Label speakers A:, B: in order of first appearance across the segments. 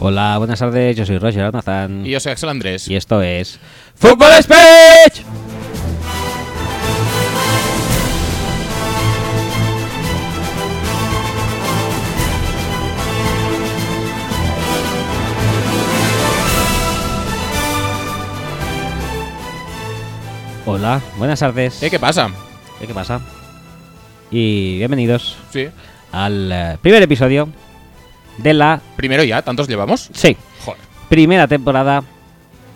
A: Hola, buenas tardes, yo soy Roger Almazán
B: Y yo soy Axel Andrés.
A: y esto es Fútbol Speech. Hola, buenas tardes.
B: Eh, ¿Qué pasa?
A: Eh, ¿Qué pasa? Y bienvenidos
B: Sí.
A: al eh, primer episodio de la
B: Primero ya, ¿tantos llevamos?
A: sí,
B: Joder.
A: primera temporada,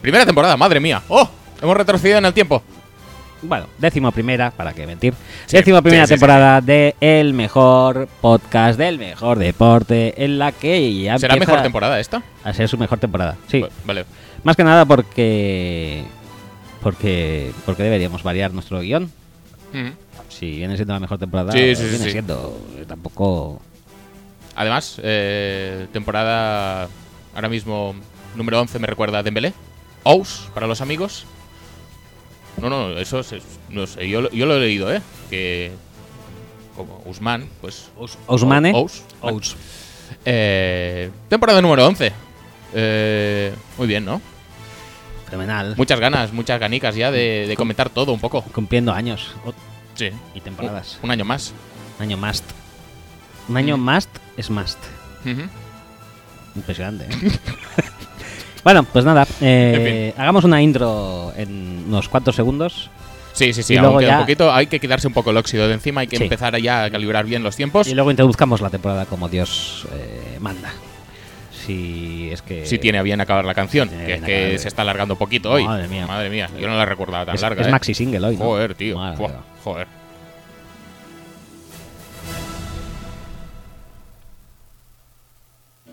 B: Primera temporada, madre mía. ¡Oh! Hemos retrocedido en el tiempo.
A: bueno, décimo primera, para qué mentir,
B: Sí,
A: décimo primera
B: sí, sí, sí.
A: temporada de el mejor podcast del mejor deporte, en la que ya
B: ¿Será
A: empieza
B: mejor temporada Pues. esta?
A: a ser su mejor temporada. Sí,
B: Va- Vale.
A: más que nada porque porque porque deberíamos variar nuestro guión.
B: Mm.
A: Si viene siendo la mejor temporada, pues
B: Sí, sí, sí,
A: viene
B: sí.
A: siendo eh, tampoco
B: Además, eh, temporada ahora mismo número 11 me recuerda a Dembélé. Ous, para los amigos. No, no, eso es, es- no sé, yo, lo- yo lo he leído, ¿eh? Que como Usman, pues...
A: Ousmane.
B: Ous. Eh, temporada número 11. Eh, muy bien, ¿no?
A: fenomenal,
B: Muchas ganas, muchas ganicas ya de, de comentar todo un poco.
A: cumpliendo años o-
B: Sí.
A: y temporadas.
B: Un año más.
A: Un año must. Un
B: Eh.
A: año must es must.
B: Ujú.
A: Impresionante. ¿eh? bueno, pues nada. eh, Hagamos una intro en unos cuantos segundos.
B: Sí, sí, sí,
A: Y
B: aún
A: luego
B: queda
A: ya-
B: un poquito. Hay que quitarse un poco el óxido de encima, hay que
A: Sí.
B: empezar ya a calibrar bien los tiempos.
A: Y luego introduzcamos la temporada como Dios eh, manda. Si es que.
B: si tiene a bien acabar la canción,
A: tiene
B: que es
A: bien
B: que
A: acabar.
B: se está alargando un poquito hoy.
A: Madre mía.
B: Madre mía, yo no la recordaba tan
A: Es,
B: larga.
A: es
B: ¿eh?
A: maxi single hoy, ¿no?
B: Joder, tío.
A: Madre
B: Buah,
A: mía.
B: joder.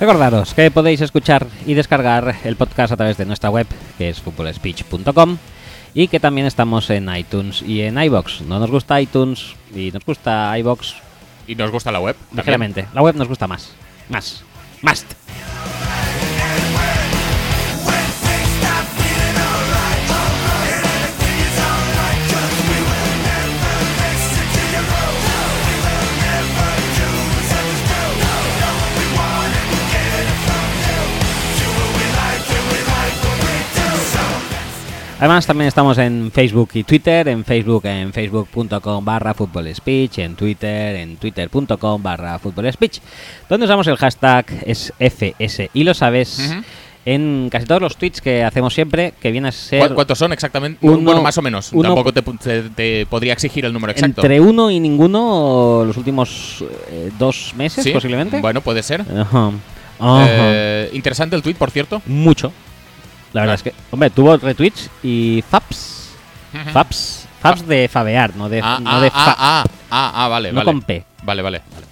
A: Recordaros que podéis escuchar y descargar el podcast a través de nuestra web, que es footballspeech.com, y que también estamos en iTunes y en iBox. No nos gusta iTunes y nos gusta iBox
B: Y nos gusta la web. también.
A: ligeramente. La web nos gusta más. Más. Más. Además también estamos en Facebook y Twitter, en Facebook en facebook.com barra Football speech, en Twitter en twitter.com barra Football speech, donde usamos el hashtag es FS y lo sabes
B: Ujú.
A: en casi todos los tweets que hacemos siempre, que viene a
B: ¿Cu-
A: ser
B: ¿Cuántos son exactamente?
A: Uno-
B: bueno, más o menos.
A: uno-
B: Tampoco te, pu- te- te podría exigir el número exacto.
A: entre uno y ninguno los últimos eh, dos meses
B: ¿Sí?
A: posiblemente.
B: Bueno, puede ser.
A: Ajá. Ajá.
B: Eh, Ah. interesante el tweet, por cierto.
A: Mucho. La verdad es que, hombre, tuvo retweets y faps.
B: Ujú.
A: Faps. Faps de fabear, no de,
B: Ah,
A: Eh, no
B: ah,
A: de fa-
B: ah, ah, ah, ah, vale,
A: no
B: vale.
A: con P.
B: Vale, vale. vale.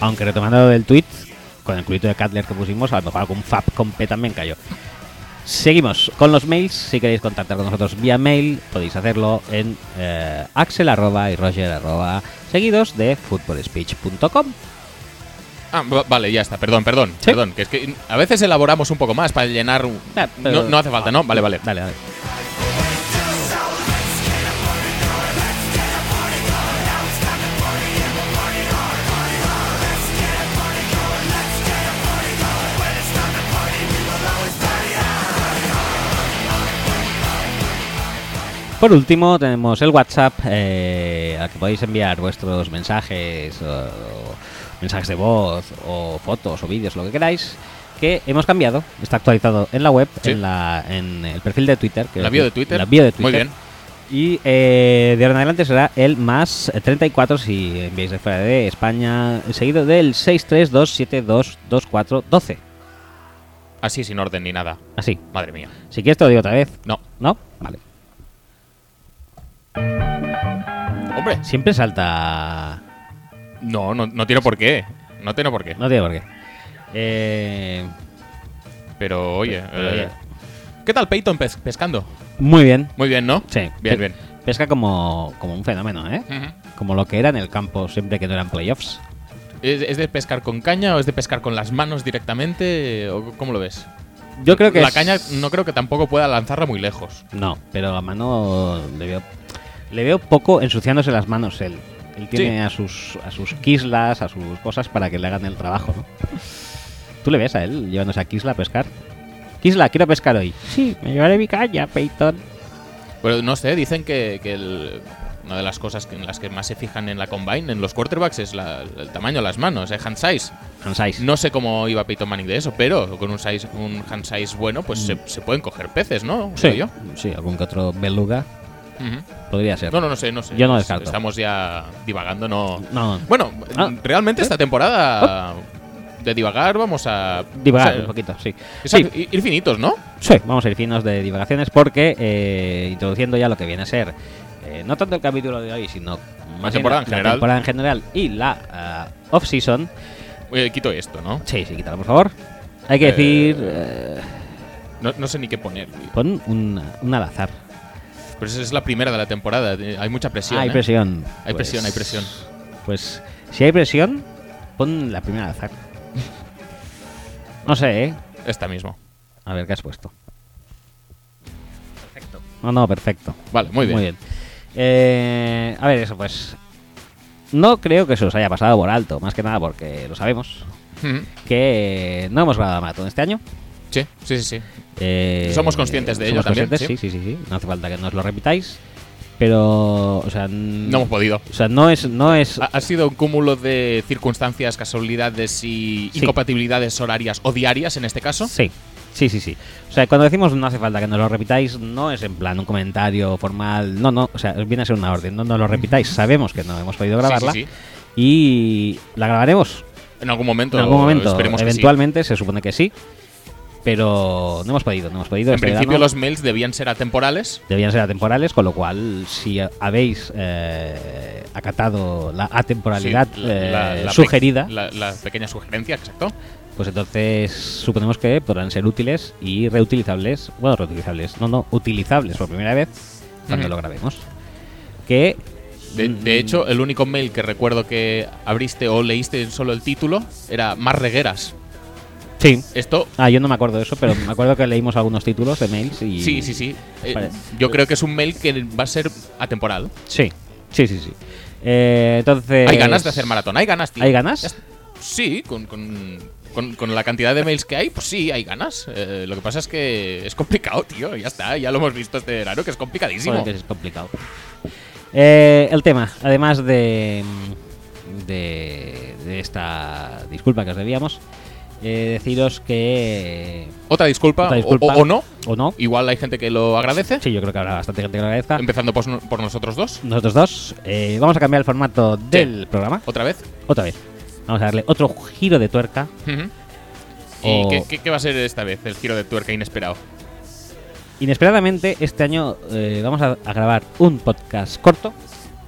A: Aunque retomando lo del tweet, con el culito de Cutler que pusimos, a lo mejor algún fab con P también cayó. Seguimos con los mails. Si queréis contactar con nosotros vía mail, podéis hacerlo en eh, axel arroba y roger arroba, seguidos de footballspeech.com.
B: Ah, va- vale, ya está. Perdón, perdón,
A: Sí.
B: perdón. Que es que a veces elaboramos un poco más para llenar. un-
A: Ah, pero-
B: no, no hace falta, ¿no? Vale, vale.
A: Dale, dale. Por último, tenemos el WhatsApp eh, al que podéis enviar vuestros mensajes, o- o mensajes de voz, o fotos, o vídeos, lo que queráis, que hemos cambiado. Está actualizado en la web,
B: Sí.
A: en, la, en el perfil de Twitter. que
B: La
A: es-
B: bio de Twitter.
A: La bio de Twitter.
B: Muy bien.
A: Y eh, de ahora en adelante será el más eh, 34 si enviáis de fuera de España, seguido del 632722412.
B: Así, sin orden ni nada.
A: Así.
B: Madre mía.
A: Si quieres te lo digo otra vez.
B: No.
A: ¿No? Vale.
B: Hombre.
A: Siempre salta...
B: No, no, no tiene por qué. No tiene por qué.
A: No tiene por qué. Eh,
B: Pero oye.
A: Pero,
B: eh,
A: oye.
B: ¿Qué tal Peyton pes- pescando?
A: muy bien.
B: Muy bien, ¿no?
A: Sí. Pe-
B: Bien, bien.
A: Pesca como, como un fenómeno, ¿eh?
B: Ujú.
A: Como lo que era en el campo siempre que no eran playoffs.
B: ¿Es, es de pescar con caña o es de pescar con las manos directamente? ¿O cómo lo ves?
A: Yo creo que
B: La
A: es-
B: caña no creo que tampoco pueda lanzarla muy lejos.
A: No, pero a mano le veo, le veo poco ensuciándose las manos él. Él tiene
B: Sí.
A: a sus a sus quislas, a sus cosas para que le hagan el trabajo, ¿no? ¿Tú le ves a él llevándose a Kisla a pescar? Kisla, quiero pescar hoy. Sí, me llevaré mi caña, Peyton.
B: Pero no sé, dicen que, que el- una de las cosas que- en las que más se fijan en la combine, en los quarterbacks, es la- el tamaño de las manos, ¿eh? hand size.
A: Hansáis.
B: No sé cómo iba Peyton Manning de eso, pero con un, size, un hand size bueno, pues se, se pueden coger peces, ¿no?
A: Mm. sí,
B: Digo yo.
A: sí, algún que otro beluga
B: Ujú.
A: podría ser.
B: No, no, no sé, no sé.
A: Yo no descarto.
B: Estamos ya divagando, no.
A: No,
B: Bueno,
A: Ah. ¿Eh?
B: realmente esta temporada de divagar vamos a.
A: divagar
B: o sea,
A: un poquito, sí.
B: es
A: Sí,
B: a- i- Ir finitos, ¿no?
A: Sí, vamos a ir finos de divagaciones porque eh, introduciendo ya lo que viene a ser eh, no tanto el capítulo de hoy, sino más bien
B: temporada en general.
A: temporada en general y la ah, off-season.
B: Eh, quito esto, ¿no?
A: Sí, sí, quítalo, por favor. Hay que
B: Eh,
A: decir. eh,
B: ¿no? no sé ni qué poner. tío.
A: pon un, un al azar.
B: Pero esa es la primera de la temporada. eh, Hay mucha presión.
A: Ah, hay
B: ¿eh?
A: presión.
B: Hay presión, hay presión.
A: Pues si hay presión, pon la primera al azar. no sé, ¿eh?
B: Esta mismo.
A: A ver qué has puesto. Perfecto. No, no, perfecto.
B: Vale, muy bien.
A: Eh, a ver, eso pues. No creo que se os haya pasado por alto, más que nada porque lo sabemos.
B: Ujú.
A: Que eh, no hemos grabado maratón este año.
B: Mm. Sí, sí, sí, sí.
A: Eh,
B: Somos conscientes de ello
A: somos
B: también,
A: conscientes, Sí, sí, sí, sí. No hace falta que nos lo repitáis. Pero, o sea. n-
B: No hemos podido. ¿Ah,
A: O sea, no es. No es
B: Ha, ha sido un cúmulo de circunstancias, casualidades y
A: Sí.
B: incompatibilidades horarias o diarias en este caso.
A: Sí, sí, sí, sí. O sea, cuando decimos no hace falta que nos lo repitáis, no es en plan un comentario formal, no, no, o sea, viene a ser una orden, no nos lo repitáis, sabemos que no hemos podido
B: Sí,
A: grabarla
B: sí, sí.
A: y la grabaremos
B: En algún momento.
A: en algún momento,
B: Esperemos que sí.
A: eventualmente, se supone que sí, pero no hemos podido, no hemos podido.
B: En
A: este
B: principio
A: verano
B: los mails debían ser atemporales.
A: debían ser atemporales, con lo cual, si habéis eh, acatado la atemporalidad
B: Sí, la- la-
A: eh,
B: la pe-
A: sugerida,
B: La, la pequeña sugerencia, exacto.
A: pues entonces suponemos que podrán ser útiles y reutilizables, bueno, reutilizables, no, no, utilizables por primera vez cuando
B: Ujú.
A: lo grabemos. Que,
B: De,
A: Mm.
B: de hecho, el único mail que recuerdo que abriste o leíste solo el título era Más regueras.
A: sí,
B: Esto,
A: ah, yo no me acuerdo de eso, pero me acuerdo que leímos algunos títulos de mails y...
B: sí, sí, sí. Eh,
A: Vale.
B: Yo creo que es un mail que va a ser atemporal.
A: Sí, sí, sí, sí. Eh, entonces...
B: Hay ganas de hacer maratón, hay ganas, tío.
A: ¿Hay ganas?
B: Ya está. Sí, con, con, con- con la cantidad de mails que hay, pues sí, hay ganas. Eh, lo que pasa es que es complicado, tío. Ya está, ya lo hemos visto este verano, que es complicadísimo.
A: Joder, que es complicado. Eh, el tema, además de, de, de esta disculpa que os debíamos, eh, deciros que...
B: Otra disculpa,
A: Otra
B: o-
A: disculpa.
B: O, o no.
A: ¿O no?
B: Igual hay gente que lo agradece.
A: Sí, yo creo que habrá bastante gente que lo agradezca.
B: Empezando por, por nosotros dos,
A: Nosotros dos eh, vamos a cambiar el formato del programa
B: otra vez.
A: otra vez. Vamos a darle otro giro de tuerca.
B: Ujú.
A: O-
B: ¿Y qué, qué- qué va a ser esta vez el giro de tuerca inesperado?
A: Inesperadamente, este año eh, vamos a, a grabar un podcast corto.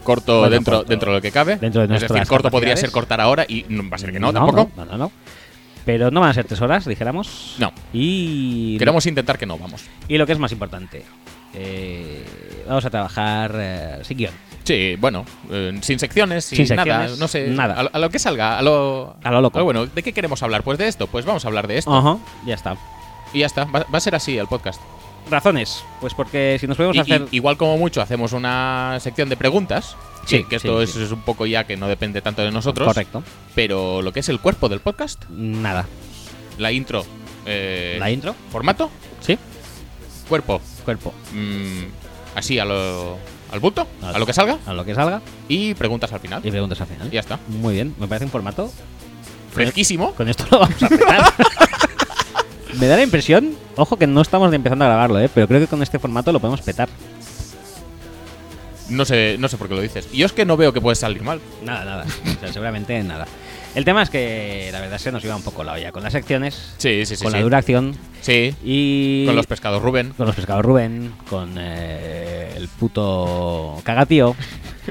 B: Corto
A: Bueno,
B: dentro,
A: corto.
B: dentro de lo que cabe.
A: Dentro de
B: es decir,
A: nuestras
B: corto podría
A: capacidades.
B: ser cortar ahora y no, va a ser que no, tampoco.
A: No, no, no. Pero no van a ser tres horas, dijéramos.
B: No.
A: Y,
B: Queremos intentar que no, vamos.
A: y lo que es más importante, eh, vamos a trabajar eh, sin guión,
B: Sí, bueno, eh, sin secciones, sin,
A: Sin
B: nada,
A: secciones,
B: no sé,
A: nada.
B: A, lo- a lo que salga, a lo,
A: a lo loco.
B: Ah, bueno, ¿de qué queremos hablar? Pues de esto, pues vamos a hablar de esto.
A: Ajá, ya está. Oh.
B: Y ya está, va, va a ser así el podcast.
A: Razones, pues porque si nos podemos
B: Y-
A: hacer...
B: y- igual como mucho hacemos una sección de preguntas,
A: Sí,
B: que, que esto
A: sí,
B: es,
A: sí.
B: es un poco ya que no depende tanto de nosotros,
A: Correcto.
B: pero lo que es el cuerpo del podcast,
A: Nada.
B: la intro, eh,
A: La intro,
B: formato,
A: sí,
B: cuerpo,
A: cuerpo,
B: mm, así a lo, al bulto,
A: Al-
B: a lo que salga,
A: a lo que salga
B: y preguntas al final.
A: y preguntas al final.
B: Y ya está.
A: Muy bien, me parece un formato.
B: Fresquísimo.
A: Con esto lo vamos a petar. me da la impresión, ojo que no estamos ni empezando a grabarlo, ¿eh? pero creo que con este formato lo podemos petar.
B: No sé, no sé por qué lo dices. Y yo es que no veo que puede salir mal.
A: Nada, nada. O sea, seguramente nada. El tema es que la verdad se nos iba un poco la olla con las secciones,
B: Sí, sí, sí.
A: con
B: sí.
A: la duración
B: Sí,
A: y
B: con los pescados Rubén.
A: con los pescados Rubén, con eh, el puto cagatío.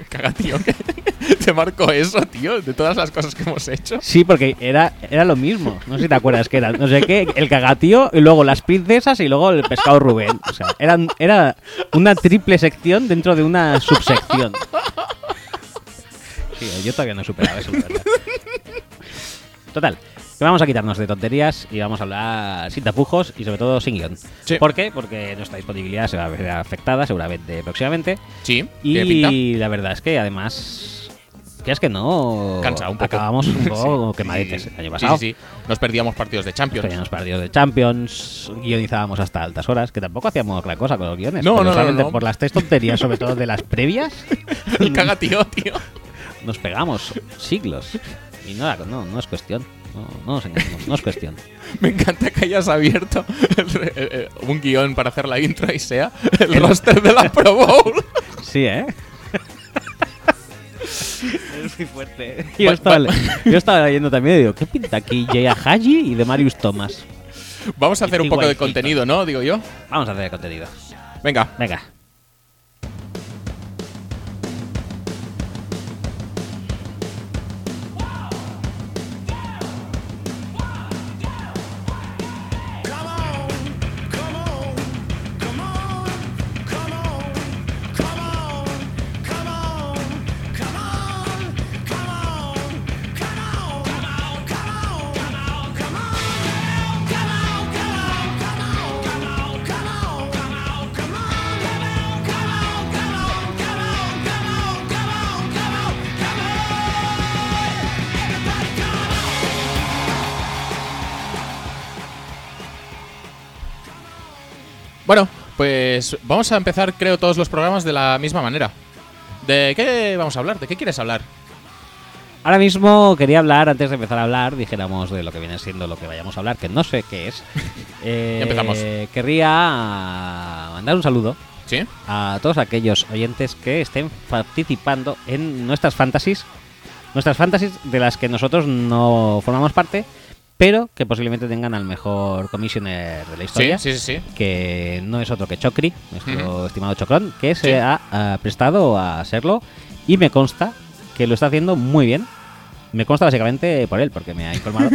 B: Caga, tío. que Te marco eso, tío, de todas las cosas que hemos hecho.
A: Sí, porque era, era lo mismo. No sé si te acuerdas que era, no sé qué, el cagatío y luego las princesas y luego el pescado Rubén. O sea, eran, era una triple sección dentro de una subsección. Sí, yo todavía no he superado eso. la verdad. Total, que vamos a quitarnos de tonterías y vamos a hablar sin tapujos y sobre todo sin guión.
B: Sí.
A: ¿Por qué? Porque nuestra disponibilidad se va a ver afectada seguramente próximamente.
B: Sí, tiene pinta.
A: Y la verdad es que además. Que es que no.
B: Cansa un poco.
A: Acabamos un poco
B: Sí,
A: quemadetes
B: sí,
A: el año
B: sí,
A: pasado.
B: Sí, sí, Nos perdíamos partidos de Champions.
A: Teníamos partidos de Champions, guionizábamos hasta altas horas, que tampoco hacíamos gran cosa con los guiones.
B: No,
A: pero
B: no, no,
A: solamente
B: no.
A: Por las tres tonterías, sobre todo de las previas,
B: El caga, tío, tío.
A: nos pegamos siglos. Y no, era- no, no es cuestión. No, no nos engañemos, no es cuestión.
B: Me encanta que hayas abierto el re- eh, eh, un guión para hacer la intro y sea el roster de la Pro Bowl.
A: Sí, ¿eh? Es muy fuerte.
B: Va-
A: Yo estaba,
B: va-
A: yo estaba leyendo también y digo, ¿qué pinta aquí Jay Haji y de Marius Thomas?
B: Vamos a hacer un poco de contenido, ¿no? Digo yo.
A: Vamos a hacer contenido.
B: Venga.
A: Venga.
C: Come on, come on, come on, come on, come on, come on, come on, come on, come on, come on, come on, come on, come on.
B: Bueno, pues vamos a empezar, creo, todos los programas de la misma manera. ¿De qué vamos a hablar? ¿De qué quieres hablar?
A: Ahora mismo quería hablar, antes de empezar a hablar, dijéramos de lo que viene siendo lo que vayamos a hablar, que no sé qué es. Eh,
B: Ya empezamos.
A: Querría mandar un saludo
B: ¿Sí?
A: a todos aquellos oyentes que estén participando en nuestras fantasies, nuestras fantasies de las que nosotros no formamos parte, pero que posiblemente tengan al mejor commissioner de la
B: Sí,
A: historia.
B: sí, sí, sí.
A: que no es otro que Chocri, nuestro
B: Ujú.
A: estimado Chocrón, que
B: Sí.
A: se ha, ah, prestado a serlo y me consta que lo está haciendo muy bien. Me consta básicamente por él, porque me ha informado.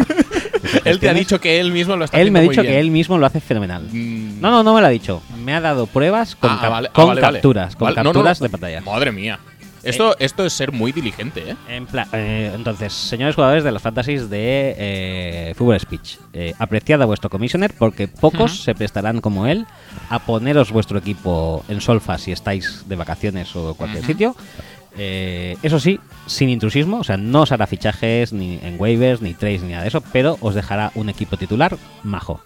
B: Él te ha dicho que él mismo lo está
A: Él me ha
B: haciendo muy
A: dicho que
B: bien.
A: él mismo lo hace fenomenal.
B: Mm.
A: No, no, no me lo ha dicho. Me ha dado pruebas con,
B: Ah,
A: cap-
B: vale, ah,
A: con
B: vale, vale.
A: capturas, con
B: Vale, no, no,
A: capturas
B: no.
A: de pantalla.
B: Madre mía. Esto, esto es ser muy diligente, ¿eh?
A: En pla- eh, entonces, señores jugadores de las fantasies de eh, Fútbol Speech, eh, apreciad a vuestro commissioner porque pocos
B: Ujú.
A: se prestarán como él a poneros vuestro equipo en solfa si estáis de vacaciones o cualquier
B: Ujú.
A: sitio. Eh, eso sí, sin intrusismo, o sea, no os hará fichajes ni en waivers, ni trades, ni nada de eso, pero os dejará un equipo titular majo.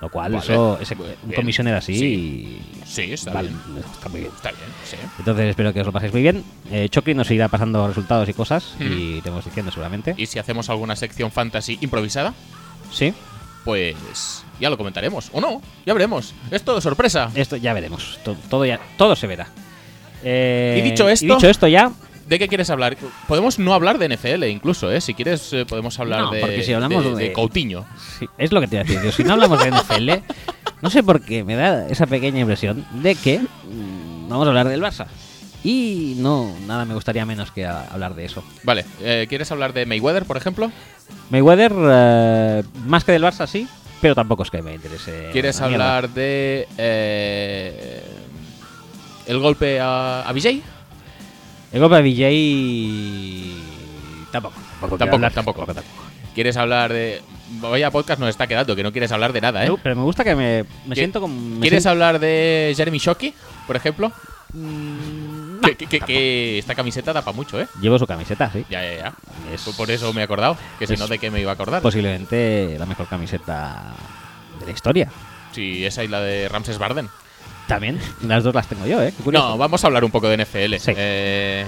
A: Lo cual,
B: Vale,
A: eso, ese-
B: bien.
A: un commissioner así
B: Sí. Sí, está
A: vale,
B: bien.
A: está muy bien.
B: Está bien, sí.
A: Entonces espero que os lo paséis muy bien. Eh, Chocri nos irá pasando resultados y cosas
B: Ujú.
A: y te vamos diciendo seguramente.
B: Mm. Y si hacemos alguna sección fantasy improvisada,
A: Sí,
B: pues ya lo comentaremos. O no, ya veremos. Es todo sorpresa.
A: esto ya veremos. To- Todo, ya, todo se verá. Eh,
B: Y dicho esto-
A: dicho esto ya,
B: ¿De qué quieres hablar? Podemos no hablar de NFL incluso, ¿eh? Si quieres eh, podemos hablar
A: No,
B: de,
A: porque si hablamos
B: de- de
A: de-
B: Coutinho.
A: sí, es lo que te iba a decir. Digo, Si no hablamos de NFL, no sé por qué me da esa pequeña impresión de que mm, vamos a hablar del Barça. Y no, nada me gustaría menos que a- hablar de eso.
B: Vale, eh, ¿quieres hablar de Mayweather, por ejemplo?
A: Mayweather, eh, más que del Barça, sí, pero tampoco es que me interese.
B: ¿Quieres
A: una Eh, mierda.
B: hablar de... eh, el golpe a, a Vijay?
A: El golpe de VJ. Tampoco. Tampoco,
B: Tampoco,
A: quiero hablar.
B: tampoco. ¿Quieres hablar de... Vaya podcast nos está quedando, que no quieres hablar de nada, ¿eh?
A: No, pero me gusta que me, me
B: ¿Qui-
A: siento como. me
B: ¿Quieres
A: siento-
B: hablar de Jeremy Shockey, por ejemplo?
A: Mm,
B: que, que- que- que esta camiseta tapa mucho, ¿eh?
A: Llevo su camiseta, sí.
B: Ya, ya, ya.
A: Es-
B: Pues Por eso me he acordado, que si
A: es- pues
B: no, ¿de qué me iba a acordar?
A: Posiblemente la mejor camiseta de la historia.
B: si esa y la de Ramses Barden.
A: También. Las dos las tengo yo, ¿eh? Qué curioso.
B: No, vamos a hablar un poco de NFL.
A: Sí.
B: Eh,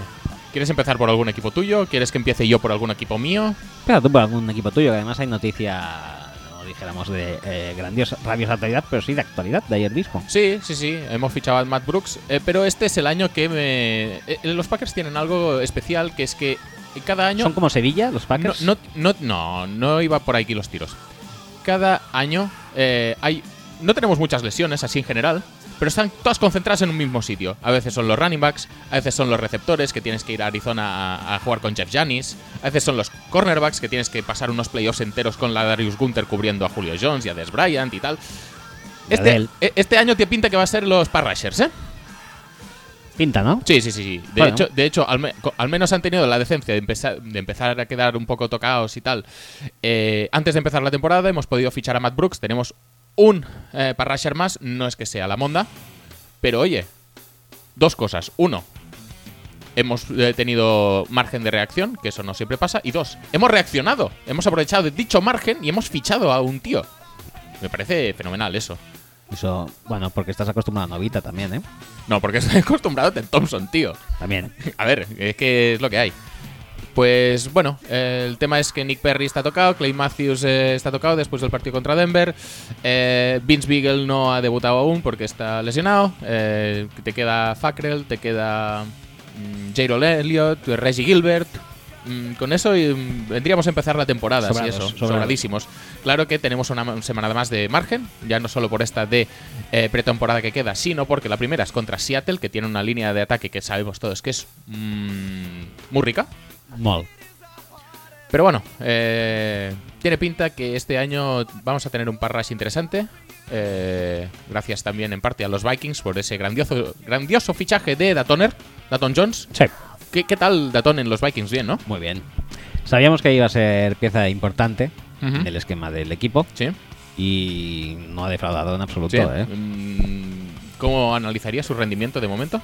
B: ¿Quieres empezar por algún equipo tuyo? ¿Quieres que empiece yo por algún equipo mío?
A: Espera, tú por algún equipo tuyo, que además hay noticia, no dijéramos de eh, grandiosa, rabiosa actualidad, pero sí de actualidad, de ayer mismo.
B: Sí, sí, sí. Hemos fichado a Matt Brooks. eh, pero este es el año que me. eh, los Packers tienen algo especial que es que Y cada año.
A: ¿Son como Sevilla, los
B: no,
A: Packers?
B: no, no, no, no iba por aquí los tiros. Cada año eh, hay. No tenemos muchas lesiones así en general, pero están todas concentradas en un mismo sitio. A veces son los running backs, a veces son los receptores que tienes que ir a Arizona a, a jugar con Jeff Janis, a veces son los cornerbacks que tienes que pasar unos playoffs enteros con la Darius Gunter cubriendo a Julio Jones y a Des Bryant y tal.
A: Y a
B: Este,
A: Dell.
B: e- este año te pinta que va a ser los pass rushers, ¿eh?
A: Pinta, ¿no?
B: Sí, sí, sí. sí. De
A: Bueno.
B: hecho, de hecho al, me- co- al menos han tenido la decencia de empezar, de empezar a quedar un poco tocados y tal. Eh, antes de empezar la temporada hemos podido fichar a Matt Brooks. Tenemos un eh, pass rusher más. No es que sea la monda. Pero oye, dos cosas. Uno, hemos eh, tenido margen de reacción, que eso no siempre pasa. Y dos, hemos reaccionado. Hemos aprovechado dicho margen y hemos fichado a un tío. Me parece fenomenal eso.
A: Eso, bueno, porque estás acostumbrado a Novita también, ¿eh?
B: No, porque estoy acostumbrado a Ted Thompson, tío.
A: También.
B: A ver, es que es lo que hay. Pues bueno, eh, el tema es que Nick Perry está tocado, Clay Matthews eh, está tocado después del partido contra Denver, eh, Vince Beagle no ha debutado aún porque está lesionado, eh, te queda Fackrell, te queda mm, Jairo Elliott, Reggie Gilbert. Mm, Con eso y, mm, vendríamos a empezar la temporada, sí,
A: Sobrados,
B: eso,
A: sobrados.
B: sobradísimos. Claro que tenemos una ma- semana más de margen, ya no solo por esta de eh, pretemporada que queda, sino porque la primera es contra Seattle, que tiene una línea de ataque que sabemos todos que es mm, muy rica.
A: Mol.
B: Pero bueno, eh, tiene pinta que este año vamos a tener un parrash interesante. Eh, gracias también en parte a los Vikings por ese grandioso, grandioso fichaje de Datoner, Daton Jones.
A: Sí.
B: ¿Qué, qué tal Daton en los Vikings? Bien, ¿no?
A: Muy bien. Sabíamos que iba a ser pieza importante
B: Ujú.
A: en el esquema del equipo
B: Sí.
A: y no ha defraudado en absoluto,
B: sí.
A: ¿eh?
B: Mm, ¿Cómo analizaría su rendimiento de momento?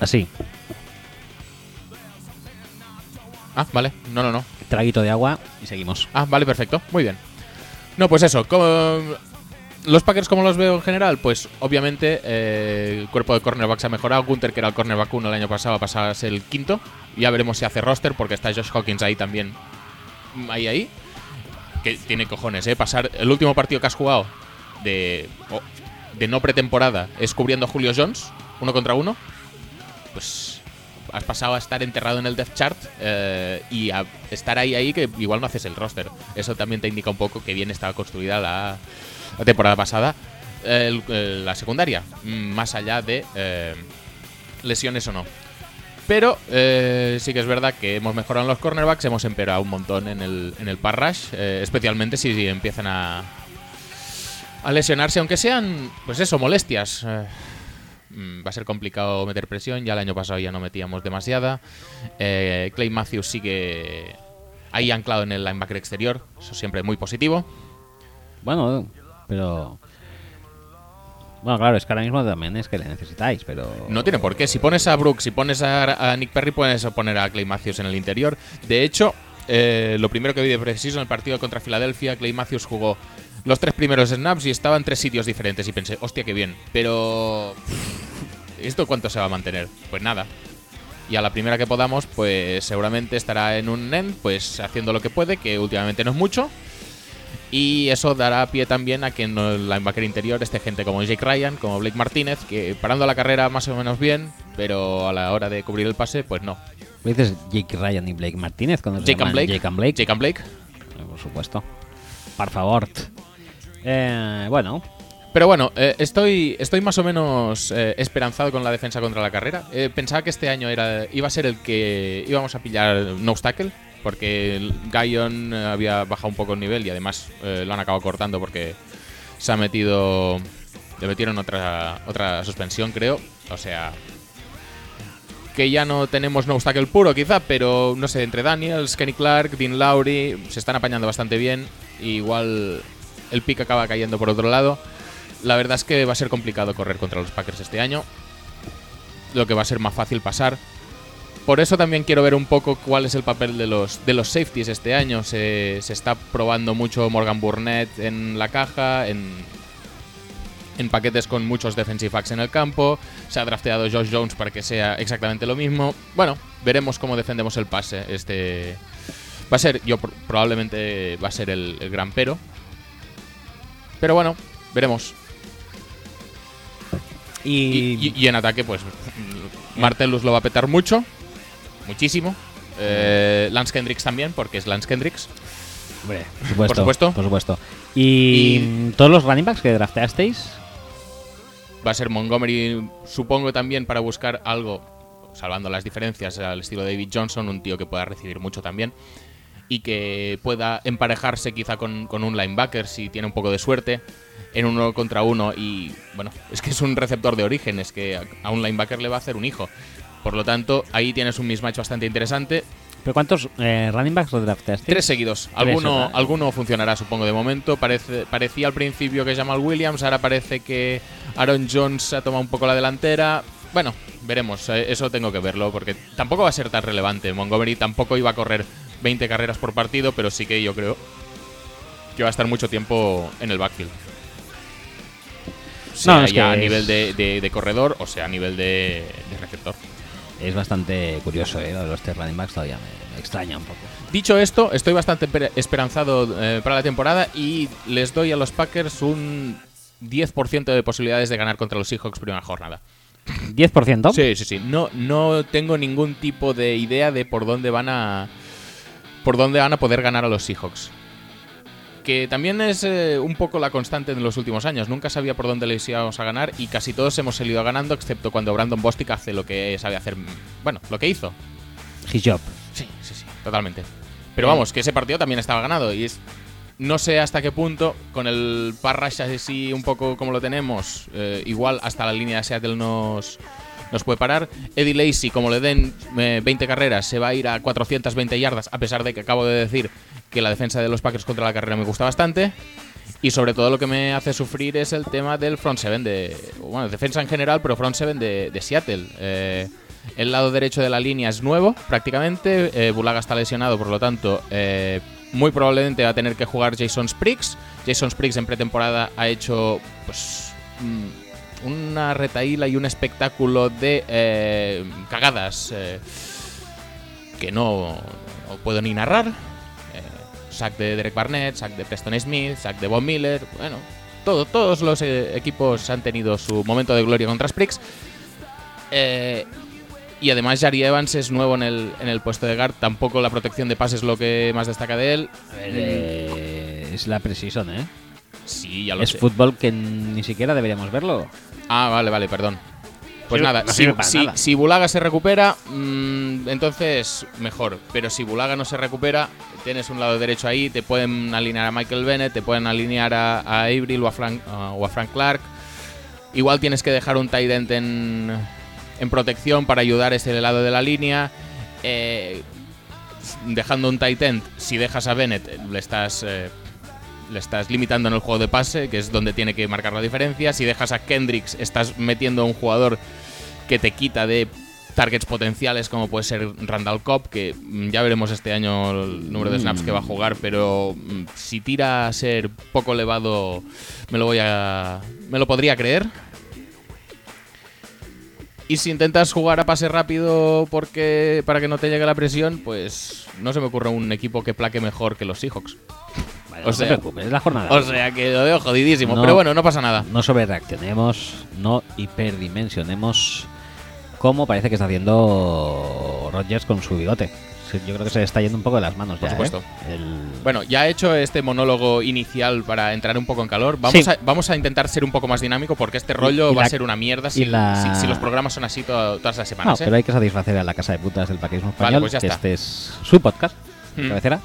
A: Así,
B: Ah, vale. No, no, no.
A: traguito de agua y seguimos.
B: Ah, vale, perfecto. Muy bien. No, pues eso. como- Los Packers, como los veo en general? Pues obviamente eh, el cuerpo de cornerbacks ha mejorado. Gunter, que era el cornerback uno el año pasado, ha pasado a ser el quinto. Ya veremos si hace roster porque está Josh Hawkins ahí también. mm, Ahí, ahí. Que tiene cojones, ¿eh? Pasar el último partido que has jugado de, o- de no pretemporada es cubriendo a Julio Jones, uno contra uno. Pues has pasado a estar enterrado en el death chart eh, y a estar ahí ahí que igual no haces el roster. Eso también te indica un poco que bien estaba construida la, la temporada pasada el- el- la secundaria, mm, más allá de eh, lesiones o no. Pero eh, sí que es verdad que hemos mejorado en los cornerbacks, hemos empeorado un montón en el, en el pass rush, eh, especialmente si, empiezan a, a lesionarse, aunque sean, pues eso, molestias. eh, Mm, va a ser complicado meter presión. Ya el año pasado ya no metíamos demasiada. Eh, Clay Matthews sigue ahí anclado en el linebacker exterior. Eso siempre muy positivo.
A: Bueno, pero... Bueno, claro, es que ahora mismo también es que le necesitáis, pero...
B: No tiene por qué. Si pones a Brooks, si pones a, a Nick Perry, puedes poner a Clay Matthews en el interior. De hecho, eh, lo primero que vi de preciso en el partido contra Filadelfia, Clay Matthews jugó los tres primeros snaps y estaba en tres sitios diferentes. Y pensé, hostia, qué bien. Pero. ¿Esto cuánto se va a mantener? Pues nada. Y a la primera que podamos, pues seguramente estará en un end, pues haciendo lo que puede, que últimamente no es mucho. Y eso dará pie también a que en el linebacker interior esté gente como Jake Ryan, como Blake Martínez, que parando la carrera más o menos bien, pero a la hora de cubrir el pase, pues no.
A: ¿Me dices Jake Ryan y Blake Martínez cuando se
B: Jake
A: llaman
B: and Blake.
A: Jake and Blake?
B: Jake and Blake.
A: Eh, Por supuesto. Por favor. Eh, bueno,
B: Pero bueno, eh, estoy, estoy más o menos eh, esperanzado con la defensa contra la carrera. Eh, pensaba que este año era, iba a ser el que íbamos a pillar no obstacle, porque el Guyon había bajado un poco el nivel y además eh, lo han acabado cortando porque se ha metido. Le metieron otra, otra suspensión, creo. O sea. Que ya no tenemos no obstacle puro, quizá, pero no sé, entre Daniels, Kenny Clark, Dean Lowry, se están apañando bastante bien. y igual el pick acaba cayendo por otro lado. La verdad es que va a ser complicado correr contra los Packers este año. Lo que va a ser más fácil pasar. Por eso también quiero ver un poco cuál es el papel de los, de los safeties este año. Se, se está probando mucho Morgan Burnett en la caja, en, en paquetes con muchos defensive backs en el campo. Se ha drafteado Josh Jones para que sea exactamente lo mismo. Bueno, veremos cómo defendemos el pase. Este va a ser, yo pr- probablemente va a ser el- el gran pero. Pero bueno, veremos. Y,
A: y...
B: y- y en ataque, pues Martellus lo va a petar mucho, muchísimo. Eh, Lance Kendricks también, porque es Lance Kendricks.
A: Hombre, por supuesto.
B: supuesto.
A: por supuesto. Y, todos los running backs que drafteasteis,
B: Va a ser Montgomery, supongo también, para buscar algo, salvando las diferencias al estilo David Johnson, un tío que pueda recibir mucho también. Y que pueda emparejarse quizá con, con un linebacker si tiene un poco de suerte en uno contra uno. Y bueno, es que es un receptor de origen, es que a, a un linebacker le va a hacer un hijo. Por lo tanto, ahí tienes un mismatch bastante interesante.
A: ¿pero cuántos eh, running backs los drafteasteis?
B: Tres seguidos. Alguno,
A: ¿verdad?
B: alguno funcionará, supongo, de momento. Parece, parecía al principio que Jamal Williams, ahora parece que Aaron Jones ha tomado un poco la delantera. Bueno, veremos. eh, Eso tengo que verlo porque tampoco va a ser tan relevante. Montgomery tampoco iba a correr 20 carreras por partido, pero sí que yo creo que va a estar mucho tiempo en el backfield. Sea
A: No, es
B: ya
A: que
B: a
A: es-
B: nivel de, de- de corredor o sea a nivel de, de receptor.
A: Es bastante curioso, ¿eh? Lo de los tres running backs todavía me, me extraña un poco.
B: Dicho esto, estoy bastante per- esperanzado eh, para la temporada y les doy a los Packers un 10% de posibilidades de ganar contra los Seahawks primera jornada.
A: ¿10%?
B: Sí, sí, sí. No, no tengo ningún tipo de idea de por dónde van a. por dónde van a poder ganar a los Seahawks. Que también es eh, un poco la constante en los últimos años. Nunca sabía por dónde les íbamos a ganar y casi todos hemos salido ganando, excepto cuando Brandon Bostic hace lo que sabe hacer. Bueno, lo que hizo,
A: His job.
B: Sí, sí, Eh, sí, totalmente. Pero vamos, que ese partido también estaba ganado y es... No sé hasta qué punto, con el Parrash así un poco como lo tenemos, eh, igual hasta la línea de Seattle nos, nos puede parar. Eddie Lacey, como le den eh, 20 carreras, se va a ir a 420 yardas, a pesar de que acabo de decir que la defensa de los Packers contra la carrera me gusta bastante. Y sobre todo lo que me hace sufrir es el tema del front seven de. Bueno, defensa en general, pero front seven de, de Seattle. Eh, el lado derecho de la línea es nuevo, prácticamente. Eh, Bulaga está lesionado, por lo tanto, eh, muy probablemente va a tener que jugar Jason Spriggs. Jason Spriggs en pretemporada ha hecho, pues. mm, Una retaíla y un espectáculo de eh, cagadas. eh, que no, no puedo ni narrar. Eh, sack de Derek Barnett, sack de Preston Smith, sack de Von Miller, bueno, todo, todos los eh, equipos han tenido su momento de gloria contra Spriggs. Eh, y además Jari Evans es nuevo en el, en el puesto de guard, tampoco la protección de pases es lo que más destaca de él.
A: A ver, eh, es la precisión, ¿eh?
B: Sí, ya lo
A: Es
B: sé.
A: fútbol que ni siquiera deberíamos verlo.
B: Ah, vale, vale, perdón. Pues
A: Sirve-
B: nada,
A: no
B: si,
A: sirve para
B: si-
A: nada.
B: si Bulaga se recupera, mm, entonces mejor. Pero si Bulaga no se recupera, tienes un lado derecho ahí, te pueden alinear a Michael Bennett, te pueden alinear a, a Avril o a, Frank, ah, o a Frank Clark. Igual tienes que dejar un tight end en, en protección para ayudar ese lado de la línea. Eh, dejando un tight end, si dejas a Bennett, le estás, eh, le estás limitando en el juego de pase, que es donde tiene que marcar la diferencia. Si dejas a Kendricks, estás metiendo a un jugador que te quita de targets potenciales, como puede ser Randall Cobb, que mm, ya veremos este año el número de snaps que va a jugar, pero mm, si tira a ser poco elevado, me lo voy a. me lo podría creer. Y si intentas jugar a pase rápido porque para que no te llegue la presión, pues no se me ocurre un equipo que plaque mejor que los Seahawks.
A: Vale,
B: O
A: no
B: sea-
A: te preocupes, es la jornada.
B: O sea que lo veo jodidísimo,
A: No.
B: pero bueno, no pasa nada.
A: no sobrereaccionemos, no hiperdimensionemos como parece que está haciendo Rodgers con su bigote. Sí, Yo creo que se le está yendo un poco de las manos
B: Por
A: ya.
B: supuesto.
A: ¿eh? El-
B: Bueno, ya he hecho este monólogo inicial para entrar un poco en calor. Vamos,
A: Sí.
B: a, vamos a intentar ser un poco más dinámico porque este rollo
A: y
B: va
A: la-
B: a ser una mierda
A: y
B: si,
A: la-
B: si- si los programas son así to- todas las
A: No,
B: semanas. ¿eh?
A: pero hay que satisfacer a la casa de putas del paquismo español.
B: pues ya
A: que
B: está.
A: Este es su podcast,
B: Mm.
A: cabecera.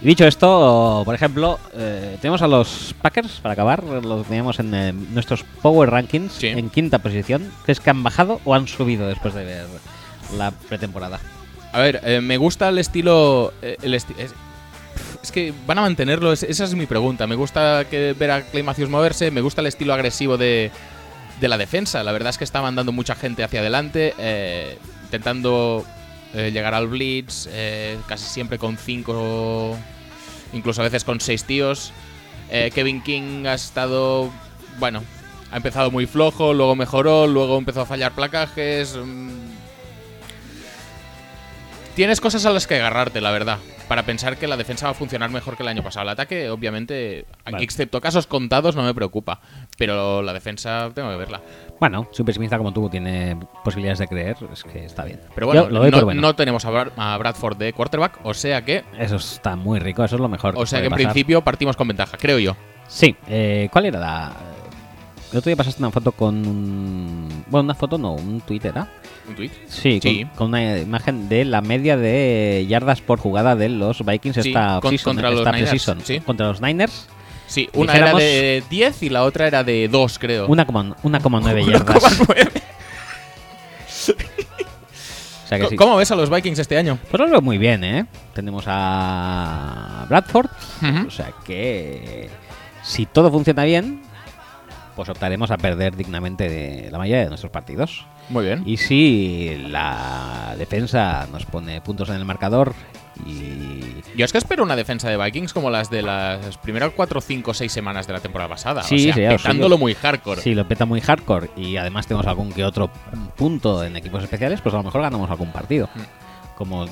A: Y dicho esto, por ejemplo, eh, tenemos a los Packers, para acabar, los teníamos en eh, nuestros Power Rankings,
B: Sí.
A: en quinta posición. ¿Crees que han bajado o han subido después de ver la pretemporada?
B: A ver, eh, me gusta el estilo. eh, el esti- es, es que van a mantenerlo, es- esa es mi pregunta. Me gusta que ver a Clay Matthews moverse, me gusta el estilo agresivo de, de la defensa. La verdad es que está mandando mucha gente hacia adelante, eh, intentando eh, llegar al blitz, eh, casi siempre con cinco, incluso a veces con seis tíos. Eh, Kevin King ha estado, bueno, ha empezado muy flojo, luego mejoró, luego empezó a fallar placajes. mm, Tienes cosas a las que agarrarte, la verdad. para pensar que la defensa va a funcionar mejor que el año pasado. El ataque, obviamente,
A: Vale.
B: excepto casos contados, no me preocupa. Pero la defensa tengo que verla.
A: Bueno, si un pesimista como tú tiene posibilidades de creer, es que está bien.
B: Pero bueno,
A: Yo lo doy
B: no,
A: por bueno.
B: no tenemos a, Bra- a Bradford de quarterback, o sea que,
A: Eso está muy rico, eso es lo mejor.
B: o sea que
A: puede
B: en
A: pasar.
B: principio partimos con ventaja, creo yo.
A: Sí, eh, ¿cuál era la...? El otro día pasaste una foto con un... Bueno, una foto no, un Twitter, ¿ah?
B: ¿Un tweet?
A: Sí,
B: Sí.
A: Con, con una imagen de la media de yardas por jugada de los Vikings
B: Sí,
A: esta
B: con-
A: offseason,
B: contra
A: eh,
B: los
A: esta
B: Niners,
A: preseason.
B: sí.
A: Contra los Niners,
B: Sí, una era
A: Dijéramos-
B: de 10 y la otra era de 2, creo.
A: 1,9 una coma nueve yardas.
B: 1,9.
A: O sea que sí.
B: ¿Cómo ves a los Vikings este año?
A: Pues lo veo muy bien, ¿eh? Tenemos a Bradford.
B: ¿Mm?
A: O sea que si todo funciona bien, pues optaremos a perder dignamente de la mayoría de nuestros partidos.
B: Muy bien.
A: Y si la defensa nos pone puntos en el marcador y...
B: Yo es que espero una defensa de Vikings como las de las primeras 4, 5, 6 semanas de la temporada pasada.
A: Sí,
B: o sea,
A: sí, ya lo
B: petándolo
A: sigo.
B: muy hardcore.
A: Si lo peta muy hardcore y además tenemos algún que otro punto en equipos especiales, pues a lo mejor ganamos algún partido.
B: Mm.
A: Como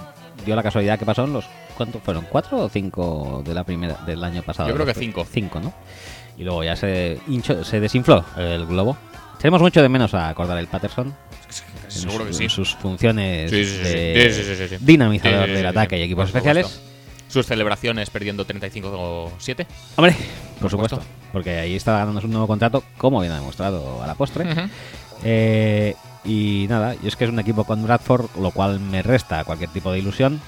A: dio la casualidad que pasó en los... ¿Cuánto fueron? ¿Cuatro o cinco de la primera, del año pasado?
B: Yo creo que
A: Los-
B: cinco.
A: Cinco, ¿no? Y luego ya se, hinchó- se desinfló el globo. Tenemos mucho de menos a acordar el Patterson. en
B: Seguro
A: su-
B: que sí.
A: En sus funciones
B: Sí, sí, sí,
A: de
B: sí, sí, sí, sí.
A: dinamizador
B: Sí, sí, sí,
A: del
B: sí,
A: ataque
B: sí,
A: y equipos
B: por supuesto.
A: especiales.
B: Sus celebraciones perdiendo 35-7.
A: Hombre, por
B: Por
A: supuesto.
B: supuesto.
A: Porque ahí está ganándose un nuevo contrato, como bien ha demostrado a la postre.
B: Ujú.
A: Eh, y nada, y es que es un equipo con Bradford, lo cual me resta cualquier tipo de ilusión.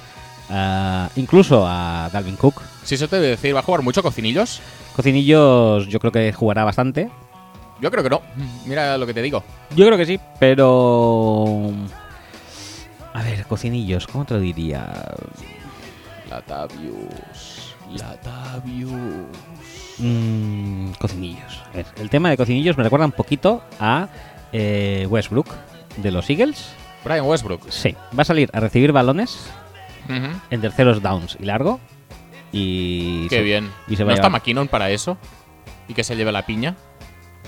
A: Ah, incluso a Dalvin Cook.
B: Si eso te debe decir, ¿va a jugar mucho cocinillos?
A: Cocinillos yo creo que jugará bastante.
B: Yo creo que no. Mira lo que te digo.
A: Yo creo que sí, pero... A ver, cocinillos, ¿cómo te lo diría?
B: Latavius. Latavius.
A: Mm, cocinillos. A ver, el tema de cocinillos me recuerda un poquito a eh, Westbrook de los Eagles.
B: Brian Westbrook.
A: Sí, va a salir a recibir balones
B: Ujú.
A: en terceros downs y largo. Y
B: Qué
A: se-
B: bien.
A: y se va
B: ¿No
A: a
B: está
A: llevar-
B: McKinnon para eso? ¿Y que se lleve la piña?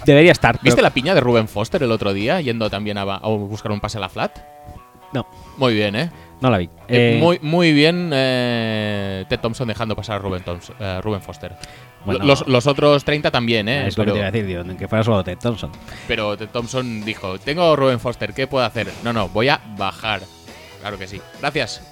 A: debería estar.
B: ¿Viste
A: pero-
B: la piña de Ruben Foster el otro día yendo también a, ba- a buscar un pase a la flat?
A: No,
B: Muy bien, ¿eh?
A: no la vi.
B: Eh,
A: Eh,
B: muy, muy bien eh, Ted Thompson dejando pasar a Ruben, Thompson- eh, Ruben Foster.
A: Bueno. Ah,
B: los, los otros 30 también, ¿eh?
A: es lo que
B: pero,
A: te iba a decir, tío, en que fuera solo Ted Thompson.
B: pero Ted Thompson dijo, tengo a Ruben Foster, ¿qué puedo hacer? No, no, voy a bajar. Claro que sí. Gracias.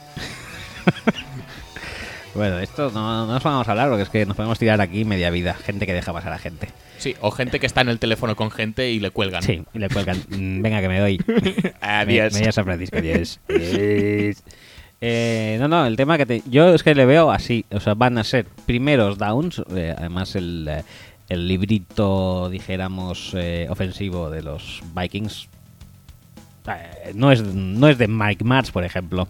A: Bueno, de esto no, no nos vamos a hablar porque es que nos podemos tirar aquí media vida. Gente que deja pasar a gente.
B: Sí, o gente que está en el teléfono con gente y le cuelgan.
A: Sí, y le cuelgan. Mm, Venga, que me doy.
B: Adiós.
A: Me, me voy a San Francisco, adiós. Adiós. Eh, no, no, el tema que te, yo es que le veo así. O sea, van a ser primeros downs. eh, además, el, eh, el librito, dijéramos, eh, ofensivo de los Vikings eh, no, es, no es de Mike Mars, por ejemplo.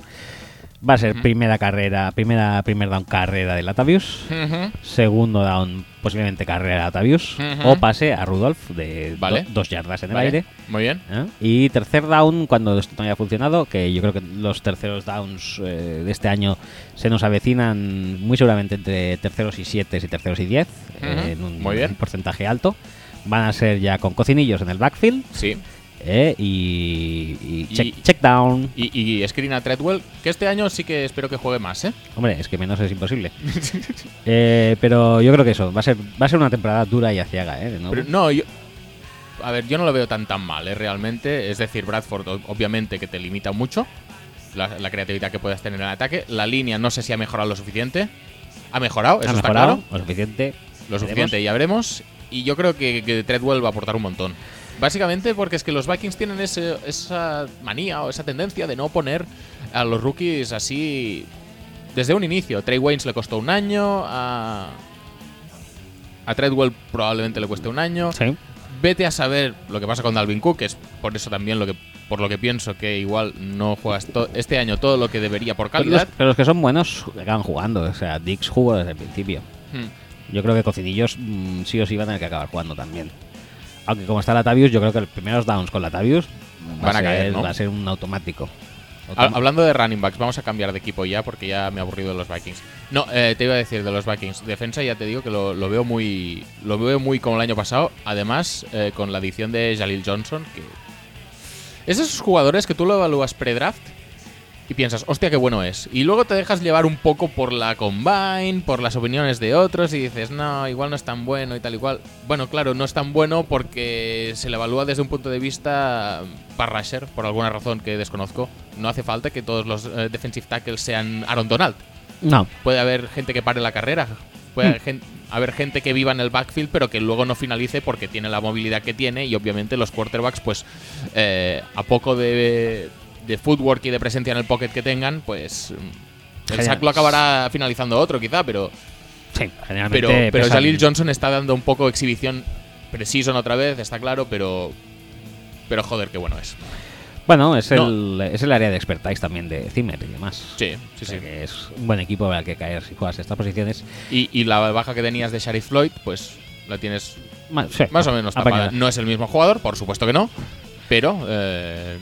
A: Va a ser primera carrera, primera primer down carrera de Latavius.
B: Ujú.
A: Segundo down, posiblemente carrera a Tavius.
B: Ujú.
A: O pase a Rudolf de
B: Vale.
A: do- dos yardas en el
B: Vale,
A: aire.
B: Muy bien.
A: ¿eh? Y tercer down, cuando esto no haya funcionado, que yo creo que los terceros downs eh, de este año se nos avecinan muy seguramente entre terceros y siete y terceros y diez, eh,
B: Ujú.
A: en un
B: Muy bien.
A: porcentaje alto. Van a ser ya con cocinillos en el backfield
B: Sí.
A: eh, y, y
B: Y-
A: check, check down.
B: Y, y Screen a Treadwell, que este año sí que espero que juegue más, ¿eh?
A: Hombre, es que menos es imposible. Eh, pero yo creo que eso, va a ser, va a ser una temporada dura y aciaga, ¿eh? de nuevo.
B: Pero no, yo. A ver, yo no lo veo tan tan mal, ¿eh? realmente. Es decir, Bradford, o- obviamente, que te limita mucho la, la creatividad que puedas tener en el ataque. La línea no sé si ha mejorado lo suficiente. Ha mejorado, eso
A: ha
B: está
A: mejorado
B: claro.
A: lo suficiente.
B: Lo
A: Veremos.
B: suficiente, ya veremos. Y yo creo que, que Treadwell va a aportar un montón. Básicamente porque es que los Vikings tienen ese- esa manía o esa tendencia de no poner a los rookies así desde un inicio. Trey Waynes le costó un año, a, a Treadwell probablemente le cueste un año.
A: Sí.
B: Vete a saber lo que pasa con Dalvin Cook, que es por eso también lo que por lo que pienso que igual no juegas to- este año todo lo que debería por
A: Pero los,
B: calidad.
A: pero los que son buenos acaban jugando. O sea, Dix jugó desde el principio.
B: Hmm.
A: Yo creo que Cocinillos mm, sí o sí van a tener que acabar jugando también. Aunque como está Latavius, yo creo que los primeros downs con Latavius va
B: Van a
A: ser-
B: caer, ¿no?
A: Va a ser un automático.
B: Ha- Hablando de running backs, vamos a cambiar de equipo ya porque ya me he aburrido de los Vikings. No, eh, te iba a decir de los Vikings. Defensa ya te digo que lo, lo veo muy lo veo muy como el año pasado. Además, eh, con la adición de Jalil Johnson. Que... Es de esos jugadores que tú lo evalúas pre-draft y piensas, hostia, qué bueno es. Y luego te dejas llevar un poco por la Combine, por las opiniones de otros y dices, no, igual no es tan bueno y tal y cual. Bueno, claro, no es tan bueno porque se le evalúa desde un punto de vista parrasher, por alguna razón que desconozco. No hace falta que todos los eh, defensive tackles sean Aaron Donald.
A: No,
B: Puede haber gente que pare la carrera. Puede
A: Hmm.
B: haber, gen- haber gente que viva en el backfield, pero que luego no finalice porque tiene la movilidad que tiene. Y obviamente los quarterbacks, pues eh, a poco de, de footwork y de presencia en el pocket que tengan, pues mm, el
A: Genial.
B: sack lo acabará finalizando otro, quizá. Pero,
A: sí, generalmente.
B: pero, pero
A: pesan-
B: Jalil Johnson está dando un poco exhibición precision otra vez, está claro, pero. Pero joder, qué bueno es.
A: Bueno, es,
B: No.
A: el, es el área de expertise también de Zimmer y demás.
B: Sí,
A: O
B: sí,
A: sea
B: sí.
A: que es un buen equipo al que caer si juegas estas posiciones.
B: Y, y la baja que tenías de Sharif Floyd, pues la tienes
A: Ma- sí,
B: Más o menos tapada.
A: apañada.
B: No es el mismo jugador, por supuesto que no, pero eh,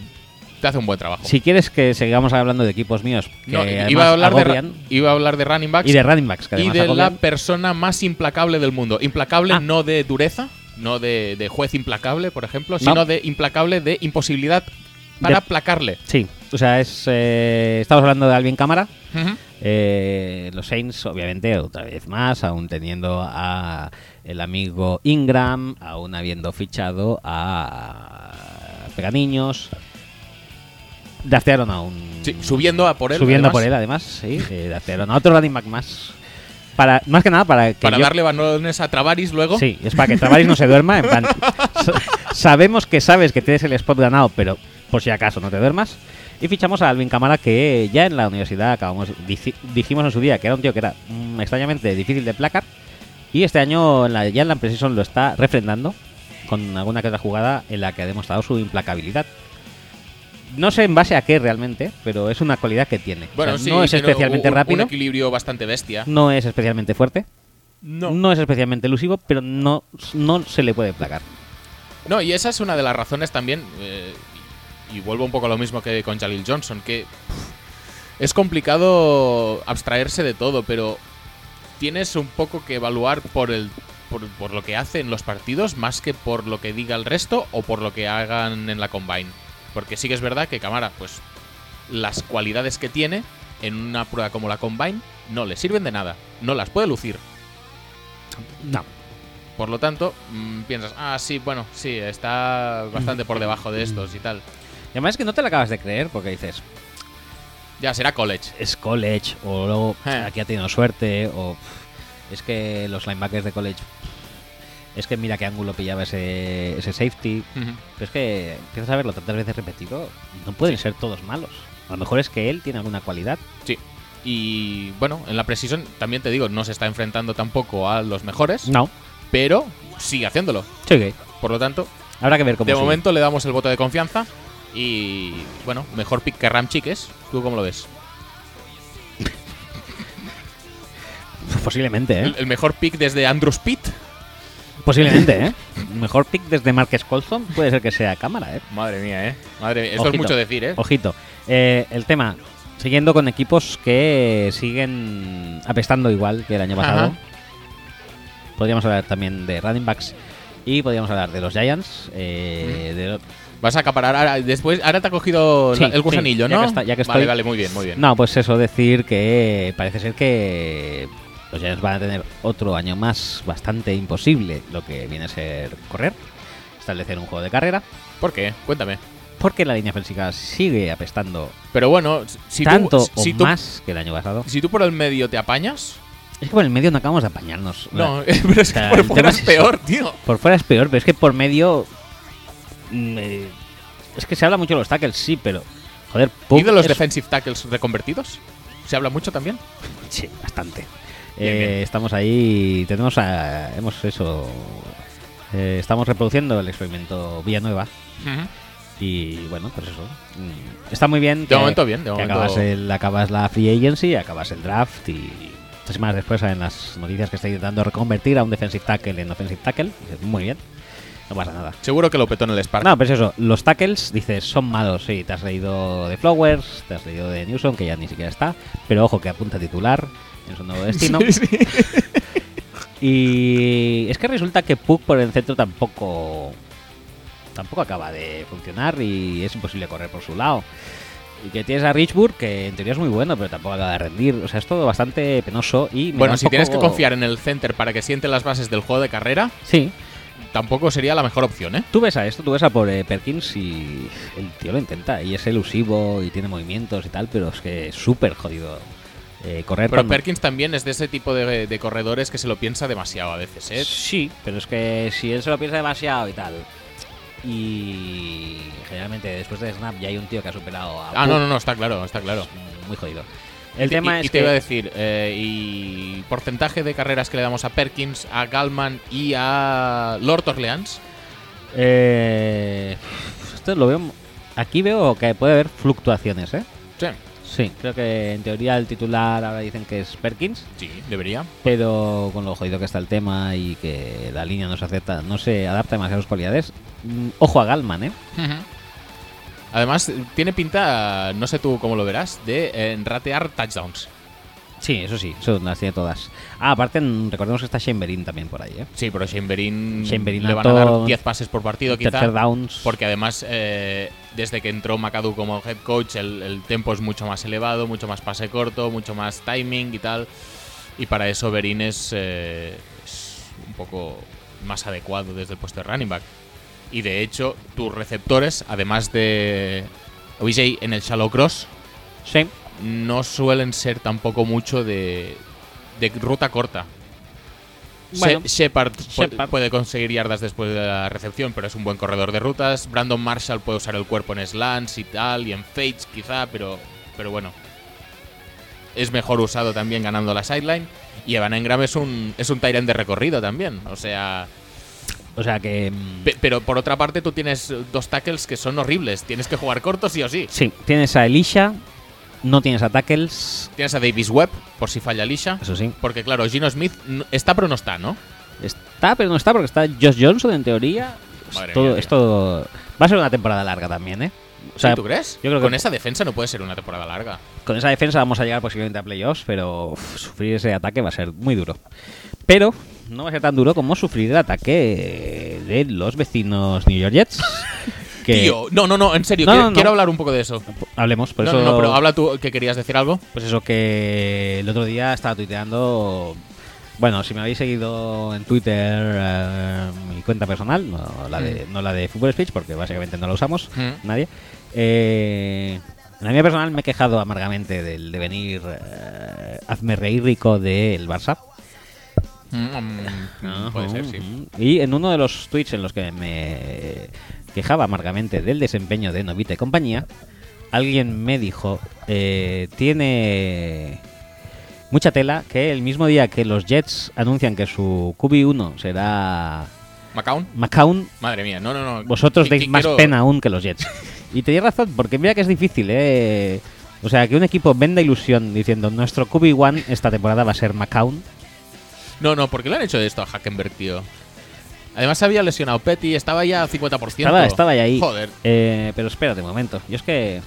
B: te hace un buen trabajo.
A: Si quieres que sigamos hablando de equipos míos, que
B: No,
A: además
B: iba, a hablar de, ra-
A: agobian,
B: iba a hablar de running backs
A: y de running backs, que
B: y
A: además
B: de la
A: agobian.
B: persona más implacable del mundo. Implacable
A: Ah.
B: no de dureza, no de, de juez implacable, por ejemplo,
A: No.
B: sino de implacable de imposibilidad para
A: De-
B: aplacarle.
A: Sí, o sea, es, eh, estamos hablando de Alvin Cámara. Eh, los Saints, obviamente, otra vez más, aún teniendo a el amigo Ingram, aún habiendo fichado a Peganiños. Draftearon a un.
B: Sí, subiendo a por él,
A: Subiendo
B: además.
A: a por él, además, sí. eh, draftearon a otro running back más. Para, más que nada para que.
B: Para
A: yo-
B: darle balones a Travaris luego.
A: Sí, es para que Travaris no se duerma. En plan, sa- sabemos que sabes que tienes el spot ganado, pero por si acaso no te duermas. Y fichamos a Alvin Camara, que ya en la universidad acabamos dici- dijimos en su día que era un tío que era mm, extrañamente difícil de placar. Y este año en la- ya en la Precision lo está refrendando con alguna que otra jugada en la que ha demostrado su implacabilidad. No sé en base a qué realmente, pero es una cualidad que tiene. O
B: Bueno,
A: sea,
B: sí,
A: no es
B: tiene
A: especialmente
B: un- Un
A: rápido,
B: equilibrio bastante bestia.
A: no es especialmente fuerte,
B: No.
A: no. es especialmente elusivo, pero no, no se le puede placar.
B: No, y esa es una de las razones también, eh, y vuelvo un poco a lo mismo que con Jalil Johnson, que pff, es complicado abstraerse de todo, pero tienes un poco que evaluar por el por, por lo que hace en los partidos más que por lo que diga el resto o por lo que hagan en la combine. Porque sí que es verdad que Camara, pues las cualidades que tiene en una prueba como la combine no le sirven de nada, no las puede lucir.
A: No.
B: Por lo tanto, mm, piensas, ah, sí, bueno, sí, está bastante por debajo de estos y tal.
A: Y además es que no te la acabas de creer porque dices,
B: Ya será college.
A: es college, o luego
B: Eh.
A: aquí ha tenido suerte, o "Pff, es que los linebackers de college, pff, es que mira qué ángulo pillaba ese, ese safety.
B: Ujú.
A: Pero es que empiezas a verlo tantas veces repetido, no pueden ser todos malos. A lo mejor es que él tiene alguna cualidad.
B: Sí. Y bueno, en la Precision también te digo, no se está enfrentando tampoco a los mejores,
A: No.
B: pero sigue haciéndolo.
A: Sí, que
B: Por lo tanto,
A: Habrá que ver cómo
B: de
A: sigue.
B: momento le damos el voto de confianza y bueno, mejor pick que Ramchick es. ¿Tú cómo lo ves?
A: Posiblemente, ¿eh?
B: El, el mejor pick desde Andrew Speed.
A: Posiblemente, ¿eh? Mejor pick desde Marques Colson puede ser que sea cámara, ¿eh?
B: Madre mía, ¿eh? Madre mía, esto es
A: Ojito.
B: mucho decir, ¿eh?
A: Ojito. Eh, el tema, siguiendo con equipos que siguen apestando igual que el año pasado,
B: Ajá.
A: podríamos hablar también de running backs y podríamos hablar de los Giants. eh, de lo-
B: Vas a acaparar ahora, después, ahora te ha cogido la-
A: Sí,
B: el gusanillo,
A: sí, ya
B: ¿no?
A: que está- ya que
B: vale,
A: estoy.
B: vale, muy bien, muy bien.
A: No, pues eso, decir que parece ser que los Giants van a tener otro año más bastante imposible, lo que viene a ser correr, establecer un juego de carrera,
B: ¿Por qué? Cuéntame.
A: porque la línea ofensiva sigue apestando
B: Pero bueno, si
A: tanto
B: tú, si
A: o
B: tú-
A: más que el año pasado.
B: si tú por el medio te apañas,
A: Es que por el medio no acabamos de apañarnos.
B: no, pero es que
A: sea,
B: por
A: el
B: fuera
A: tema
B: es
A: es
B: peor, tío.
A: Por fuera es peor, pero es que por medio. mm, eh, es que se habla mucho de los tackles, sí, pero. Joder, pum,
B: ¿Y de los
A: es-
B: defensive tackles reconvertidos? ¿Se habla mucho también?
A: Sí, bastante.
B: Bien,
A: Eh,
B: bien.
A: Estamos ahí. Tenemos a. Hemos eso. eh, estamos reproduciendo el experimento Villanueva. Y bueno, pues eso. Mm, Está muy bien.
B: De momento bien, de
A: que
B: momento-
A: Acabas, el- acabas la free agency, acabas el draft y. Tres semanas después salen las noticias que está intentando reconvertir a un defensive tackle en offensive tackle. Dices, Muy bien. No pasa nada.
B: Seguro que lo petó en el Spark.
A: No, pero es eso. Los tackles, dices, son malos. Sí, te has leído de Flowers, te has leído de Newsom, que ya ni siquiera está. Pero ojo, que apunta a titular en su nuevo destino.
B: Sí, sí.
A: Y es que resulta que Puck por el centro tampoco tampoco acaba de funcionar y es imposible correr por su lado. Y que tienes a Richburg, que en teoría es muy bueno, pero tampoco acaba de rendir. O sea, es todo bastante penoso y... me da
B: Bueno,
A: un
B: si tienes que
A: poco-
B: confiar en el center para que siente las bases del juego de carrera,
A: Sí.
B: tampoco sería la mejor opción, ¿eh?
A: Tú ves a esto, tú ves a pobre Perkins y el tío lo intenta. Y es elusivo y tiene movimientos y tal, pero es que es súper jodido eh, correr.
B: Pero
A: cuando-
B: Perkins también es de ese tipo de, de corredores que se lo piensa demasiado a veces, ¿eh?
A: Sí, pero es que si él se lo piensa demasiado y tal. Y generalmente después de Snap ya hay un tío que ha superado a.
B: Ah, no, no, no, está claro, está claro.
A: no. Muy jodido. El
B: Y-
A: tema
B: y,
A: es
B: y te iba a
A: que.
B: decir, eh, y porcentaje de carreras que le damos a Perkins, a Galman y a Lord Orleans.
A: eh, esto lo veo. Aquí veo que puede haber fluctuaciones, ¿eh?
B: Sí,
A: Sí, creo que en teoría el titular ahora dicen que es Perkins,
B: sí, debería.
A: pero con lo jodido que está el tema y que la línea no se acepta, no se adapta demasiado a sus cualidades. mm, Ojo a Galman, ¿eh?
B: Además, tiene pinta, no sé tú cómo lo verás, de eh, ratear touchdowns.
A: Sí, eso sí, eso las tiene todas. Ah, aparte, mm, recordemos que está Chamberlain también por ahí, ¿eh?
B: Sí, pero Chamberin
A: Chamberlain
B: le van a dar
A: Atom,
B: 10 pases por partido quizá.
A: Tercer downs.
B: Porque además, eh, desde que entró McAdoo como head coach, el, el tempo es mucho más elevado, mucho más pase corto, mucho más timing y tal. Y para eso Berín es, eh, es un poco más adecuado desde el puesto de running back. Y de hecho, tus receptores, además de OBJ en el shallow cross,
A: Sí.
B: no suelen ser tampoco mucho de, de ruta corta. She-
A: Bueno,
B: Shepard, pu-
A: Shepard.
B: puede conseguir yardas después de la recepción, pero es un buen corredor de rutas. Brandon Marshall puede usar el cuerpo en slants y tal, y en fades quizá, pero, pero bueno. Es mejor usado también ganando la sideline. Y Evan Engram es un, es un tight end de recorrido también. O sea,
A: O sea que. mm,
B: pe- pero por otra parte tú tienes dos tackles que son horribles. Tienes que jugar corto sí o sí.
A: sí, tienes a Elisha, no tienes a Tackles.
B: Tienes a Davis Webb, por si falla Lisha.
A: Eso sí.
B: Porque claro, Gino Smith n- está pero no está, ¿no?
A: Está, pero no está, porque está Josh Johnson en teoría. Es
B: Madre
A: todo,
B: mía, tío.
A: es todo- Va a ser una temporada larga también, ¿eh? O sea,
B: ¿Sí, ¿Tú crees?
A: yo creo que-
B: Con esa defensa no puede ser una temporada larga.
A: con esa defensa vamos a llegar posiblemente a playoffs, pero uf, sufrir ese ataque va a ser muy duro. Pero no va a ser tan duro como sufrir el ataque de los vecinos New York Jets. que
B: Tío, no, no, no, en serio,
A: No,
B: quiero,
A: no, no.
B: quiero hablar un poco de eso.
A: hablemos, por
B: no,
A: eso
B: no, no, pero habla tú, que querías decir algo.
A: Pues eso que el otro día estaba tuiteando. Bueno, si me habéis seguido en Twitter, eh, mi cuenta personal, no la de, no la de Football Speech, porque básicamente no la usamos
B: Mm.
A: nadie. Eh, en la mía personal me he quejado amargamente del devenir eh, hazme reír rico del Barça. Ah,
B: Mm, Puede ser, sí.
A: Ujú. Y en uno de los tweets en los que me quejaba amargamente del desempeño de Novita y compañía, alguien me dijo, eh, tiene mucha tela que el mismo día que los Jets anuncian que su QB1 será
B: ¿Macaun?
A: McCown,
B: Madre mía, no, no, no.
A: vosotros
B: Qui-
A: deis
B: qui-
A: más
B: quiero-
A: pena aún que los Jets. Y tenéis razón, porque mira que es difícil, ¿eh? O sea, que un equipo venda ilusión diciendo nuestro QB1 esta temporada va a ser McCown.
B: No, no, ¿por qué le han hecho esto a Hackenberg, tío? Además se había lesionado Petty, estaba ya al 50%.
A: Estaba, estaba ya ahí.
B: Joder.
A: Eh, pero espérate un momento. Yo es que.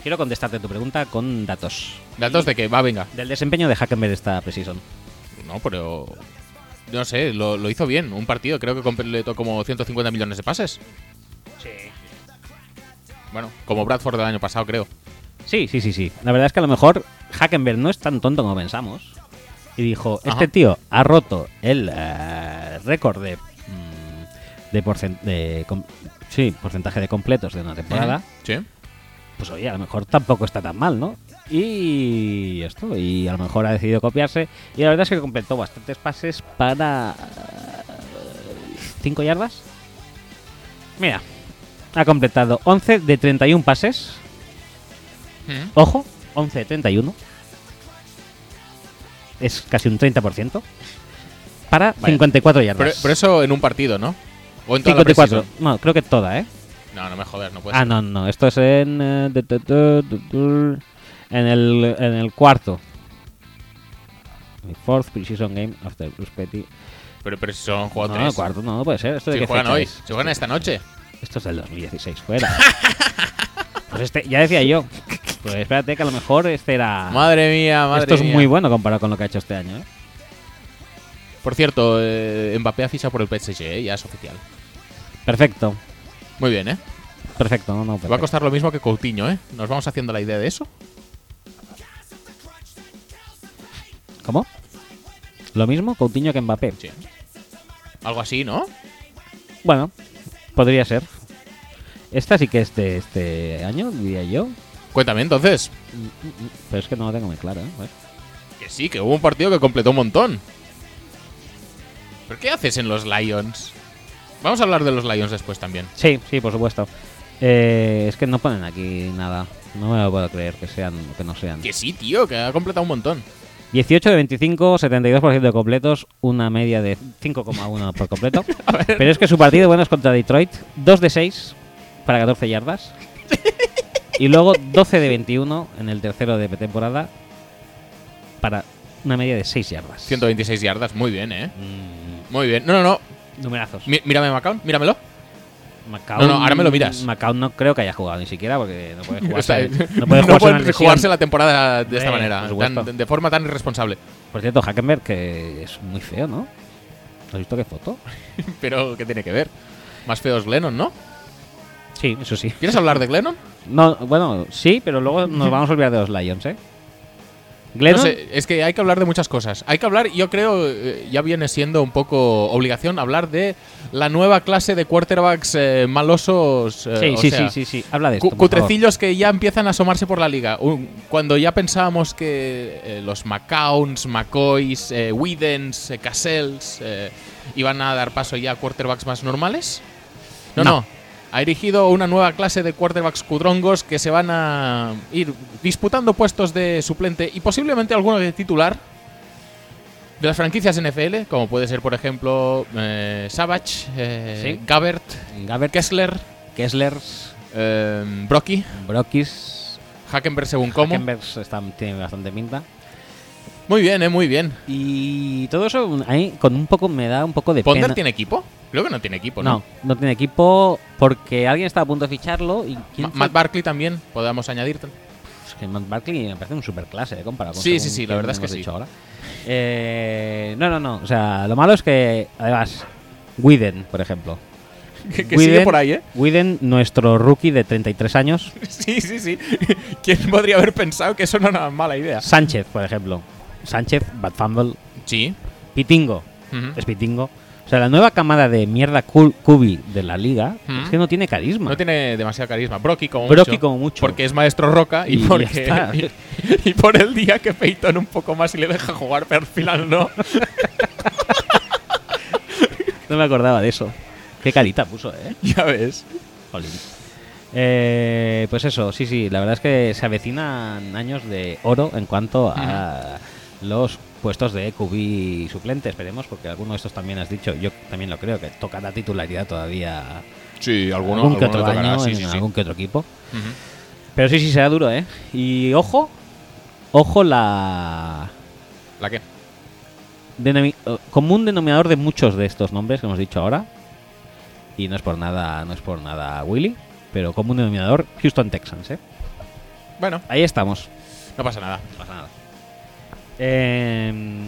A: Quiero contestarte tu pregunta con datos.
B: Datos de que va, venga.
A: Del desempeño de Hackenberg esta precision.
B: No, pero... No sé, lo, lo hizo bien. Un partido, creo que completó como 150 millones de pases. Bueno, como Bradford del año pasado, creo.
A: Sí, sí, sí, sí. La verdad es que a lo mejor Hackenberg no es tan tonto como pensamos. Y dijo,
B: Ajá.
A: este tío ha roto el eh, récord de, mm, de, porcen- de com- sí, porcentaje de completos de una temporada.
B: Sí.
A: pues oye, a lo mejor tampoco está tan mal, ¿no? Y esto, y a lo mejor ha decidido copiarse. Y la verdad es que completó bastantes pases para. 5 yardas. Mira, ha completado 11 de 31 pases.
B: Mm.
A: Ojo, 11 de 31. Es casi un 30%. Para
B: Vaya.
A: 54 yardas.
B: Pero, pero eso en un partido, ¿no? O en toda la
A: 54.
B: preseason.
A: No, creo que toda, ¿eh?
B: No, no me joder, no puede
A: Ah,
B: ser.
A: no, no, esto es en. eh, du- du- du- du- du- en, el, en el cuarto. The fourth preseason game after Bruce Petty.
B: Pero, pero si son
A: No,
B: juego
A: el cuarto, no, no puede ser. Esto de
B: Si
A: qué
B: juegan
A: fecha
B: hoy,
A: es?
B: si juegan esta noche.
A: Esto es del 2016, fuera. pues este, ya decía yo. Pues espérate, que a lo mejor este era.
B: Madre mía, madre
A: esto es
B: mía.
A: muy bueno comparado con lo que ha hecho este año, ¿eh?
B: Por cierto, eh, Mbappé ha fichado por el PSG, ¿eh? ya es oficial.
A: Perfecto.
B: Muy bien, ¿eh?
A: perfecto, no, no.
B: Va a
A: perfecto.
B: costar lo mismo que Coutinho, ¿eh? ¿Nos vamos haciendo la idea de eso?
A: ¿Cómo? ¿Lo mismo? Coutinho que Mbappé.
B: Sí. Algo así, ¿no?
A: Bueno, podría ser. Esta sí que es de este año, diría yo.
B: Cuéntame entonces.
A: Mm, mm, mm. Pero es que no lo tengo muy claro, ¿eh? Pues,
B: Que sí, que hubo un partido que completó un montón. ¿Pero qué haces en los Lions? Vamos a hablar de los Lions después también.
A: Sí, sí, por supuesto. Eh, es que no ponen aquí nada. No me lo puedo creer que sean o que no sean.
B: Que sí, tío, que ha completado un montón.
A: 18 de 25, 72% de completos, una media de 5,1 por completo. Pero es que su partido bueno es contra Detroit, 2 de 6 para 14 yardas. Y luego 12 de 21 en el tercero de temporada para una media de 6 yardas.
B: 126 yardas, muy bien, ¿eh?
A: Mm,
B: Muy bien. No, no, no.
A: numerazos.
B: Mi- mírame, Macaón, míramelo.
A: Macao-
B: No, no, ahora me lo miras.
A: Macao no creo que haya jugado ni siquiera porque no puede
B: O sea,
A: jugarse, eh, no puede
B: no pueden
A: jugarse una lesión.
B: jugarse la temporada de esta
A: Eh,
B: manera,
A: por supuesto.
B: tan- de forma tan irresponsable.
A: Por cierto, Hackenberg que es muy feo, ¿no? ¿Has visto qué foto?
B: Pero, ¿qué tiene que ver? Más feos Glennon, ¿no?
A: Sí, eso sí.
B: ¿Quieres hablar de Glennon?
A: No, bueno, sí, pero luego nos vamos a olvidar de los Lions, ¿eh? Glennon,
B: No sé, es que hay que hablar de muchas cosas. Hay que hablar, yo creo, eh, ya viene siendo un poco obligación hablar de la nueva clase de quarterbacks eh, malosos. eh,
A: sí,
B: o
A: sí,
B: sea,
A: sí, sí, sí, habla de
B: cu-
A: esto. por favor.
B: Cutrecillos que ya empiezan a asomarse por la liga. Un- cuando ya pensábamos que eh, los McCowns, McCoys, eh, Widens, eh, Cassells eh, iban a dar paso ya a quarterbacks más normales. No, no,
A: No.
B: Ha erigido una nueva clase de quarterbacks cudrongos que se van a ir disputando puestos de suplente y posiblemente alguno de titular de las franquicias NFL, como puede ser, por ejemplo, eh, Savage, eh,
A: Sí.
B: Gabbert,
A: Gabbert,
B: Kessler,
A: Kesslers,
B: eh, Brocky.
A: Brokis,
B: Hackenberg según cómo.
A: Hackenbergs están- tienen bastante pinta.
B: Muy bien, eh, muy bien.
A: Y todo eso un- ahí con un poco me da un poco de
B: ¿Ponder
A: pena.
B: tiene equipo? Creo que no tiene equipo, ¿no?
A: no, no tiene equipo porque alguien está a punto de ficharlo y
B: Ma-
A: quién fue-
B: Matt Barkley también, podamos añadir.
A: Es que Matt Barkley me parece un superclase eh, comparado con
B: Sí,
A: según
B: sí, sí, la
A: quién
B: verdad es que
A: hemos
B: sí.
A: dicho ahora. Eh, no, no, no. O sea, lo malo es que, además, Widen, por ejemplo.
B: Que,
A: Widen- ¿eh? Widen, nuestro rookie de 33 años.
B: Sí, sí, sí. ¿Quién podría haber pensado que eso no era una mala idea?
A: Sánchez, por ejemplo. Sánchez, Bad Fumble,
B: Sí.
A: Pitingo.
B: Ujú.
A: Es Pitingo. O sea, la nueva camada de mierda cul- cubi de la liga
B: Ujú.
A: es que no tiene carisma.
B: No tiene demasiado carisma. Brocky como
A: Brocky
B: mucho.
A: como mucho.
B: Porque es maestro Roca y,
A: Y ya
B: porque-
A: está.
B: y- y por el día que Peyton un poco más y le deja jugar, pero al final no.
A: No me acordaba de eso. Qué carita puso, ¿eh?
B: ya ves.
A: Jolín. Eh, pues eso, sí, sí, la verdad es que se avecinan años de oro en cuanto a los puestos de QB suplente, esperemos, porque alguno de estos también has dicho, yo también lo creo, que toca la titularidad todavía
B: Sí, alguno,
A: algún que
B: alguno
A: otro
B: le tocará.
A: año
B: Sí,
A: en
B: sí, sí.
A: algún que otro equipo.
B: Ujú.
A: Pero sí, sí, será duro, ¿eh? Y ojo, ojo la...
B: ¿La qué?
A: denomi- eh, común denominador de muchos de estos nombres que hemos dicho ahora, y no es por nada, no es por nada Willy, pero común denominador Houston Texans, ¿eh?
B: Bueno,
A: Ahí estamos.
B: no pasa nada.
A: No pasa nada.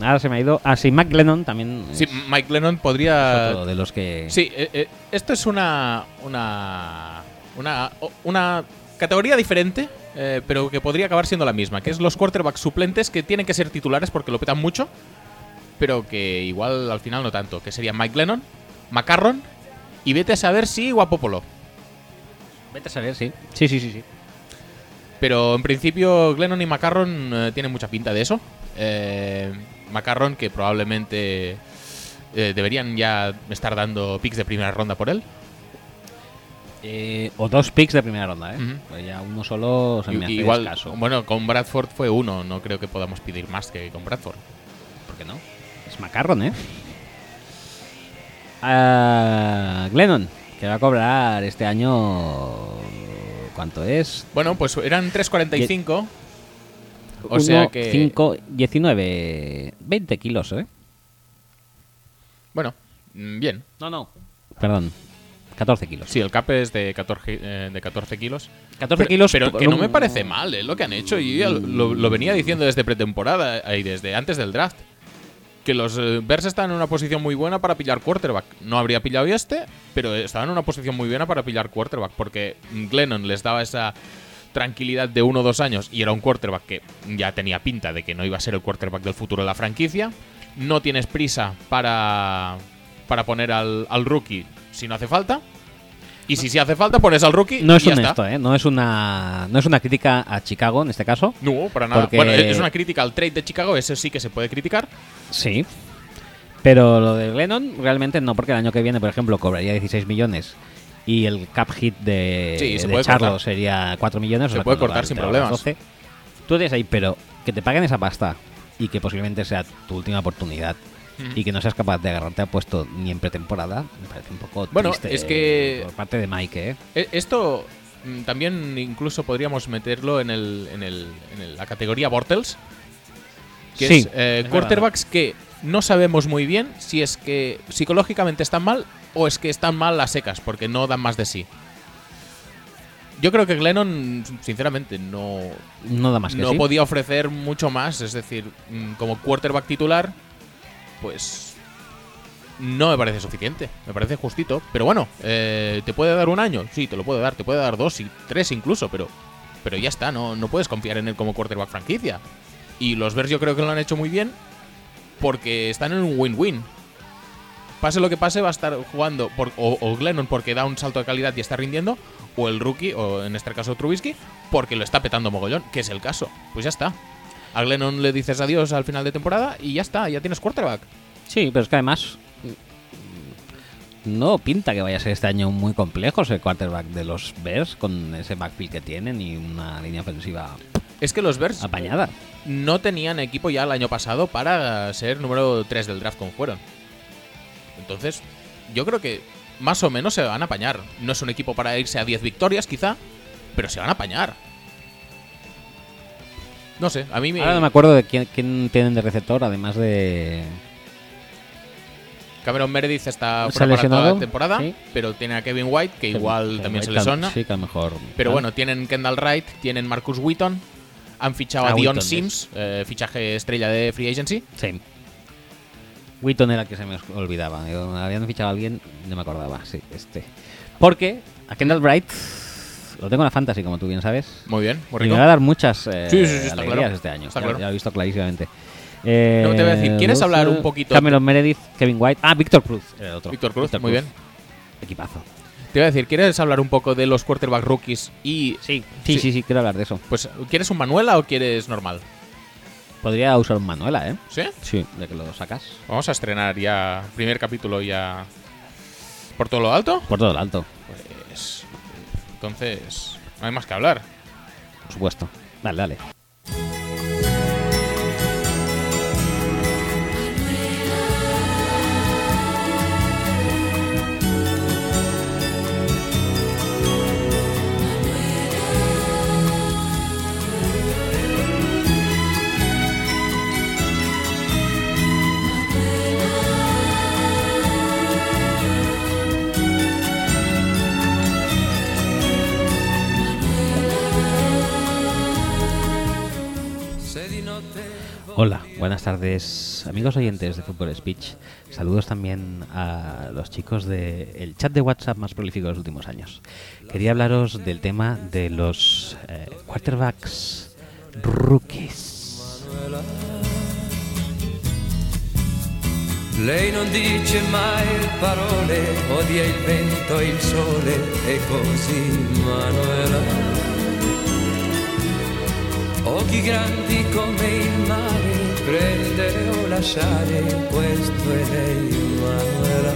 A: ahora se me ha ido. Ah, sí, Mac Lennon también.
B: Sí,
A: es
B: Mike Lennon podría
A: otro de los que.
B: Sí, eh, eh, esto es una, una, una, o- una categoría diferente, eh, pero que podría acabar siendo la misma, que es los quarterbacks suplentes que tienen que ser titulares porque lo petan mucho, pero que igual al final no tanto, que serían Mike Lennon, Macarron y vete a saber si Guapopolo.
A: Vete a saber, sí. Sí, sí, sí. sí.
B: Pero en principio Glennon y Macarron eh, tienen mucha pinta de eso. Eh, Macarron que probablemente eh, deberían ya estar dando picks de primera ronda por él.
A: Eh, o dos picks de primera ronda, ¿eh?
B: Ujú.
A: Pues ya uno solo se
B: Y-
A: me hace
B: Igual,
A: escaso.
B: bueno, con Bradford fue uno, no creo que podamos pedir más que con Bradford.
A: ¿Por qué no? Es Macarron, ¿eh? Ah, Glennon, que va a cobrar este año. ¿Cuánto es?
B: Bueno, pues eran 3.45. O
A: Uno,
B: sea que.
A: cinco, 19, 20 kilos, ¿eh?
B: Bueno, mm, bien.
A: No, no. Perdón, 14 kilos.
B: Sí, el cap es de 14, eh, de 14 kilos.
A: 14
B: Pero-
A: kilos.
B: Pero
A: por
B: que no
A: un-
B: me parece mal, es lo que han hecho. Y yo ya lo, lo venía diciendo desde pretemporada eh, y desde antes del draft. que los eh, Bears están en una posición muy buena para pillar quarterback. No habría pillado y este, pero estaban en una posición muy buena para pillar quarterback, porque Glennon les daba esa tranquilidad de uno o dos años y era un quarterback que ya tenía pinta de que no iba a ser el quarterback del futuro de la franquicia. No tienes prisa para, para poner al, al rookie si no hace falta. Y si sí hace falta, pones al rookie
A: No
B: y
A: es
B: ya
A: honesto,
B: está.
A: ¿eh? No es, una, no es una crítica a Chicago en este caso.
B: No, para nada.
A: Porque-
B: Bueno, es una crítica al trade de Chicago, eso sí que se puede criticar.
A: Sí. Pero lo de Glennon realmente no, porque el año que viene, por ejemplo, cobraría 16 millones y el cap hit de,
B: Sí, se
A: de
B: puede
A: Charlo
B: cortar.
A: sería 4 millones. o
B: Se
A: sea,
B: puede
A: con lo
B: cortar
A: cual
B: sin
A: te ahorras
B: problemas.
A: 12. Tú tienes ahí, pero que te paguen esa pasta y que posiblemente sea tu última oportunidad
B: Ujú.
A: y que no seas capaz de agarrarte a puesto ni en pretemporada, me parece un poco
B: Bueno,
A: triste
B: es que-
A: por parte de Mike, ¿eh?
B: E- Esto mm, también incluso podríamos meterlo en, el, en, el- en el- la categoría Bortles, que
A: Sí,
B: es, eh,
A: es verdad.
B: quarterbacks que no sabemos muy bien si es que psicológicamente están mal o es que están mal las secas, porque no dan más de sí. Yo creo que Glennon, sinceramente, no,
A: No da más que
B: no
A: sí.
B: podía ofrecer mucho más. Es decir, mm, como quarterback titular, pues no me parece suficiente. Me parece justito. Pero bueno, eh, ¿te puede dar un año? Sí, te lo puede dar. Te puede dar dos y tres incluso, pero, pero ya está. No, no puedes confiar en él como quarterback franquicia. Y los Bears yo creo que lo han hecho muy bien porque están en un win-win. Pase lo que pase, va a estar jugando por- o, o Glennon porque da un salto de calidad y está rindiendo, o el rookie, o en este caso Trubisky, porque lo está petando mogollón, que es el caso. Pues ya está. A Glennon le dices adiós al final de temporada y ya está, ya tienes quarterback.
A: Sí, pero es que además mm, no pinta que vaya a ser este año muy complejo ese quarterback de los Bears con ese backfield que tienen y una línea ofensiva
B: Es que los Bears
A: apañada.
B: no tenían equipo ya el año pasado para ser número 3 del draft como fueron. Entonces, yo creo que más o menos se van a apañar. No es un equipo para irse a 10 victorias, quizá, pero se van a apañar. No sé, a mí me...
A: Ahora no me acuerdo de quién, quién tienen de receptor, además de...
B: Cameron Meredith está
A: ¿Se ha
B: fuera para toda
A: lesionado?
B: la temporada,
A: Sí.
B: pero tiene a Kevin White, que igual
A: que-
B: también
A: que-
B: se lesiona.
A: Sí, Ah. que a lo mejor...
B: Pero
A: ¿vale?
B: bueno, tienen Kendall Wright, tienen Marcus Wheaton, han fichado
A: Ah,
B: a Dion
A: Wheaton,
B: Sims, eh, fichaje estrella de Free Agency.
A: Sí. Wheaton era el que se me olvidaba. Yo, habían fichado a alguien, no me acordaba. Sí, este. Porque a Kendall Bright lo tengo en la fantasy, como tú bien sabes.
B: Muy bien, muy
A: Y
B: rico.
A: me va a dar muchas eh,
B: Sí, sí, sí, está
A: alegrías
B: claro.
A: este año.
B: Está
A: ya,
B: claro.
A: ya lo he visto clarísimamente.
B: No te voy a decir,
A: Eh,
B: ¿quieres
A: Russell,
B: hablar un poquito
A: Cameron Meredith, Kevin White. Ah, Víctor Cruz era el otro.
B: Víctor Cruz, muy bien.
A: Equipazo.
B: Te iba a decir, ¿quieres hablar un poco de los quarterback rookies y...
A: Sí, sí, sí, sí, quiero hablar de eso.
B: Pues, ¿quieres un Manuela o quieres normal?
A: Podría usar un Manuela, ¿eh?
B: ¿Sí?
A: Sí, de que lo sacas.
B: Vamos a estrenar ya, primer capítulo ya... ¿Por todo lo alto?
A: Por todo lo alto,
B: Pues... Entonces, no hay más que hablar.
A: por supuesto. Dale, dale. Hola, buenas tardes, amigos oyentes de Fútbol Speech. Saludos también a los chicos del chat de WhatsApp más prolífico de los últimos años. Quería hablaros del tema de los eh, quarterbacks rookies.
D: Lei non dice mai parole, odia il vento e il sole, è così Manuela. Occhi grandi come il mare, prendere o lasciare, questo è lei Manuela.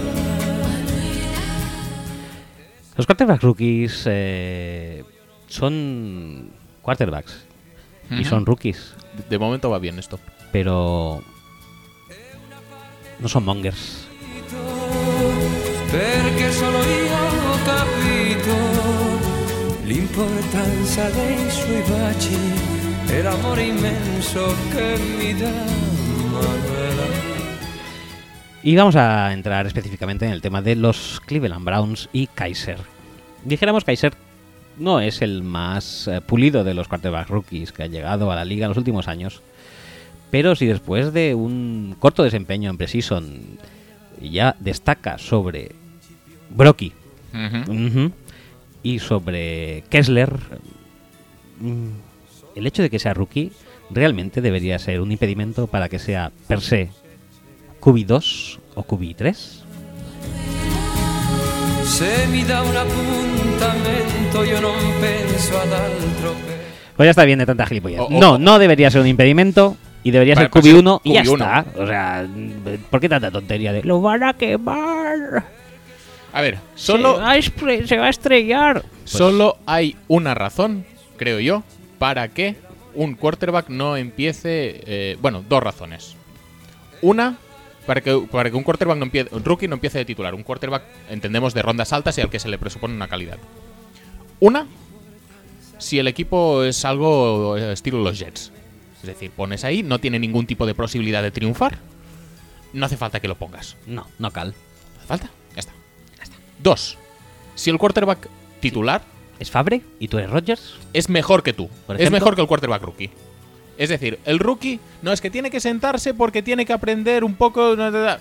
A: Los quarterbacks rookies eh, son quarterbacks y
B: Ujú.
A: son rookies,
B: De- De momento va bien esto.
A: pero no son mongers.
D: Perché solo io ho capito l'importanza dei suoi baci e l'amore immenso che mi dà Manuela.
A: Y vamos a entrar específicamente en el tema de los Cleveland Browns y Kaiser. Dijéramos Kaiser no es el más eh, pulido de los quarterback rookies que ha llegado a la liga en los últimos años, Pero si después de un corto desempeño en Precision ya destaca sobre Brocky
B: Ujú.
A: ujú, y sobre Kessler, mm, el hecho de que sea rookie realmente debería ser un impedimento para que sea per se QB2 o QB3.
D: Se mi dà un appuntamento, io non penso ad altro. che-
A: Pues ya está bien de tanta gilipollas.
B: O- o- pues
A: no, no debería ser un impedimento y debería
B: Para-
A: ser
B: para ser
A: QB1 y ya
B: QB1.
A: está. O sea, ¿por qué tanta tontería de lo van a quemar?
B: A ver, solo,
A: se, va a estre- se va a estrellar.
B: Pues solo hay una razón, creo yo, para que un quarterback no empiece. eh, bueno, dos razones. Una, para que, para que un quarterback no empiece, un rookie no empiece de titular. Un quarterback, entendemos, de rondas altas y al que se le presupone una calidad. Una, si el equipo es algo eh, estilo los Jets. Es decir, pones ahí, no tiene ningún tipo de posibilidad de triunfar. No hace falta que lo pongas.
A: Pues No, no cal.
B: ¿Hace falta? Ya está. Dos, si el quarterback titular
A: Es Fabre y tú eres Rogers.
B: es mejor que tú,
A: Por
B: es
A: ejemplo.
B: mejor que el quarterback rookie. Es decir, el rookie no es que tiene que sentarse porque tiene que aprender un poco. na, na, na.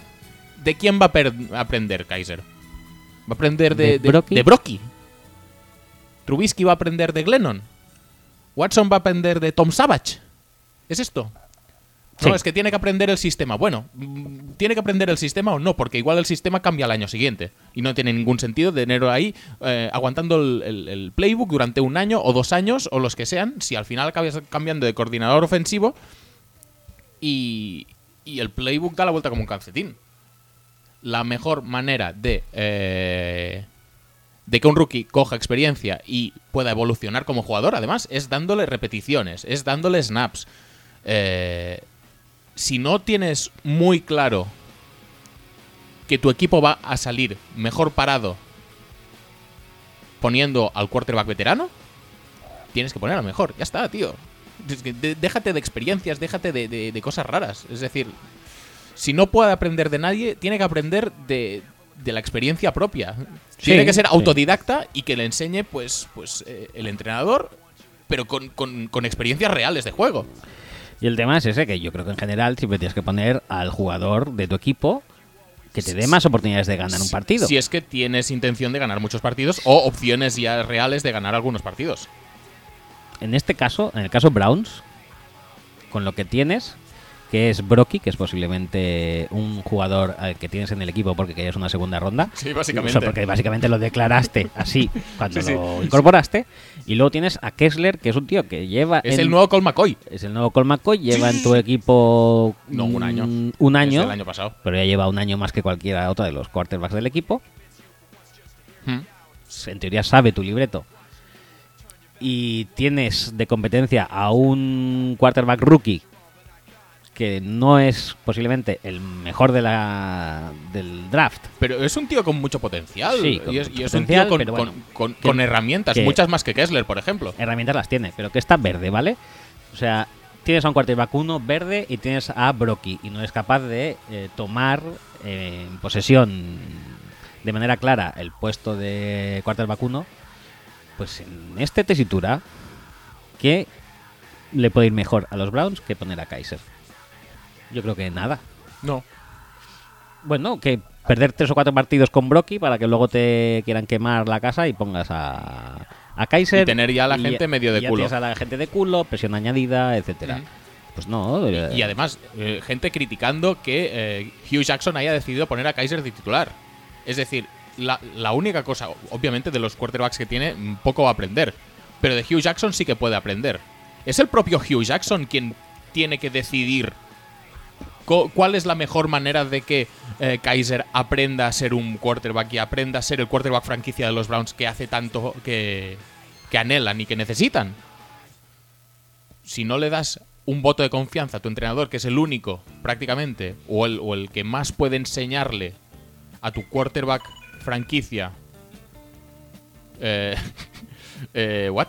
B: ¿De quién va a per- a aprender Kaiser? ¿Va a aprender de,
A: ¿De
B: de,
A: Brocky?
B: de Brocky? ¿Trubisky va a aprender de Glennon? ¿Watson va a aprender de Tom Savage? ¿Es esto?
A: Sí.
B: No, es que tiene que aprender el sistema. Bueno, mm, tiene que aprender el sistema o no, porque igual el sistema cambia al año siguiente. Y no tiene ningún sentido tenerlo ahí eh, aguantando el, el- el playbook durante un año o dos años o los que sean, si al final acabas cambiando de coordinador ofensivo y, y el playbook da la vuelta como un calcetín. La mejor manera de, eh, de que un rookie coja experiencia y pueda evolucionar como jugador, además, es dándole repeticiones, es dándole snaps. Eh, si no tienes muy claro que tu equipo va a salir mejor parado poniendo al quarterback veterano, tienes que poner al mejor. Ya está, tío. Es que de- déjate de experiencias, déjate de, de- de cosas raras. Es decir, si no puede aprender de nadie, tiene que aprender de, de la experiencia propia.
A: Sí,
B: tiene que ser
A: sí.
B: autodidacta y que le enseñe pues, pues eh, el entrenador, pero con, con- con experiencias reales de juego.
A: Y el tema es ese, que yo creo que en general siempre tienes que poner al jugador de tu equipo que te dé más oportunidades de ganar un partido.
B: Si es que tienes intención de ganar muchos partidos o opciones ya reales de ganar algunos partidos.
A: En este caso, en el caso Browns, con lo que tienes, que es Brocky, que es posiblemente un jugador al que tienes en el equipo porque querías una segunda ronda.
B: Sí,
A: O
B: básicamente.
A: sea, porque básicamente lo declaraste así cuando
B: Sí, sí.
A: lo incorporaste. Y luego tienes a Kessler, que es un tío que lleva.
B: Es
A: en-
B: el nuevo Col McCoy.
A: Es el nuevo Colmaco, lleva en tu equipo.
B: No, un año.
A: mm, Un año.
B: Es del año pasado.
A: pero ya lleva un año más que cualquiera otra de los quarterbacks del equipo.
B: Mm.
A: En teoría sabe tu libreto. Y tienes de competencia a un quarterback rookie que no es posiblemente el mejor de la, del draft.
B: Pero es un tío con mucho potencial.
A: Sí, con
B: y es,
A: mucho
B: y es un
A: potencial,
B: tío con,
A: pero bueno,
B: con- con-
A: que-
B: con herramientas,
A: que-
B: muchas más que Kessler, por ejemplo.
A: Herramientas las tiene, pero que está verde, ¿vale? O sea, tienes a un quarterback 1 verde y tienes a Brocky y no es capaz de eh, tomar eh, en posesión de manera clara el puesto de quarterback 1. Pues en esta tesitura, que le puede ir mejor a los Browns que poner a Kaiser? Yo creo que nada.
B: No.
A: Bueno, que perder tres o cuatro partidos con Brocky para que luego te quieran quemar la casa y pongas a, a Kaiser.
B: Y tener ya a la
A: y-
B: gente medio de
A: y ya
B: culo.
A: tienes a la gente de culo, presión añadida, etcétera.
B: Ujú.
A: Pues no. eh,
B: Y además, eh, gente criticando que eh, Hugh Jackson haya decidido poner a Kaiser de titular. Es decir, la, la única cosa, obviamente, de los quarterbacks que tiene, mm, poco va a aprender. Pero de Hugh Jackson sí que puede aprender. Es el propio Hugh Jackson quien tiene que decidir co- cuál es la mejor manera de que eh, Kaiser aprenda a ser un quarterback y aprenda a ser el quarterback franquicia de los Browns que hace tanto que, que anhelan y que necesitan si no le das un voto de confianza a tu entrenador, que es el único prácticamente, o el, o el que más puede enseñarle a tu quarterback franquicia. Eh, eh, ¿What?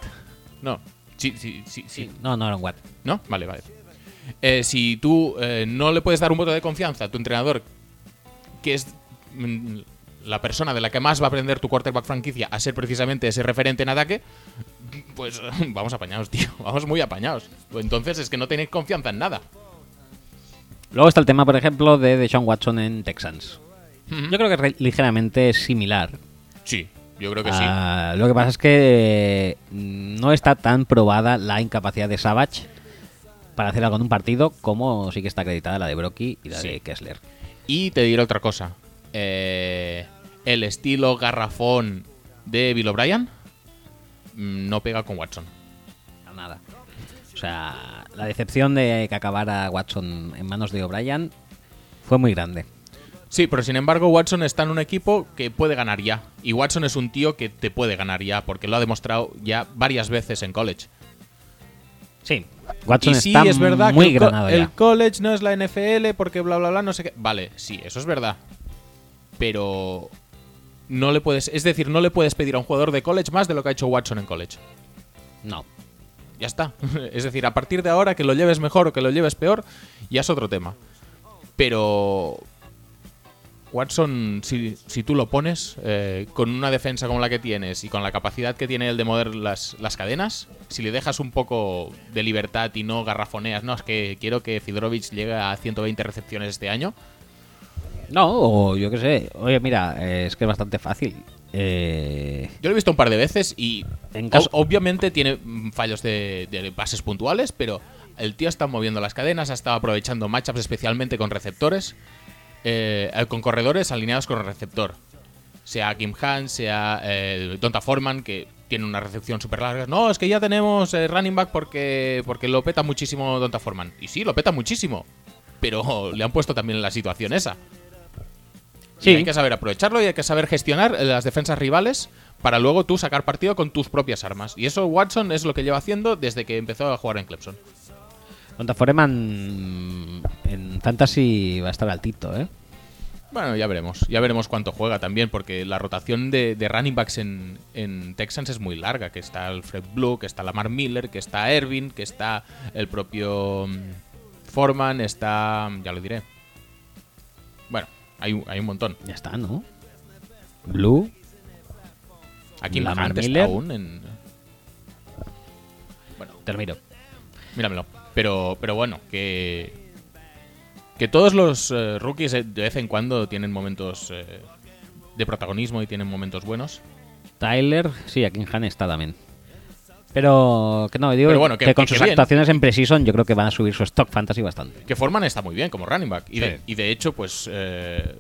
B: No. Sí, sí, sí, sí.
A: No, no, no, what.
B: ¿No? Vale, vale. Eh, si tú eh, no le puedes dar un voto de confianza a tu entrenador, que es mm, la persona de la que más va a aprender tu quarterback franquicia a ser precisamente ese referente en ataque, pues vamos apañados, tío. Vamos muy apañados. Entonces es que no tenéis confianza en nada.
A: Luego está el tema, por ejemplo, de Deshaun Watson en Texans.
B: Ujú.
A: Yo creo que es re- ligeramente similar.
B: Sí, yo creo que
A: Ah, Lo que pasa es que mm, no está tan probada la incapacidad de Savage para hacer algo en un partido como sí que está acreditada la de Brocky y la
B: Sí.
A: de Kessler.
B: sí. Y te diré otra cosa. Eh, el estilo garrafón de Bill O'Brien mm, no pega con Watson.
A: Para Nada. O sea, la decepción de que acabara Watson en manos de O'Brien fue muy grande.
B: Sí, pero sin embargo Watson está en un equipo que puede ganar ya. Y Watson es un tío que te puede ganar ya, porque lo ha demostrado ya varias veces en college.
A: Sí, Watson
B: y sí,
A: está
B: es verdad
A: muy
B: que el co-
A: granado
B: el,
A: ya.
B: college no es la NFL porque bla, bla, bla, no sé qué. Vale, sí, eso es verdad. Pero no le puedes... Es decir, no le puedes pedir a un jugador de college más de lo que ha hecho Watson en college.
A: No.
B: Ya está. Es decir, a partir de ahora que lo lleves mejor o que lo lleves peor, ya es otro tema. Pero Watson, si, si tú lo pones, eh, con una defensa como la que tienes y con la capacidad que tiene él de mover las, las cadenas, si le dejas un poco de libertad y no garrafoneas, no, es que quiero que Fidorovic llegue a 120 recepciones este año,
A: No, o yo qué sé. Oye, mira, eh, es que es bastante fácil. Eh,
B: Yo lo he visto un par de veces y
A: En caso-
B: ob- obviamente tiene mm, fallos de, de pases puntuales, pero el tío está moviendo las cadenas, ha estado aprovechando matchups especialmente con receptores, eh, eh, con corredores alineados con el receptor. Sea Kim Han, sea eh, Donta Foreman, que tiene una recepción súper larga. No, es que ya tenemos eh, running back porque, porque lo peta muchísimo Donta Foreman. Y sí, lo peta muchísimo, pero le han puesto también en la situación esa.
A: Sí.
B: Y hay que saber aprovecharlo y hay que saber gestionar eh, las defensas rivales para luego tú sacar partido con tus propias armas. Y eso Watson es lo que lleva haciendo desde que empezó a jugar en Clemson.
A: Contra Foreman en Fantasy va a estar altito, ¿eh?
B: Bueno, ya veremos. Ya veremos cuánto juega también, porque la rotación de, de running backs en, en Texans es muy larga. Que está Alfred Blue, que está Lamar Miller, que está Ervin, que está el propio mm, Foreman, está... mm, ya lo diré. Bueno, hay, un- hay un montón.
A: Ya está, ¿no? Blue.
B: Aquí
A: Lamar
B: Hunt está
A: Miller.
B: aún en... Bueno,
A: Te lo miro.
B: Míramelo. Pero, pero bueno, que. Que todos los eh, rookies eh, de vez en cuando tienen momentos eh, de protagonismo y tienen momentos buenos.
A: Tyler, sí, aquí en Han está también. Pero que no, digo
B: Pero bueno, que-
A: que con
B: que-
A: sus
B: que bien.
A: actuaciones en Precision yo creo que van a subir su stock fantasy bastante.
B: Que Forman está muy bien como running back. Y, de,
A: Sí.
B: y de hecho, pues. eh,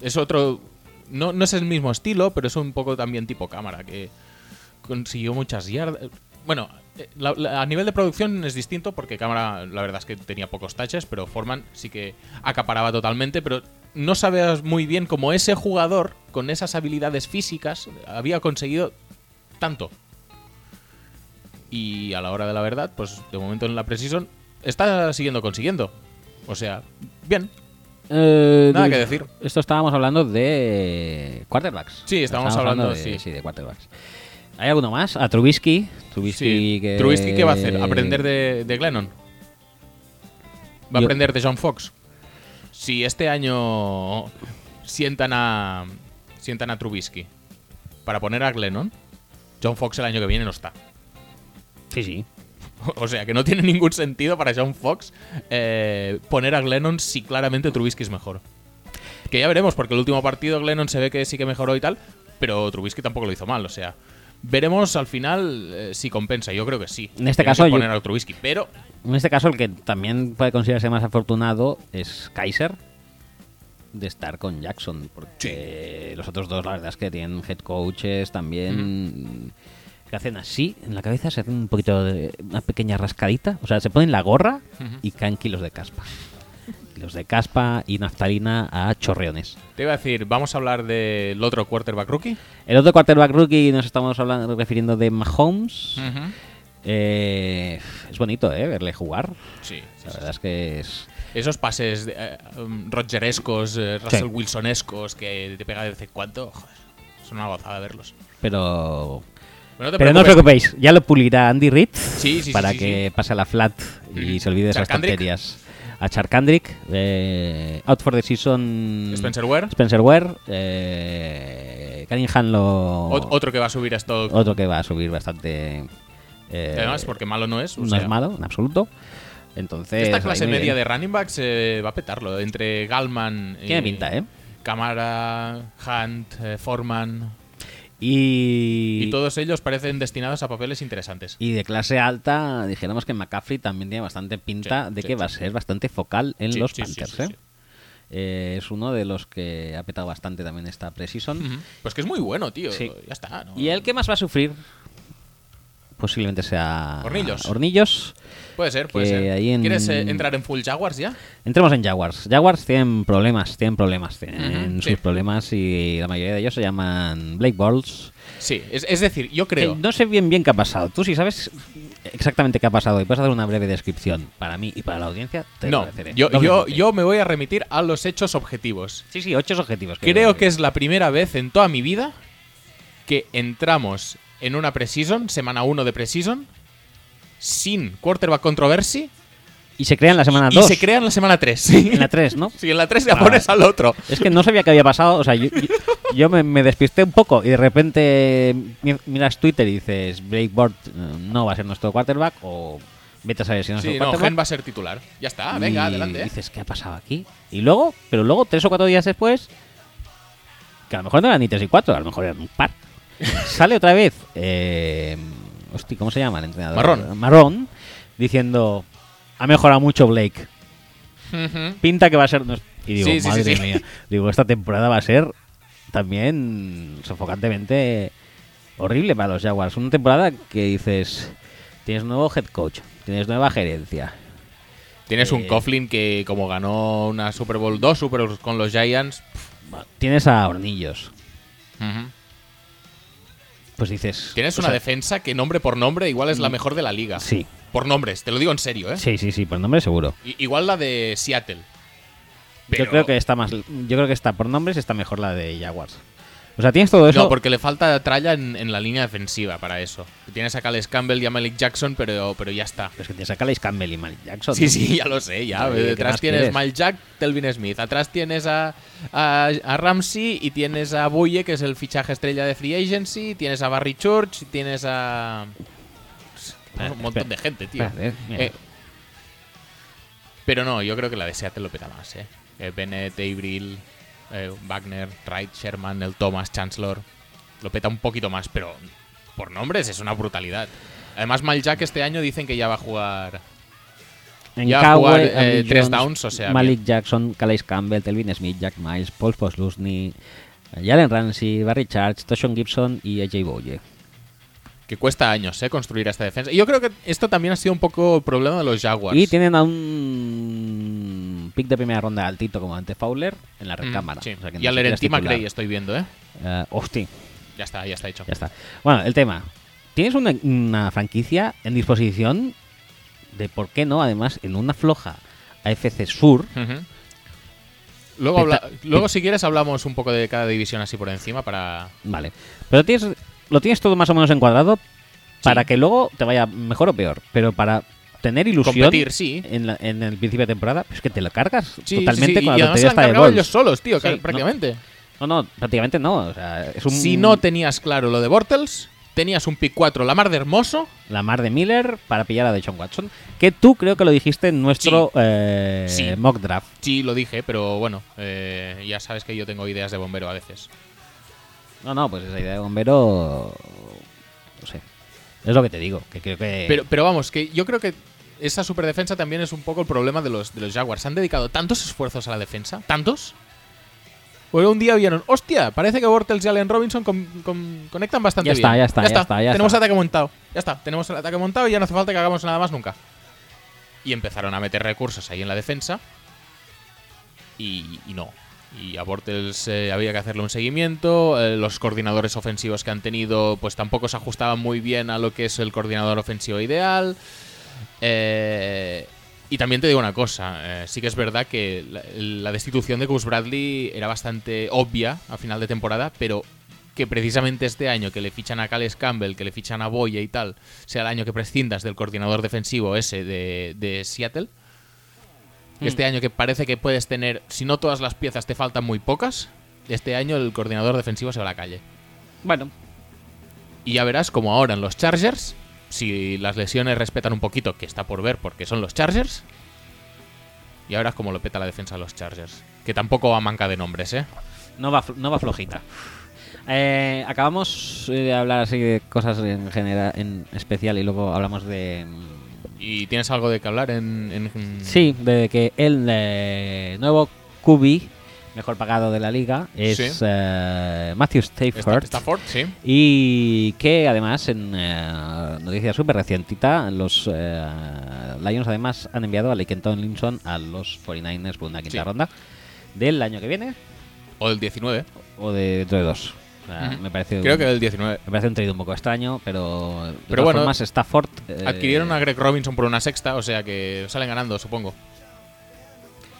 B: es otro. No, no es el mismo estilo, pero es un poco también tipo cámara. Que consiguió muchas yardas. Bueno, eh, la- la- a nivel de producción es distinto porque cámara, la verdad es que tenía pocos taches, pero Forman sí que acaparaba totalmente. Pero no sabías muy bien cómo ese jugador, con esas habilidades físicas, había conseguido tanto. Y a la hora de la verdad, pues de momento en la Precision está siguiendo consiguiendo. O sea, bien. Nada que decir.
A: Eh, Esto estábamos hablando de quarterbacks.
B: Sí, estábamos hablando,
A: de,
B: sí.
A: de quarterbacks. ¿Hay alguno más? A Trubisky. Trubisky,
B: Sí.
A: que...
B: Trubisky, ¿qué va a hacer? ¿Aprender de, de Glennon? ¿Va a
A: Yo-
B: aprender de John Fox? Si este año sientan a, sientan a Trubisky para poner a Glennon, John Fox el año que viene no está.
A: Sí, sí.
B: O sea, que no tiene ningún sentido para John Fox eh, poner a Glennon si claramente Trubisky es mejor. Que ya veremos, porque el último partido Glennon se ve que sí que mejoró y tal, pero Trubisky tampoco lo hizo mal, o sea. Veremos al final eh, si compensa, yo creo que sí.
A: En este
B: Tienen
A: caso,
B: que
A: yo-
B: poner a Trubisky, pero
A: En este caso, el que también puede considerarse más afortunado es Kaiser de estar con Jackson, porque los otros dos, la verdad es que tienen head coaches también que hacen así en la cabeza, se hacen un poquito de una pequeña rascadita, o sea, se ponen la gorra y caen kilos de caspa. Kilos de caspa y naftalina a chorreones.
B: te iba a decir, vamos a hablar del otro quarterback rookie.
A: El otro quarterback rookie nos estamos hablando, refiriendo de Mahomes. Eh, es bonito, ¿eh? Verle jugar.
B: Sí, sí,
A: La
B: sí.
A: verdad es que es...
B: Esos pases de, eh, um, rogerescos, eh, Russell Wilsonescos que te pega de vez en cuando, joder, es una gozada verlos.
A: Pero
B: Pero no te
A: Pero no os
B: preocupes,
A: preocupéis, ya lo pulirá Andy Reid
B: Sí, sí,
A: para
B: sí, sí,
A: que pase a la flat y
B: Mm.
A: se olvide de esas
B: Charkandrick.
A: tonterías. A Charkandrick, eh, out for the season.
B: Spencer Ware.
A: Spencer Ware, eh, Cunningham lo.
B: Ot- Otro que va a subir a esto.
A: otro que va a subir bastante. eh,
B: Además, porque malo no es. o
A: no
B: sea,
A: es malo, en absoluto. Entonces,
B: Esta
A: ahí
B: clase
A: muy
B: media
A: bien.
B: de running backs eh, va a petarlo. Entre Galman y.
A: Tiene pinta, ¿eh?
B: Camara, Hunt, eh, Foreman.
A: Y,
B: Y todos ellos parecen destinados a papeles interesantes.
A: y de clase alta, dijéramos que McCaffrey también tiene bastante pinta
B: Sí,
A: de
B: sí,
A: que va a
B: sí,
A: ser bastante focal en
B: Sí,
A: los
B: sí, sí,
A: Panthers.
B: sí,
A: ¿eh?
B: sí.
A: Eh, es uno de los que ha petado bastante también esta preseason.
B: Ujú. Pues que es muy bueno, tío.
A: Sí.
B: Ya está. ¿no?
A: ¿Y el que más va a sufrir? Posiblemente sea
B: Hornillos.
A: Hornillos.
B: Puede ser, puede
A: que
B: ser.
A: ahí en-
B: ¿Quieres eh, entrar en full Jaguars ya?
A: Entremos en Jaguars. Jaguars tienen problemas, tienen problemas, tienen
B: Ujú,
A: sus
B: sí.
A: problemas y la mayoría de ellos se llaman Blake Balls.
B: Sí, es, es decir, yo creo.
A: Que no sé bien bien qué ha pasado. Tú si sabes exactamente qué ha pasado y puedes hacer una breve descripción para mí y para la audiencia, te
B: No,
A: agradeceré.
B: yo, yo,
A: Doblemente.
B: yo me voy a remitir a los hechos objetivos.
A: Sí, sí, ocho objetivos.
B: Creo que es la primera vez en toda mi vida que entramos en una preseason, semana 1 de preseason, sin quarterback controversy
A: Y se crean la semana
B: y
A: 2.
B: se crea en la semana 3.
A: en la Ah. 3, ¿no?
B: Si en la 3 la
A: Vale.
B: pones al otro.
A: Es que no sabía qué había pasado. O sea, yo, yo- yo me, me despisté un poco y de repente mi- miras Twitter y dices, Blake Board no va a ser nuestro quarterback o vete a saber si no es
B: Sí,
A: nuestro
B: no,
A: quarterback.
B: Gen va a ser titular. Ya está, venga,
A: y
B: adelante. eh.
A: dices, ¿qué ha pasado aquí? Y luego, pero luego, tres o cuatro días después, que a lo mejor no eran ni tres y cuatro, a lo mejor eran un par, sale otra vez, eh, hosti, ¿cómo se llama el entrenador?
B: Marrón.
A: Marrón, diciendo, ha mejorado mucho Blake,
B: Ujú.
A: pinta que va a ser... nos-". Y digo,
B: Sí, sí, sí,
A: madre
B: sí".
A: mía, digo, esta temporada va a ser también sofocantemente horrible para los Jaguars. Una temporada que dices, tienes nuevo head coach, tienes nueva gerencia,
B: Tienes un
A: Eh.
B: Coughlin que, como ganó una Super Bowl 2 Super Bowls con los Giants. pf,
A: tienes a Hornillos.
B: ujú.
A: Pues dices.
B: Tienes
A: o
B: una
A: sea, Mm.
B: defensa que, nombre por nombre, igual es la mejor de la liga.
A: Sí.
B: Por nombres, te lo digo en serio, ¿eh?
A: Sí, sí, sí, por nombre seguro.
B: I- Igual la de Seattle.
A: Yo
B: Pero-
A: creo que está más. Yo creo que está por nombres está mejor la de Jaguars. O sea, tienes todo eso.
B: No, porque le falta tralla en, en la línea defensiva para eso. Tienes a Cales Campbell y a Malik Jackson, pero, pero ya está.
A: Pero es que tienes a Calais Campbell y Malik Jackson.
B: Sí,
A: ¿no?
B: sí, ya lo sé, ya.
A: Oye, ¿qué más
B: Detrás tienes
A: quieres?
B: Mal Jack, Telvin Smith. Atrás tienes a, a, a Ramsey y tienes a Buye, que es el fichaje estrella de Free Agency. Tienes a Barry Church y tienes a.
A: Ah,
B: un montón
A: espera,
B: de gente, tío.
A: espera, eh, mira.
B: Eh, pero no, yo creo que la de Seattle lo peta más, ¿eh? Eh, Bennett, Abril, eh, Wagner, Wright, Sherman, el Thomas, Chancellor. Lo peta un poquito más, pero por nombres es una brutalidad. Además, Mal Jack este año dicen que ya va a jugar
A: En
B: ya jugar, eh,
A: Amil
B: tres downs, o sea,
A: Malik Jackson, Calais Campbell, Telvin Smith, Jack Miles, Paul Poslusny, Jalen Ramsey, Barry Church, Toshon Gibson y AJ Boye.
B: Que cuesta años, ¿eh? Construir esta defensa. Y yo creo que esto también ha sido un poco problema de los Jaguars.
A: Y tienen a un pick de primera ronda altito como ante Fowler en la
B: Mm,
A: recámara.
B: sí.
A: O sea, que
B: y
A: ni siquiera
B: a
A: es
B: Larentima
A: titular.
B: Gray estoy viendo, ¿eh?
A: Eh, hostia.
B: Ya está, ya está hecho.
A: Ya está. Bueno, el tema. Tienes una, una franquicia en disposición de, ¿por qué no? Además, en una floja AFC Sur.
B: Ujú. Luego, habla-
A: Peta-
B: Luego, si quieres, hablamos un poco de cada división así por encima para...
A: Vale. Pero tienes, lo tienes todo más o menos encuadrado para que luego te vaya mejor o peor. Pero para tener ilusión
B: Competir, sí.
A: en, la- en el principio de temporada, pues es que te lo cargas
B: Sí,
A: totalmente
B: sí, sí.
A: con
B: Y
A: la
B: además
A: tontería
B: se
A: esta
B: la han
A: de
B: cargado
A: Balls.
B: ellos solos, tío,
A: Sí,
B: que-
A: no-
B: prácticamente.
A: No, no, prácticamente no. O sea, es un,
B: Si no tenías claro lo de Bortles, tenías un pick 4 la mar de hermoso.
A: la mar de Miller para pillar a Deshaun Watson. Que tú creo que lo dijiste en nuestro eh,
B: Sí.
A: mock draft.
B: Sí, lo dije, pero bueno, eh, ya sabes que yo tengo ideas de bombero a veces.
A: No, no, pues esa idea de bombero. No sé. Es lo que te digo, que creo que.
B: Pero, pero vamos, que yo creo que esa superdefensa también es un poco el problema de los, de los Jaguars. Han dedicado tantos esfuerzos a la defensa, tantos. Bueno, un día vieron, hostia, parece que Bortles y Allen Robinson con- con- conectan bastante
A: Ya
B: bien.
A: está, ya está, ya está, ya
B: tenemos
A: está.
B: ataque montado. Ya está, tenemos el ataque montado y ya no hace falta que hagamos nada más nunca. Y empezaron a meter recursos ahí en la defensa. Y, y no. Y a Bortles eh, había que hacerle un seguimiento. eh, los coordinadores ofensivos que han tenido, pues tampoco se ajustaban muy bien a lo que es el coordinador ofensivo ideal. Eh, y también te digo una cosa, eh, sí que es verdad que la, la destitución de Gus Bradley era bastante obvia a final de temporada, pero que precisamente este año que le fichan a Cales Campbell, que le fichan a Boye y tal, sea el año que prescindas del coordinador defensivo ese de, de Seattle, este año que parece que puedes tener, si no todas las piezas te faltan muy pocas, este año el coordinador defensivo se va a la calle.
A: Bueno.
B: Y ya verás como ahora en los Chargers si las lesiones respetan un poquito, que está por ver porque son los Chargers. Y ahora es como lo peta la defensa de los Chargers. Que tampoco va manca de nombres, ¿eh?
A: No va, fl- no va flojita. Eh, acabamos eh, de hablar así de cosas en general, en especial, y luego hablamos de. mm,
B: ¿Y tienes algo de que hablar en...? en-
A: Sí, de que el eh, nuevo QB, mejor pagado de la liga, es
B: Sí.
A: eh, Matthew
B: Esta-
A: Stafford.
B: Stafford, sí.
A: Y que además, en eh, noticia súper recientita, los eh, Lions además han enviado a Laken Linson a los 49ers por una quinta
B: Sí.
A: ronda del año que viene
B: O el 19.
A: o de dentro de dos. O sea,
B: Ujú.
A: me, parece
B: Creo
A: un,
B: que del 19.
A: me parece un trade un poco extraño, pero de
B: Pero
A: todas
B: bueno,
A: formas Stafford... eh,
B: Adquirieron a Greg Robinson por una sexta, o sea que salen ganando, supongo.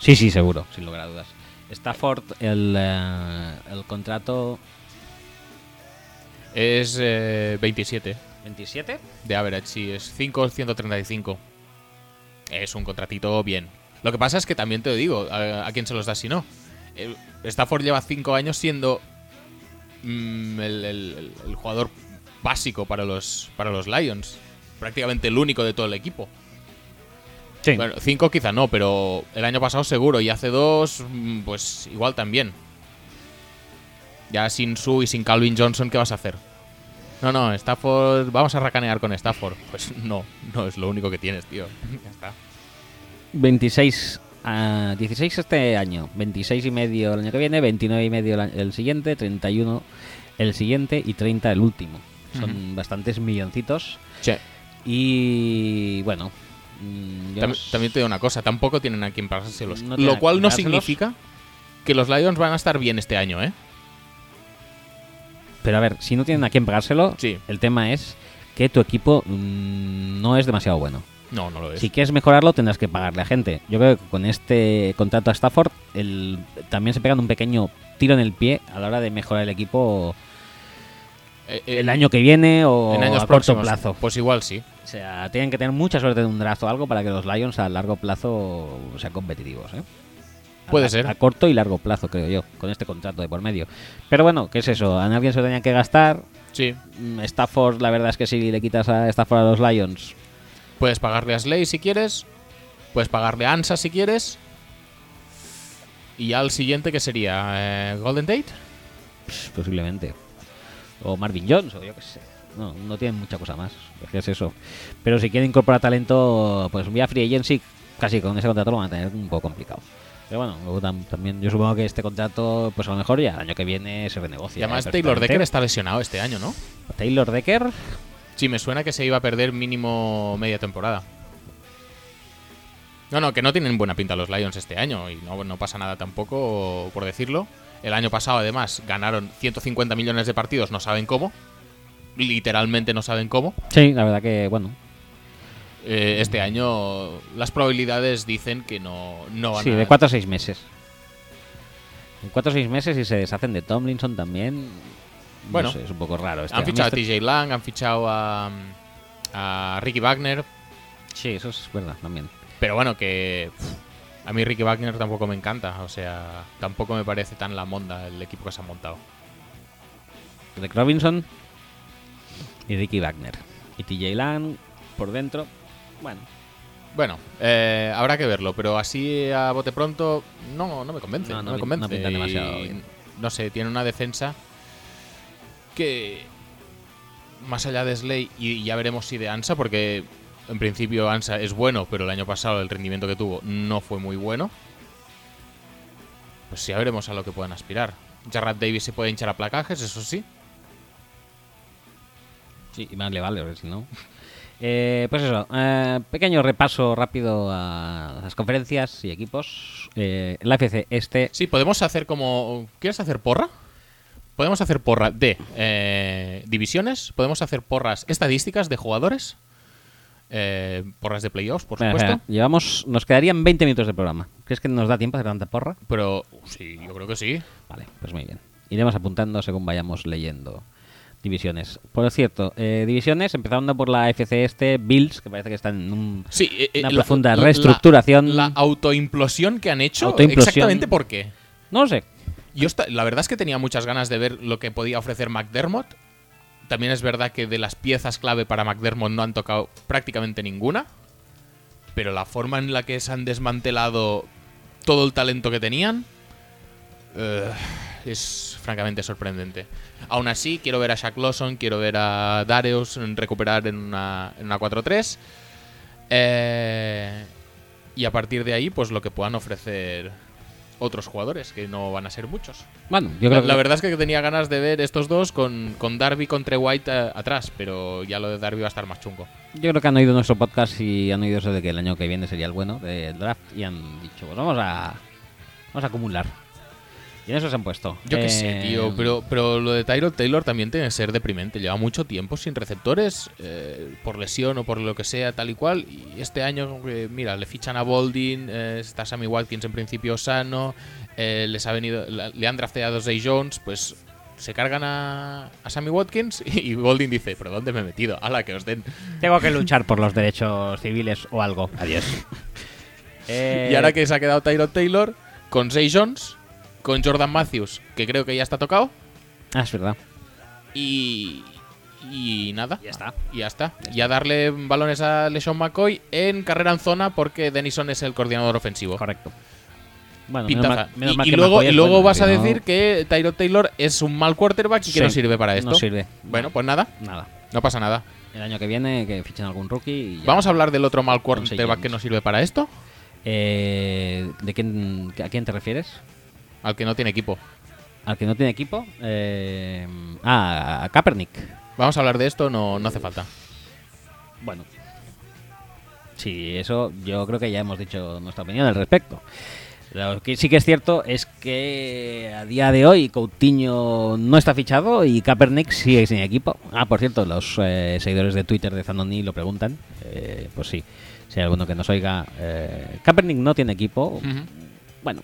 A: Sí, sí, seguro, sin lugar a dudas. Stafford, el, eh, el contrato
B: Es eh, 27
A: 27.
B: de average, sí, es 5, 135. Es un contratito bien. Lo que pasa es que también te digo, a, a quién se los das si no. El- Stafford lleva 5 años siendo mm, el, el- el- el jugador básico para los, para los Lions. Prácticamente el único de todo el equipo.
A: Sí.
B: Bueno, 5 quizá no, pero el año pasado seguro. Y hace dos, mm, pues igual también. Ya sin Su y sin Calvin Johnson, ¿qué vas a hacer? No, no, Stafford. Vamos a racanear con Stafford. Pues no, no es lo único que tienes, tío. Ya está.
A: 26 a 16 este año, 26 y medio el año que viene, 29 y medio el, a- el siguiente, 31 el siguiente y 30 el último. Son bastantes milloncitos y bueno, mm, yo
B: Tam-
A: no s-
B: también te digo una cosa, tampoco tienen a quien pasárselos.
A: No tienen a
B: lo cual
A: quién
B: no
A: dárselos.
B: significa que los Lions van a estar bien este año, ¿eh?
A: pero a ver, si no tienen a quién pagárselo,
B: Sí.
A: el tema es que tu equipo mm, no es demasiado bueno.
B: No, no lo es.
A: Si quieres mejorarlo, tendrás que pagarle a gente. Yo creo que con este contrato a Stafford el, también se pegan un pequeño tiro en el pie a la hora de mejorar el equipo
B: Eh, eh,
A: el año que viene o
B: en años
A: a corto
B: próximos,
A: plazo.
B: Pues igual sí.
A: O sea, tienen que tener mucha suerte de un draft o algo para que los Lions a largo plazo sean competitivos. ¿eh? A-
B: Puede ser.
A: A corto y largo plazo, creo yo, con este contrato de por medio. Pero bueno, ¿qué es eso? A alguien se lo tenían que gastar.
B: Sí.
A: Mm, Stafford, la verdad es que si le quitas a Stafford a los Lions,
B: Puedes pagarle a Slay si quieres. Puedes pagarle a Ansa si quieres. Y al siguiente que sería eh, Golden Tate.
A: Pues, Posiblemente. O Marvin Jones, o yo qué sé. No, no tienen mucha cosa más. Es que es eso. Pero si quieren incorporar talento, pues vía Free Agency, casi con ese contrato lo van a tener un poco complicado. Pero bueno, luego tam- también yo supongo que este contrato, pues a lo mejor ya el año que viene se renegocia.
B: y además
A: eh,
B: Taylor Decker
A: perfectamente.
B: está lesionado este año, ¿no?
A: Taylor Decker,
B: Sí, me suena que se iba a perder mínimo media temporada. No, no, que no tienen buena pinta los Lions este año y no, no pasa nada tampoco por decirlo. El año pasado además ganaron 150 millones de partidos, no saben cómo. Literalmente no saben cómo.
A: sí, la verdad que, bueno,
B: Eh, este año las probabilidades dicen que no, no van
A: sí,
B: a...
A: de 4 a 6 meses. En 4 o 6 meses y se deshacen de Tomlinson también. no
B: Bueno.
A: sé, es un poco raro. Este,
B: Han
A: mí
B: fichado a
A: este-
B: TJ Lang, han fichado a, a Ricky Wagner,
A: Sí, eso es verdad también.
B: pero bueno, que pff, a mí Ricky Wagner tampoco me encanta, o sea, tampoco me parece tan la monda el equipo que se ha montado.
A: Greg Robinson y Ricky Wagner. Y TJ Lang por dentro. Bueno,
B: Bueno, eh, habrá que verlo, pero así a bote pronto no, no me convence,
A: No,
B: no,
A: no
B: me
A: pi-
B: convence.
A: no pintan
B: Y,
A: demasiado bien.
B: No sé, tiene una defensa que más allá de Slay y ya veremos si de Ansa, porque en principio Ansa es bueno, pero el año pasado el rendimiento que tuvo no fue muy bueno. Pues ya veremos a lo que puedan aspirar. Jarrad Davis se puede hinchar a placajes, eso sí.
A: sí, y más le vale, porque si no. Eh, pues eso, eh, pequeño repaso rápido a las conferencias y equipos. Eh, la FC este,
B: Sí, podemos hacer como. ¿Quieres hacer porra? Podemos hacer porra de eh, divisiones, podemos hacer porras estadísticas de jugadores, eh, porras de playoffs, por
A: Espera,
B: supuesto.
A: espera, llevamos, nos quedarían 20 minutos de programa. ¿Crees que nos da tiempo a hacer tanta porra?
B: Pero sí, yo creo que sí.
A: Vale, pues muy bien. Iremos apuntando según vayamos leyendo divisiones. Por cierto, eh, divisiones, empezando por la FC este, Bills, que parece que están en un
B: Sí, eh, eh,
A: Una profunda reestructuración.
B: La, autoimplosión que han hecho,
A: Autoimplosión.
B: exactamente por qué.
A: No lo sé.
B: Yo esta- la verdad es que tenía muchas ganas de ver lo que podía ofrecer McDermott, También es verdad que de las piezas clave para McDermott no han tocado prácticamente ninguna. Pero la forma en la que se han desmantelado todo el talento que tenían eh, es francamente sorprendente. Aún así, quiero ver a Shaq Lawson, quiero ver a Dareus en recuperar en una, en una 4-3. Eh, y a partir de ahí, pues lo que puedan ofrecer otros jugadores, que no van a ser muchos.
A: Bueno, yo
B: La,
A: creo que
B: la verdad es que tenía ganas de ver estos dos con, con Darby contra White eh, atrás, pero ya lo de Darby va a estar más chungo.
A: Yo creo que han oído nuestro podcast y han oído eso de que el año que viene sería el bueno del draft y han dicho, pues vamos a, vamos a acumular. Y en eso se han puesto.
B: Yo
A: Eh,
B: qué sé, tío, pero, pero lo de Tyrod Taylor también tiene que ser deprimente. Lleva mucho tiempo sin receptores, eh, por lesión o por lo que sea, tal y cual. Y este año, como que, mira, le fichan a Boldin, eh, está Sammy Watkins en principio sano, eh, les ha venido, la- le han drafteado a Zay Jones, pues se cargan a, a Sammy Watkins y, Boldin dice, ¿pero dónde me he metido? Ala, que os den.
A: Tengo que luchar por los derechos civiles o algo. Adiós. Eh,
B: Y ahora que se ha quedado Tyrod Taylor, con Zay Jones, con Jordan Matthews, que creo que ya está tocado,
A: Ah, es verdad.
B: y, y nada.
A: Ya está.
B: Y ya está. Y a darle balones a LeSean McCoy en carrera en zona porque Denison es el coordinador ofensivo.
A: Correcto. Bueno,
B: Pintaza.
A: menos mal- menos
B: Y-
A: mal
B: y,
A: que
B: luego,
A: McCoy
B: y
A: es
B: luego
A: bueno,
B: vas
A: si
B: a
A: no-
B: decir que Tyrod Taylor es un mal quarterback y que no
A: Sí,
B: sirve para esto.
A: No sirve.
B: Bueno, pues nada,
A: Nada.
B: no pasa nada.
A: El año que viene que fichen algún rookie y ya.
B: Vamos a hablar del otro mal
A: Con seis
B: quarterback que
A: años.
B: no sirve para esto,
A: Eh, ¿de quién, ¿A quién te refieres?
B: al que no tiene equipo.
A: ¿Al que no tiene equipo? Eh, ah, a Kaepernick.
B: Vamos a hablar de esto, no, no hace falta.
A: Bueno. Sí, eso yo creo que ya hemos dicho nuestra opinión al respecto. Lo que sí que es cierto es que a día de hoy Coutinho no está fichado y Kaepernick sigue sin equipo. Ah, por cierto, los eh, seguidores de Twitter de Zanoni lo preguntan. Eh, pues sí, si hay alguno que nos oiga. Eh, Kaepernick no tiene equipo.
B: Ujú.
A: Bueno,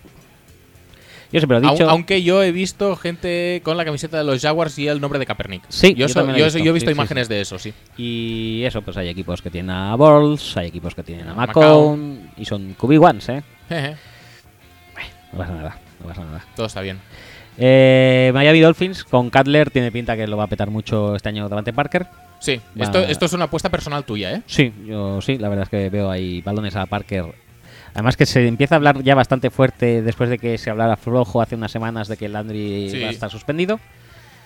A: yo siempre lo he
B: Aun-
A: dicho.
B: Aunque yo he visto gente con la camiseta de los Jaguars y el nombre de Kaepernick.
A: Sí, yo
B: yo, so-
A: también lo he
B: yo
A: visto.
B: so- yo he visto
A: Sí, sí,
B: imágenes de eso, sí.
A: Y eso, pues hay equipos que tienen a Balls, hay equipos que tienen a
B: Macao.
A: Macon y son QB1s, ¿eh?
B: Jeje,
A: No pasa nada, no pasa nada.
B: Todo está bien.
A: Eh, Miami Dolphins con Cutler tiene pinta que lo va a petar mucho este año Davante Parker.
B: Sí,
A: Va-
B: esto, esto es una apuesta personal tuya, ¿eh?
A: Sí, yo sí, la verdad es que veo ahí balones a Parker. Además que se empieza a hablar ya bastante fuerte después de que se hablara flojo hace unas semanas de que Landry
B: Sí.
A: va a estar suspendido.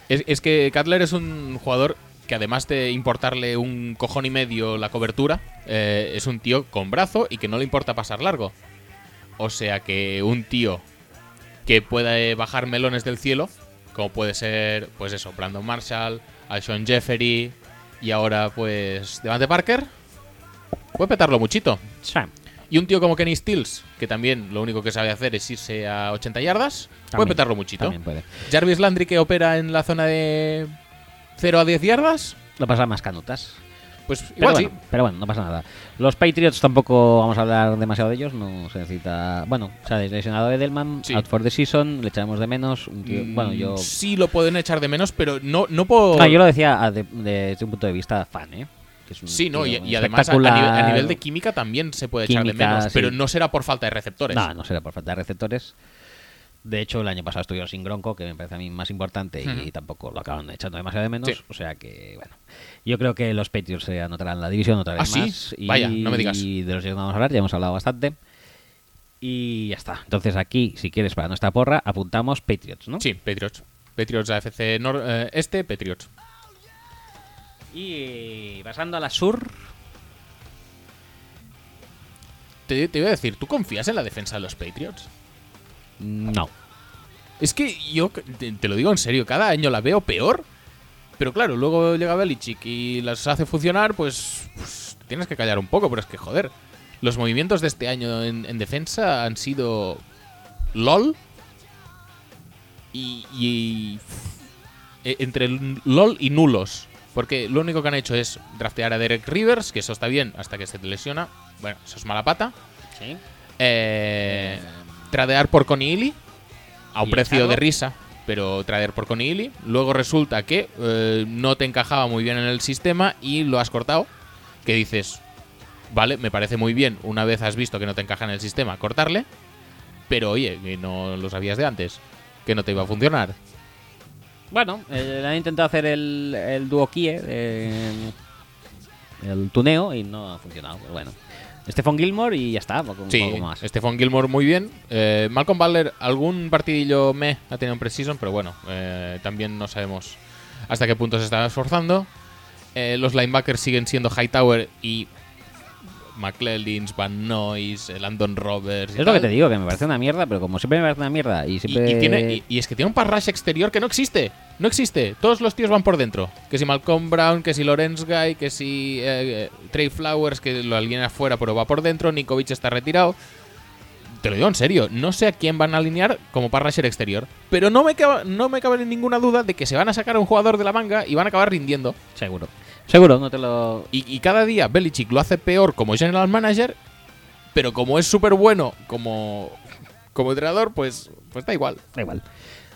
B: Es, es que Cutler es un jugador que además de importarle un cojón y medio la cobertura, eh, es un tío con brazo y que no le importa pasar largo. O sea que un tío que pueda eh, bajar melones del cielo, como puede ser, pues eso, Brandon Marshall, Alshon Jeffery y ahora pues Devante Parker, puede petarlo muchito.
A: Sí.
B: Y un tío como Kenny Stills, que también lo único que sabe hacer es irse a 80 yardas, puede
A: También,
B: petarlo muchito.
A: También puede.
B: Jarvis Landry que opera en la zona de 0 a 10 yardas,
A: Lo pasa más canutas.
B: pues
A: Pero
B: igual
A: bueno, pero bueno, no pasa nada. Los Patriots tampoco vamos a hablar demasiado de ellos, no se necesita... Bueno, se ha lesionado Edelman,
B: Sí.
A: out for the season, le echaremos de menos. un
B: sí.
A: tío- bueno,
B: Mm,
A: yo...
B: Sí lo pueden echar de menos, pero no, no puedo...
A: No, yo lo decía ah, de- desde un punto de vista fan, ¿eh? Que es un
B: Sí, no, y,
A: tío
B: y además a, a nivel,
A: espectacular.
B: a nivel de química también se puede echar de
A: Química,
B: menos, pero
A: sí.
B: no será por falta de receptores.
A: No, no será por falta de receptores. De hecho, el año pasado estuvieron sin Gronco, que me parece a mí más importante,
B: Ujú.
A: y tampoco lo acabaron echando demasiado de menos.
B: Sí.
A: O sea que, bueno. Yo creo que los Patriots se anotarán la división otra
B: ¿Ah,
A: vez
B: sí?
A: más. Y
B: Vaya, no me digas.
A: Y de los que no vamos a hablar, ya hemos hablado bastante. Y ya está. Entonces aquí, si quieres, para nuestra porra, apuntamos Patriots, ¿no?
B: Sí, Patriots. Patriots AFC nor- eh, este, Patriots.
A: Y pasando a la sur,
B: Te, te iba a decir, ¿tú confías en la defensa de los Patriots?
A: no.
B: Es que yo c- te, te lo digo en serio, cada año la veo peor. Pero claro, luego llega Belichick y las hace funcionar, pues, pues, tienes que callar un poco, pero es que joder. Los movimientos de este año en, en defensa han sido LOL y, y- e- entre el LOL y nulos. Porque lo único que han hecho es draftear a Derek Rivers, que eso está bien hasta que se te lesiona. Bueno, eso es mala pata.
A: Sí.
B: Eh, tradear por Conili a un
A: ¿Y
B: precio
A: echarlo?
B: de risa, pero tradear por Conili. Luego resulta que eh, no te encajaba muy bien en el sistema y lo has cortado. Que dices, vale, me parece muy bien una vez has visto que no te encaja en el sistema cortarle, pero oye, que no lo sabías de antes, que no te iba a funcionar.
A: Bueno, eh, han intentado hacer el, el dúo Kie, eh, el tuneo, y no ha funcionado. Pero bueno, Stephon Gilmore y ya está, poco,
B: Sí,
A: poco más.
B: Stephon Gilmore muy bien. Eh, Malcolm Butler, algún partidillo me ha tenido en preseason, pero bueno, eh, también no sabemos hasta qué punto se está esforzando. Eh, los linebackers siguen siendo Hightower y McClellins, Van Noyes, eh, Landon Roberts. y
A: Es lo que te
B: tal.
A: digo, que me parece una mierda, pero como siempre me parece una mierda y
B: Y,
A: siempre...
B: y tiene- y- y es que tiene un pass rush exterior que no existe. No existe. Todos los tíos van por dentro. Que si Malcolm Brown, que si Lorenz Guy, que si eh, eh, Trey Flowers, que lo alguien afuera pero va por dentro. Nikovic está retirado. Te lo digo en serio. No sé a quién van a alinear como pass rusher exterior. Pero no me, cabe, no me cabe ninguna duda de que se van a sacar a un jugador de la manga y van a acabar rindiendo.
A: Seguro. Seguro, no te lo...
B: Y, y cada día Belichick lo hace peor como general manager. Pero como es súper bueno como, como entrenador, pues, pues da igual.
A: Da igual.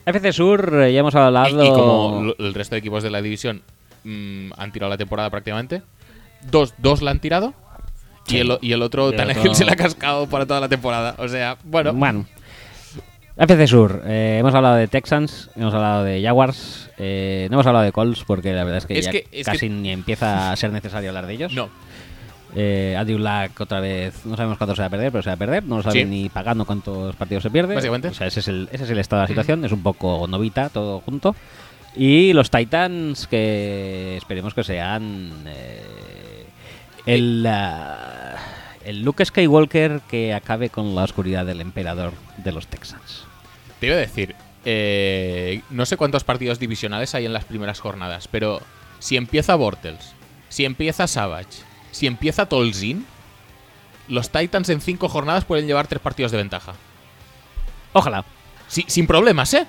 A: FC Sur, eh, ya hemos hablado...
B: Y, y como lo- el resto de equipos de la división mm, han tirado la temporada prácticamente, dos, dos la han tirado y, el, o- y el otro
A: Y el
B: Tannehill
A: otro-
B: se la ha cascado para toda la temporada. O sea, bueno,
A: Bueno. AFC Sur, eh, hemos hablado de Texans, hemos hablado de Jaguars, eh, no hemos hablado de Colts porque la verdad es que
B: Es
A: ya
B: que- es
A: casi
B: que-
A: ni empieza a ser necesario hablar de ellos.
B: no.
A: Eh, Andrew Luck otra vez, no sabemos cuánto se va a perder, pero se va a perder, no lo saben
B: Sí.
A: ni pagando cuántos partidos se pierde.
B: Básicamente.
A: O sea, ese es el, ese es el estado de la situación, es un poco novita todo junto. Y los Titans que esperemos que sean eh, el, ah, el Luke Skywalker que acabe con la oscuridad del emperador de los Texans.
B: Te iba a decir, eh, no sé cuántos partidos divisionales hay en las primeras jornadas, pero si empieza Bortles, si empieza Savage, si empieza Tolzin, los Titans en cinco jornadas pueden llevar tres partidos de ventaja.
A: Ojalá,
B: Sí, sin problemas, ¿eh?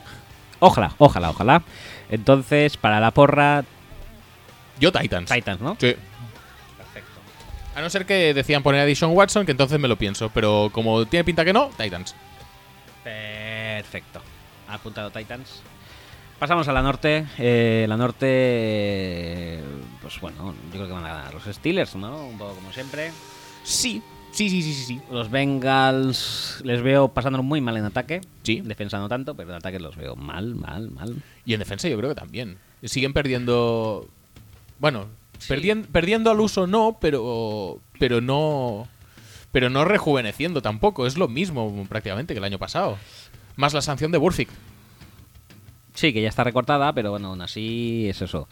A: ojalá, ojalá, ojalá. Entonces, para la porra,
B: Yo Titans.
A: Titans, ¿no?
B: Sí. Perfecto. A no ser que decían poner a Dishon Watson, que entonces me lo pienso. Pero como tiene pinta que no, Titans.
A: Perfecto. Ha apuntado Titans. Pasamos a la norte. Eh, la norte, eh, pues bueno, yo creo que van a ganar los Steelers, ¿no? Un poco como siempre.
B: Sí. Sí, sí, sí, sí. sí.
A: Los Bengals les veo pasándolo muy mal en ataque.
B: Sí.
A: Defensa no tanto, pero en ataque los veo mal, mal, mal.
B: Y en defensa yo creo que también. Siguen perdiendo. Bueno, perdien- perdiendo al uso no, pero. Pero no. Pero no rejuveneciendo tampoco. Es lo mismo prácticamente que el año pasado. Más la sanción de Burfict.
A: Sí, que ya está recortada, pero bueno, aún así es eso.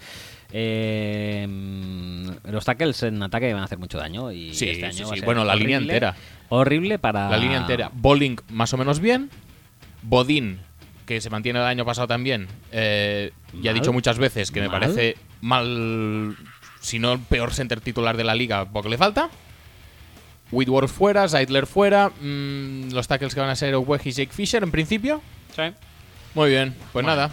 A: Eh, mm, los tackles en ataque van a hacer mucho daño. Y
B: Sí,
A: este año
B: sí,
A: va a
B: sí.
A: ser
B: Bueno, la línea
A: horrible,
B: entera.
A: Horrible para.
B: La línea entera. Bowling más o menos bien. Bodin, que se mantiene el año pasado también. eh, ya he
A: Mal.
B: dicho muchas veces que me
A: Mal.
B: parece mal, si no el peor center titular de la liga, poco le falta. Whitworth fuera, Zeidler fuera. mm, los tackles que van a ser Owegi y Jake Fisher en principio.
A: Sí.
B: Muy bien, pues nada.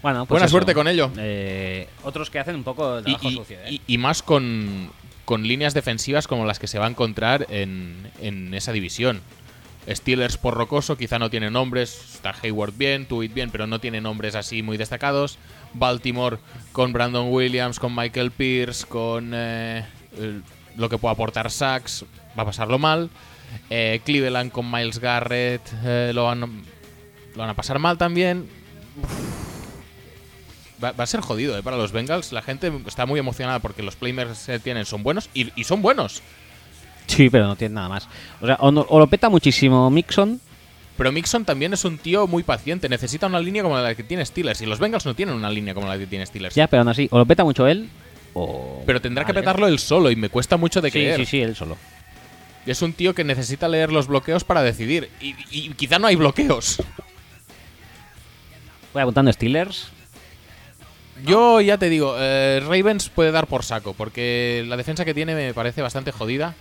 A: Bueno, pues
B: Buena
A: eso.
B: suerte con ello.
A: Eh, otros que hacen un poco de
B: Y,
A: trabajo
B: y-
A: sucio, ¿eh?
B: y- y más con, con líneas defensivas como las que se va a encontrar en, en esa división. Steelers por Rocoso quizá no tiene nombres, está Hayward bien, Tuit bien, pero no tiene nombres así muy destacados. Baltimore con Brandon Williams, con Michael Pierce, con eh, el- lo que pueda aportar Sachs, va a pasarlo mal. Eh, Cleveland con Miles Garrett, eh, lo, van, lo van a pasar mal también. Va, va a ser jodido, ¿eh? Para los Bengals. La gente está muy emocionada porque los playmakers que tienen son buenos y, y son buenos.
A: Sí, pero no tiene nada más. O sea, o, no- o lo peta muchísimo Mixon.
B: Pero Mixon también es un tío muy paciente. Necesita una línea como la que tiene Steelers. Y los Bengals no tienen una línea como la que tiene Steelers.
A: Ya, pero aún así, o lo peta mucho él, o.
B: Pero tendrá que
A: Vale.
B: petarlo él solo y me cuesta mucho de
A: Sí,
B: creer.
A: sí, sí, él solo.
B: Es un tío que necesita leer los bloqueos para decidir. Y, y quizá no hay bloqueos.
A: Voy apuntando Steelers.
B: Yo ya te digo, eh, Ravens puede dar por saco porque la defensa que tiene me parece bastante jodida.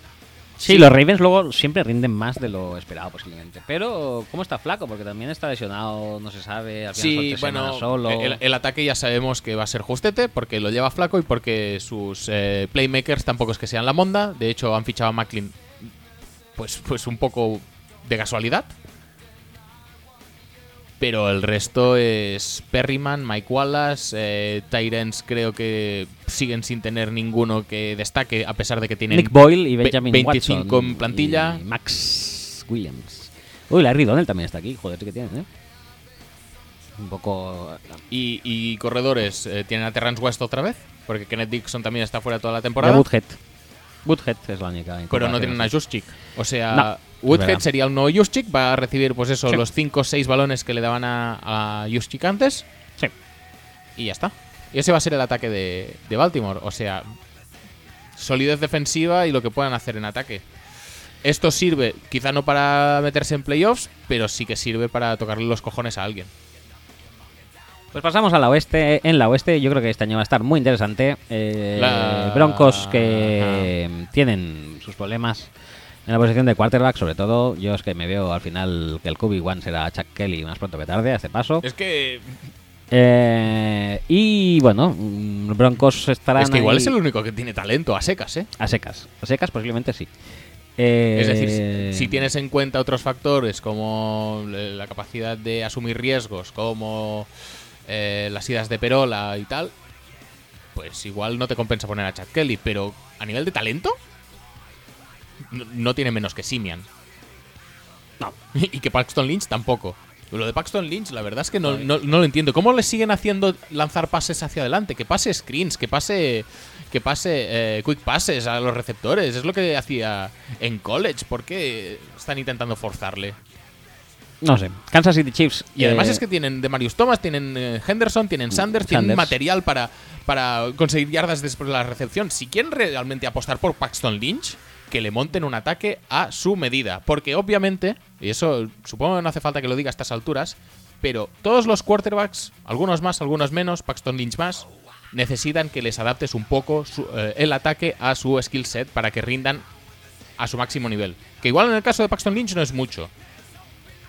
A: Sí, los Ravens luego siempre rinden más de lo esperado posiblemente. Pero, ¿cómo está flaco? Porque también está lesionado, no se sabe. al final son
B: Sí,
A: tres
B: bueno, eh,
A: semanas solo.
B: El, el ataque ya sabemos que va a ser justete porque lo lleva flaco y porque sus eh, playmakers tampoco es que sean la monda. De hecho, han fichado a Macklin pues, pues un poco de casualidad. Pero el resto es Perryman, Mike Wallace, eh, Tyrants creo que siguen sin tener ninguno que destaque a pesar de que tienen...
A: Nick Boyle y
B: ve-
A: Benjamin
B: 25
A: Watson
B: en plantilla.
A: y Max Williams. Uy, Larry Donnell también está aquí. Joder, sí que tiene, ¿eh? Un poco.
B: Y, y corredores, eh, ¿tienen a Terrence West otra vez? Porque Kenneth Dixon también está fuera toda la
A: De
B: temporada.
A: Woodhead. Woodhead es la única.
B: pero no
A: incorporación
B: tienen a
A: así.
B: Juszczyk. O sea,
A: No, es
B: Woodhead
A: verdad.
B: sería el nuevo Juszczyk, va a recibir pues eso,
A: Sí.
B: los 5 o 6 balones que le daban a, a Juszczyk antes
A: Sí.
B: y ya está. Y ese va a ser el ataque de, de Baltimore. O sea, solidez defensiva y lo que puedan hacer en ataque. Esto sirve, quizá no para meterse en playoffs, pero sí que sirve para tocarle los cojones a alguien.
A: Pues pasamos a la oeste. En la oeste, yo creo que este año va a estar muy interesante. Eh,
B: La-
A: Broncos que tienen sus problemas en la posición de quarterback, sobre todo. Yo es que me veo al final que el QB1 será Chuck Kelly más pronto que tarde, a este paso.
B: Es que,
A: Eh, y bueno, mm, Broncos estarán.
B: es que igual
A: ahí
B: es el único que tiene talento a secas, ¿eh?
A: A secas. A secas, posiblemente sí. Eh,
B: Es decir, si tienes en cuenta otros factores como eh, la capacidad de asumir riesgos, como eh, las idas de Perola y tal, pues igual no te compensa poner a Chad Kelly, pero a nivel de talento, no, no tiene menos que Simian.
A: No.
B: Y que Paxton Lynch tampoco. Lo de Paxton Lynch, la verdad es que no, no- no lo entiendo. ¿Cómo le siguen haciendo lanzar pases hacia adelante? Que pase screens, que pase que pase eh, quick passes a los receptores. Es lo que hacía en college. ¿Por qué están intentando forzarle?
A: No sé. Kansas City Chiefs.
B: Y además
A: eh, Mm,
B: es que tienen de Marius Thomas, tienen eh, Henderson, tienen Sanders, tienen
A: Sanders.
B: material para, para conseguir yardas después de la recepción. Si quieren realmente apostar por Paxton Lynch, que le monten un ataque a su medida. Porque obviamente, y eso supongo que no hace falta que lo diga a estas alturas, pero todos los quarterbacks, algunos más, algunos menos, Paxton Lynch más, necesitan que les adaptes un poco su- eh, el ataque a su skill set para que rindan a su máximo nivel. Que igual en el caso de Paxton Lynch no es mucho,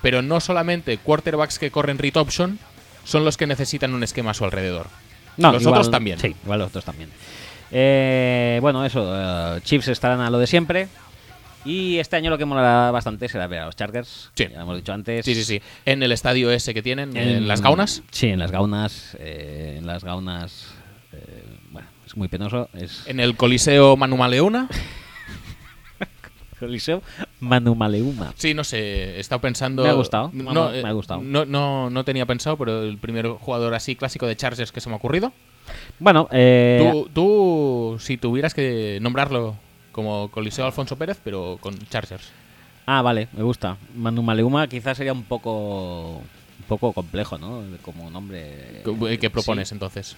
B: pero no solamente quarterbacks que corren read option son los que necesitan un esquema a su alrededor.
A: No,
B: los
A: igual-
B: otros también.
A: Sí, igual los otros también. Eh, bueno, eso. eh, Chiefs estarán a lo de siempre. Y este año lo que molará bastante será ver a los Chargers.
B: Sí.
A: Ya lo hemos dicho antes.
B: Sí, sí, sí. En el estadio ese que tienen, en las gaunas.
A: Sí, en las gaunas. eh, en las gaunas. eh, bueno, es muy penoso. Es
B: En el Coliseo Manumaleuna.
A: Coliseo Manumaleuma.
B: Sí, no sé, he estado pensando.
A: Me ha gustado,
B: No,
A: me ha-
B: eh,
A: me ha gustado.
B: No, no, no tenía pensado, pero el primer jugador así clásico de Chargers que se me ha ocurrido.
A: Bueno, eh,
B: Tú, tú, si tuvieras que nombrarlo como Coliseo Alfonso Pérez, pero con Chargers.
A: Ah, vale, me gusta. Manumaleuma quizás sería un poco un poco complejo, ¿no? Como nombre.
B: eh, ¿Qué, qué propones
A: Eh, Sí,
B: entonces?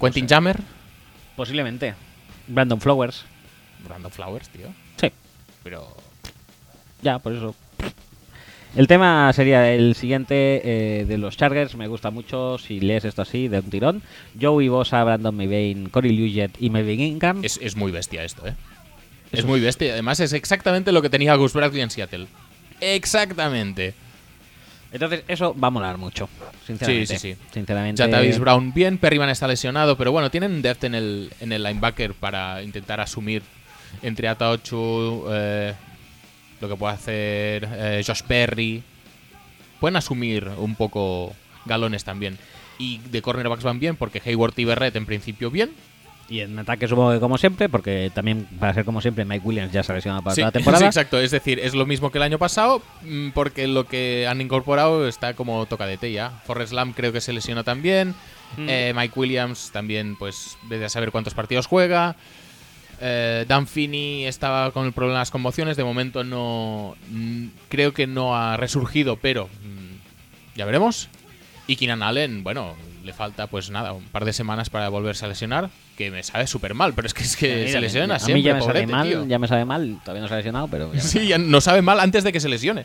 B: Quentin Jammer,
A: posiblemente. Brandon Flowers.
B: Brandon Flowers, tío.
A: Sí,
B: Pero
A: ya, por eso. El tema sería el siguiente eh, de los Chargers. Me gusta mucho si lees esto así, de un tirón. Joey Bosa, Brandon McBain, Corey Luget y Melvin Ingram.
B: Es, es muy bestia esto, ¿eh? Es muy bestia. Además, es exactamente lo que tenía Gus Bradley en Seattle. Exactamente.
A: Entonces, eso va a molar mucho, sinceramente.
B: sí, sí.
A: Sinceramente.
B: Chatavis Brown bien, Perryman está lesionado, pero bueno, tienen depth en el, en el linebacker para intentar asumir entre Ataochu, eh, lo que puede hacer eh, Josh Perry. Pueden asumir un poco galones también. Y de cornerbacks van bien, porque Hayward y Berrett en principio bien.
A: Y en ataque supongo que como siempre, porque también para ser como siempre, Mike Williams ya se ha lesionado para
B: Sí,
A: toda la temporada.
B: sí, exacto. Es decir, es lo mismo que el año pasado, mm, porque lo que han incorporado está como tocadete ya. Forrest Lamb creo que se lesiona también. Eh, Mike Williams también, pues, desde a saber cuántos partidos juega. Eh, Dan Finney estaba con el problema de las conmociones. De momento no. mm, creo que no ha resurgido, pero. mm, ya veremos. Y Keenan Allen, bueno, le falta pues nada, un par de semanas para volverse a lesionar. Que me sabe súper mal, pero es que,
A: A
B: es
A: mí
B: que se
A: también,
B: lesiona
A: a mí
B: siempre.
A: ya me
B: pobrete,
A: sabe mal,
B: tío.
A: ya me sabe mal, todavía no se ha lesionado, pero... ya me sabe.
B: Sí, ya no sabe mal antes de que se lesione.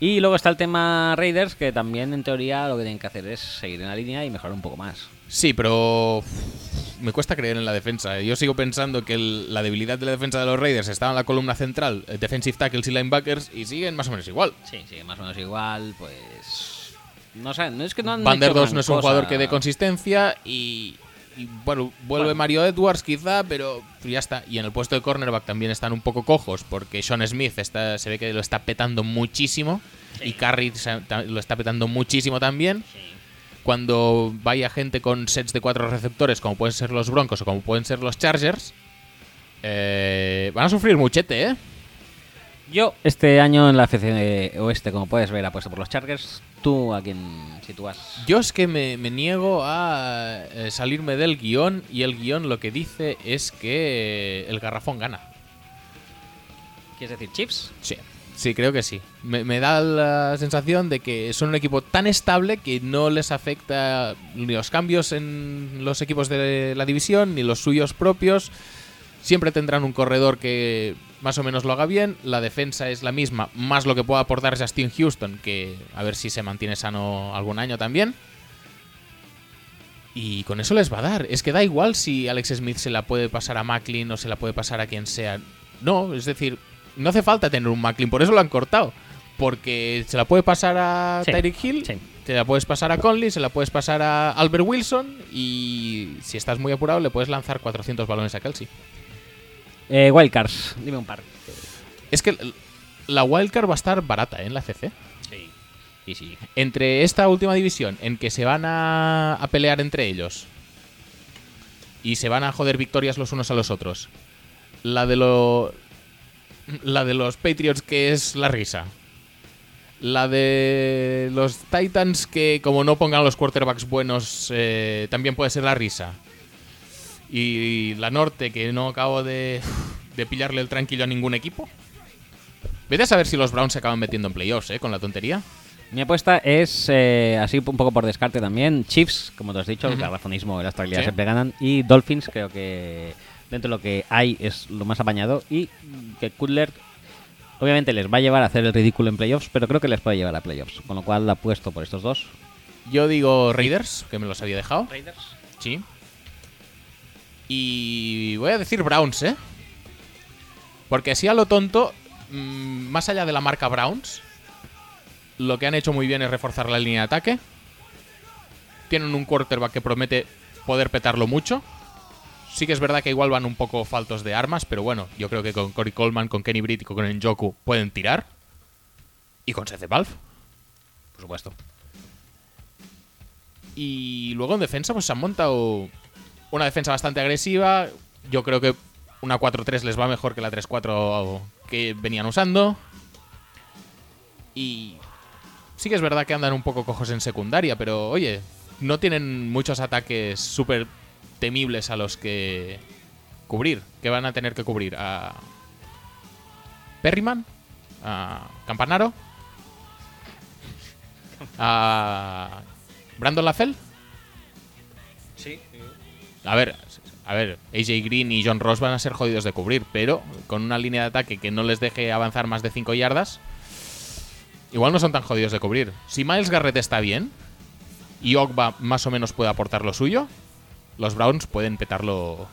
A: Y luego está el tema Raiders, que también en teoría lo que tienen que hacer es seguir en la línea y mejorar un poco más.
B: Sí, pero uf, me cuesta creer en la defensa. ¿eh? Yo sigo pensando que el- la debilidad de la defensa de los Raiders estaba en la columna central, eh, defensive tackles y linebackers, y siguen más o menos igual.
A: Sí, sí, más o menos igual, pues... No sé, no es que no han
B: Van der
A: hecho
B: Dos
A: gran
B: no es un
A: cosa.
B: jugador que dé consistencia y, y, bueno, vuelve
A: Bueno.
B: Mario Edwards quizá, pero ya está. Y en el puesto de cornerback también están un poco cojos porque Sean Smith está, se ve que lo está petando muchísimo y Curry se- ta- lo está petando muchísimo también. Cuando vaya gente con sets de cuatro receptores, como pueden ser los Broncos o como pueden ser los Chargers, eh, van a sufrir muchete, ¿eh?
A: Yo este año en la FC Oeste, como puedes ver, apuesto por los Chargers. ¿Tú a quién sitúas?
B: Yo es que me, me niego a eh, salirme del guión y el guión lo que dice es que el garrafón gana.
A: ¿Quieres decir Chips?
B: Sí, sí, creo que sí. Me, me da la sensación de que son un equipo tan estable que no les afecta ni los cambios en los equipos de la división ni los suyos propios. Siempre tendrán un corredor que más o menos lo haga bien. La defensa es la misma, más lo que pueda aportar Justin Houston, que a ver si se mantiene sano algún año también. Y con eso les va a dar. Es que da igual si Alex Smith se la puede pasar a Macklin o se la puede pasar a quien sea. No, es decir, no hace falta tener un Macklin, por eso lo han cortado. Porque se la puede pasar a
A: Sí,
B: Tyreek Hill,
A: sí.
B: se la puedes pasar a Conley, se la puedes pasar a Albert Wilson y si estás muy apurado le puedes lanzar 400 balones a Kelsey.
A: Eh, Wildcards, dime un par.
B: Es que l- la wildcard va a estar barata ¿eh? en la CC.
A: Sí. Sí, sí.
B: Entre esta última división, en que se van a, a pelear entre ellos y se van a joder victorias los unos a los otros, la de, lo, la de los Patriots, que es la risa, la de los Titans, que como no pongan los quarterbacks buenos, eh, también puede ser la risa, y la Norte, que no acabo de, de pillarle el tranquillo a ningún equipo. Vete a saber si los Browns se acaban metiendo en playoffs, ¿eh? Con la tontería.
A: Mi apuesta es, eh, así un poco por descarte también, Chiefs, como te has dicho, el
B: Ujú.
A: garrafonismo, el australiano
B: Sí.
A: siempre ganan, y Dolphins, creo que dentro de lo que hay es lo más apañado, y que Kudler obviamente les va a llevar a hacer el ridículo en playoffs, pero creo que les puede llevar a playoffs, con lo cual la apuesto por estos dos.
B: Yo digo Raiders, que me los había dejado.
A: Raiders.
B: Sí. Y voy a decir Browns, ¿eh? Porque así a lo tonto, mm, más allá de la marca Browns, lo que han hecho muy bien es reforzar la línea de ataque. Tienen un quarterback que promete poder petarlo mucho. Sí que es verdad que igual van un poco faltos de armas, pero bueno, yo creo que con Cory Coleman, con Kenny Britt y con Njoku pueden tirar. Y con Seth Valve, por supuesto. Y luego en defensa, pues se han montado una defensa bastante agresiva. Yo creo que una 4-3 les va mejor que la 3-4 que venían usando. Y sí que es verdad que andan un poco cojos en secundaria, pero oye, no tienen muchos ataques súper temibles a los que cubrir, que van a tener que cubrir a Perryman, a Campanaro, a Brandon LaFell. A ver, a ver, AJ Green y John Ross van a ser jodidos de cubrir, pero con una línea de ataque que no les deje avanzar más de 5 yardas, igual no son tan jodidos de cubrir. Si Miles Garrett está bien y Ogba más o menos puede aportar lo suyo, los Browns pueden petarlo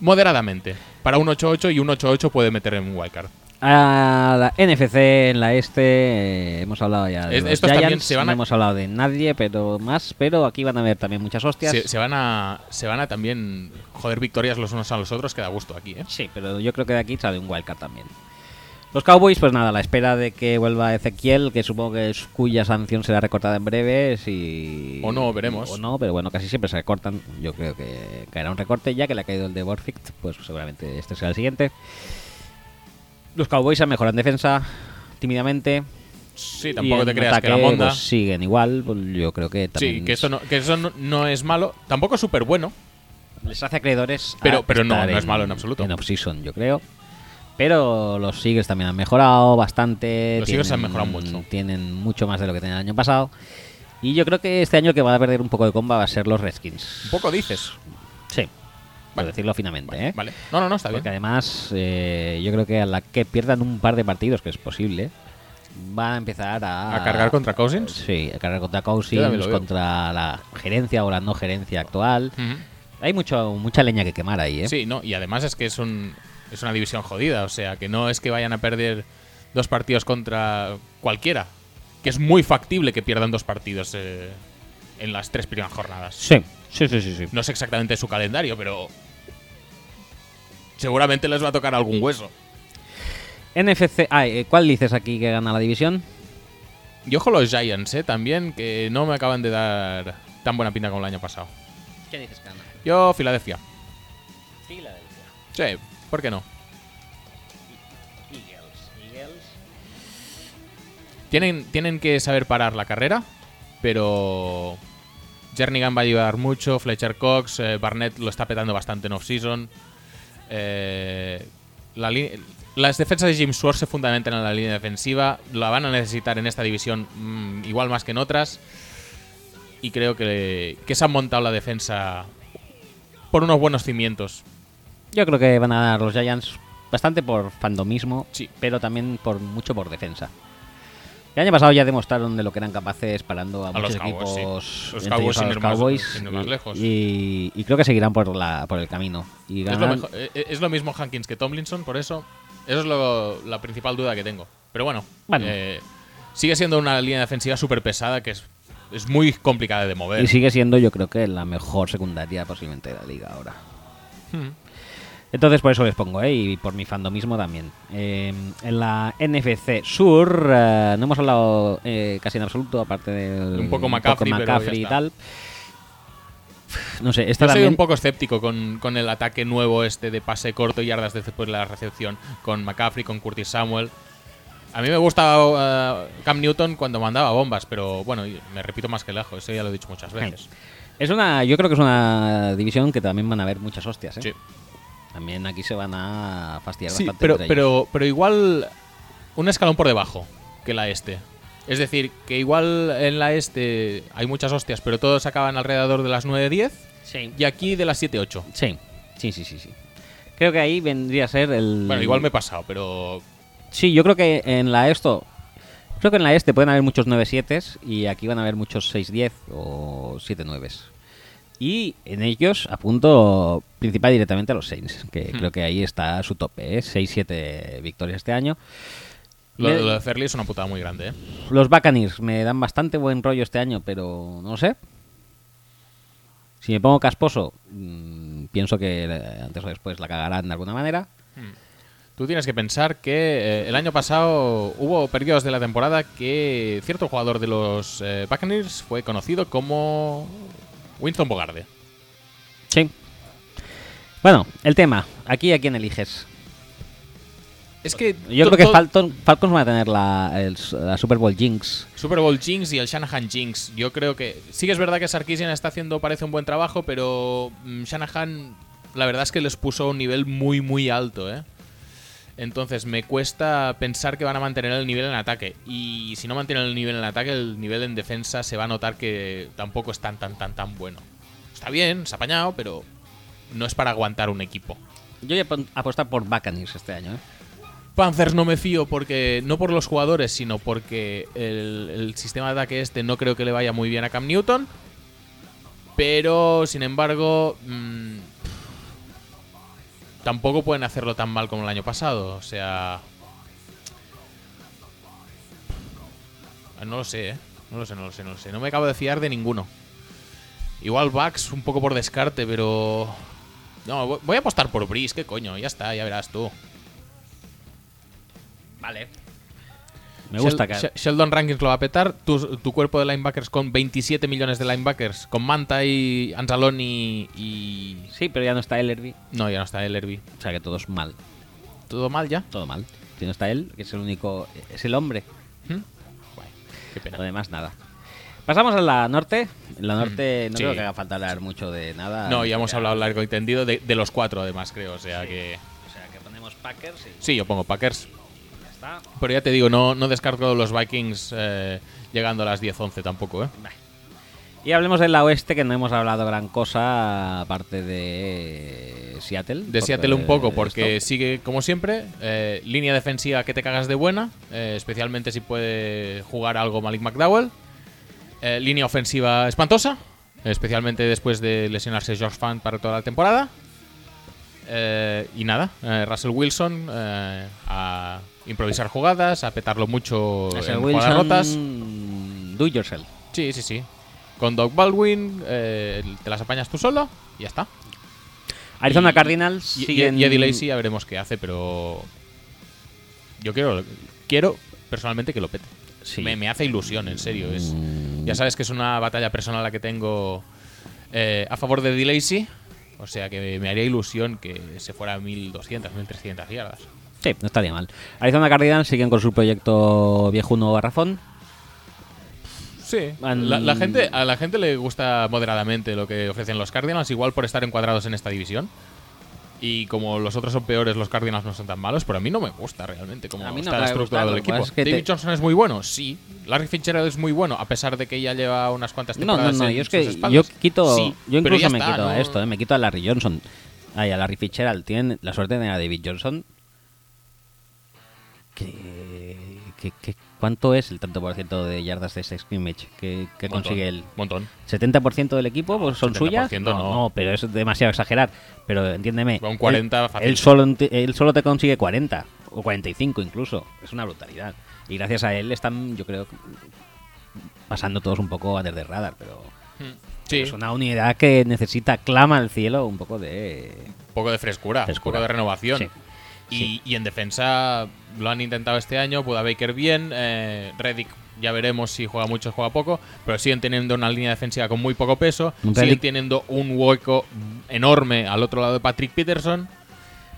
B: moderadamente. Para un 8-8 y un 8-8 puede meter en un wildcard.
A: A la NFC, en la este, eh, hemos hablado ya de
B: Es-
A: los
B: estos también
A: Giants,
B: se van
A: no
B: a-
A: hemos hablado de nadie, pero más, pero aquí van a haber también muchas hostias.
B: Se, se van a, se van a también joder victorias los unos a los otros, que da gusto aquí, ¿eh?
A: Sí, pero yo creo que de aquí sale un wildcard también. Los Cowboys, pues nada, a la espera de que vuelva Ezequiel, que supongo que es- cuya sanción será recortada en breve. Si...
B: O no, veremos.
A: O no, pero bueno, casi siempre se recortan. Yo creo que caerá un recorte, ya que le ha caído el de Borfict, pues seguramente este será el siguiente. Los Cowboys han mejorado en defensa, tímidamente.
B: Sí,
A: Y
B: tampoco
A: en
B: te creas que la
A: ataque,
B: monda.
A: pues, siguen igual, pues, yo creo que también
B: Sí, que, esto no, que eso no, no es malo. Tampoco es súper bueno.
A: les hace acreedores. a
B: Pero- pero no,
A: estar
B: no es malo en absoluto.
A: En off-season, yo creo. Pero los Seagulls también han mejorado bastante.
B: Los Seagulls han mejorado mucho.
A: Tienen mucho más de lo que tenían el año pasado. Y yo creo que este año el que va a perder un poco de comba va a ser los Redskins.
B: Un poco dices.
A: Sí, por decirlo finamente. ¿eh?
B: Vale. No, no, no, está
A: Porque
B: bien.
A: además, eh, yo creo que a la que pierdan un par de partidos, que es posible, van a empezar a.
B: ¿A cargar contra Cousins?
A: Sí, a cargar contra
B: Pues Yo también
A: Cousins,
B: lo veo.
A: contra la gerencia o la no gerencia actual.
B: Ujú.
A: Hay mucho, mucha leña que quemar ahí, ¿eh?
B: Sí, no, y además es que es, un, es una división jodida. O sea, que no es que vayan a perder dos partidos contra cualquiera. Que es muy factible que pierdan dos partidos eh, en las tres primeras jornadas.
A: Sí, sí, sí, sí. sí.
B: No sé exactamente su calendario, pero. Seguramente les va a tocar algún hueso.
A: NFC, ah, eh, ¿cuál dices aquí que gana la división?
B: Y ojo los Giants, eh, también, que no me acaban de dar tan buena pinta como el año pasado.
A: ¿Qué dices que gana?
B: Yo, Filadelfia. Sí, ¿por qué no?
A: Eagles.
B: Tienen, tienen que saber parar la carrera, pero Jernigan va a ayudar mucho, Fletcher Cox, eh, Barnett lo está petando bastante en off-season. Eh, la li- las defensas de Jim Schwartz se fundamentan en la línea defensiva, la van a necesitar en esta división mm, igual más que en otras. Y creo que, que se han montado la defensa por unos buenos cimientos.
A: Yo creo que van a ganar los Giants bastante por fandomismo,
B: Sí.
A: pero también por mucho por defensa. El año pasado ya demostraron de lo que eran capaces parando a,
B: los
A: muchos
B: Cowboys, sí.
A: equipos,
B: Los
A: entre
B: Cowboys
A: ellos a
B: sin
A: los
B: ir más-
A: Cowboys,
B: sin ir más
A: y-
B: lejos.
A: Y, y creo que seguirán por la por el camino. Y
B: Es lo,
A: ganan-
B: mejo- eh, eh, es lo mismo Hankins que Tomlinson, por eso. Eso es lo- la principal duda que tengo. Pero bueno,
A: Bueno.
B: eh, sigue siendo una línea defensiva súper pesada que es, es muy complicada de mover.
A: y sigue siendo yo creo que la mejor secundaria posiblemente de la liga ahora.
B: Hmm.
A: Entonces por eso les pongo, ¿eh? y por mi fandomismo también. Eh, en la NFC Sur eh, no hemos hablado eh, casi en absoluto, aparte del
B: Un poco McCaffrey, pero ya
A: McCaffrey y
B: está.
A: tal. No sé, esta
B: Yo soy
A: también-
B: un poco escéptico con, con el ataque nuevo este de pase corto y yardas después de la recepción con McCaffrey, con Curtis Samuel. A mí me gustaba eh, Cam Newton cuando mandaba bombas, pero bueno, y- me repito más que lejos, eso ya lo he dicho muchas veces.
A: Es una, yo creo que es una división que también van a haber muchas hostias, ¿eh?
B: Sí.
A: También aquí se van a fastidiar
B: Sí,
A: bastante.
B: pero,
A: entre ellos.
B: pero, pero igual un escalón por debajo que la este. Es decir, que igual en la este hay muchas hostias, pero todos acaban alrededor de las 9-10
A: Sí.
B: y aquí de las 7-8.
A: sí, sí, sí, sí, sí. Creo que ahí vendría a ser el.
B: Bueno, igual me he pasado, pero
A: Sí, yo creo que en la esto. Creo que en la este pueden haber muchos 9-7 y aquí van a haber muchos 6-10 o 7-9. Y en ellos apunto principal directamente a los Saints, que
B: Hmm.
A: creo que ahí está su tope, ¿eh? 6-7 victorias este año.
B: lo,
A: Me-
B: lo de Ferli es una putada muy grande. ¿eh?
A: Los Buccaneers me dan bastante buen rollo este año, pero no sé. Si me pongo casposo, mm, pienso que eh, antes o después la cagarán de alguna manera.
B: Tú tienes que pensar que eh, el año pasado hubo periodos de la temporada que cierto jugador de los eh, Buccaneers fue conocido como Winston Bogarde.
A: Sí. Bueno, el tema. Aquí a quién eliges.
B: Es que
A: Yo
B: to-
A: creo que
B: to-
A: Falcon, Falcons van a tener la, el- la Super Bowl Jinx.
B: Super Bowl Jinx y el Shanahan Jinx. Yo creo que sí que es verdad que Sarkisian está haciendo, parece un buen trabajo, pero mm, Shanahan, la verdad es que les puso un nivel muy, muy alto, ¿eh? Entonces me cuesta pensar que van a mantener el nivel en ataque. Y si no mantienen el nivel en ataque, el nivel en defensa se va a notar que tampoco es tan, tan, tan, tan bueno. Está bien, se ha apañado, pero no es para aguantar un equipo.
A: Yo voy a pon- apostar por Buccaneers este año. ¿eh?
B: Panthers no me fío porque no por los jugadores, sino porque el, el sistema de ataque este no creo que le vaya muy bien a Cam Newton. Pero, sin embargo, mm, tampoco pueden hacerlo tan mal como el año pasado. O sea... No lo sé, ¿eh? No lo sé, no lo sé, no lo sé. No me acabo de fiar de ninguno. Igual Bucks un poco por descarte, pero... No, voy- voy a apostar por Breeze, qué coño, ya está, ya verás tú. Vale.
A: Me gusta
B: Shel-
A: que.
B: Shel- Sheldon Rankins lo va a petar. Tu, tu cuerpo de linebackers con 27 millones de linebackers. Con Manta y Anzalón y, y-
A: Sí, pero ya no está él, Herbie.
B: No, ya no está el Herbie.
A: O sea que todo es mal.
B: ¿Todo mal ya?
A: Todo mal. Si no está él, que es el único. Es el hombre.
B: ¿Mm? Guay, qué pena.
A: Lo demás, nada. Pasamos a la norte. En la norte
B: Mm,
A: no
B: sí.
A: creo que haga falta hablar mucho de nada.
B: No, ya hemos hablado largo y tendido de, de los cuatro, además, creo. O sea que.
A: O sea, que ponemos Packers y
B: Sí, yo pongo Packers.
A: ya está.
B: Pero ya te digo, no, no descarto los Vikings eh, llegando a las 10-11 tampoco, ¿eh?
A: Y hablemos del oeste, que no hemos hablado gran cosa, aparte de Seattle.
B: De
A: porque
B: Seattle un poco, porque
A: esto-
B: sigue, como siempre, eh, línea defensiva que te cagas de buena, eh, especialmente si puede jugar algo Malik McDowell. Eh, línea ofensiva espantosa, especialmente después de lesionarse George Fan para toda la temporada. Eh, y nada, eh, Russell Wilson eh, a improvisar jugadas, a petarlo mucho
A: Russell
B: en
A: Wilson,
B: jugadas rotas.
A: Do yourself.
B: Sí, sí, sí. Con Doc Baldwin eh, te las apañas tú solo y ya está.
A: Arizona
B: Y-
A: Cardinals
B: Y, y-
A: Pues siguen...
B: y Eddie Lacy ya veremos qué hace, pero yo quiero, quiero personalmente que lo pete.
A: Sí. Mm.
B: Me, me hace ilusión, en serio. Es, ya sabes que es una batalla personal la que tengo eh, a favor de Eddie Lacy. O sea que me haría ilusión que se fuera a 1200, 1300 yardas.
A: Sí, no estaría mal. Arizona Cardinals siguen con su proyecto viejuno Barrafón.
B: Sí.
A: An-
B: La, la gente, a la gente le gusta moderadamente lo que ofrecen los Cardinals, igual por estar encuadrados en esta división. Y como los otros son peores, los Cardinals no son tan malos, pero a mí no me gusta realmente cómo
A: A mí no
B: está
A: me ha
B: estructurado
A: gustado,
B: el equipo.
A: es que
B: David
A: te-
B: Johnson es muy bueno, sí. Larry Fitzgerald es muy bueno, a pesar de que ya lleva unas cuantas
A: No, no,
B: temporadas
A: no,
B: en
A: yo es
B: sus
A: que yo
B: espaldas.
A: quito,
B: Sí,
A: yo
B: pero
A: incluso
B: ya
A: me
B: está,
A: quito a
B: ¿no?
A: esto, eh, me quito a Larry Johnson. Ay, a Larry Fitzgerald, tienen la suerte de tener a David Johnson. Que, que- que- ¿Cuánto es el tanto por ciento de yardas de ese scrimmage que, que
B: Montón,
A: consigue él?
B: Montón.
A: ¿70% del equipo pues, son suyas?
B: 70% no.
A: pero es demasiado exagerar. Pero entiéndeme.
B: Con 40
A: él,
B: fácil.
A: él solo, enti- él solo te consigue 40 o 45 incluso. Es una brutalidad. Y gracias a él están, yo creo, pasando todos un poco under the radar. Pero
B: Sí,
A: es una unidad que necesita, clama al cielo un poco de.
B: un poco de frescura, un
A: Frescura.
B: poco de renovación.
A: Sí,
B: Y,
A: sí.
B: y en defensa lo han intentado este año, Buda Baker bien, eh, Reddick ya veremos si juega mucho o juega poco, pero siguen teniendo una línea defensiva con muy poco peso,
A: Un
B: siguen
A: Reddick-
B: teniendo un hueco enorme al otro lado de Patrick Peterson.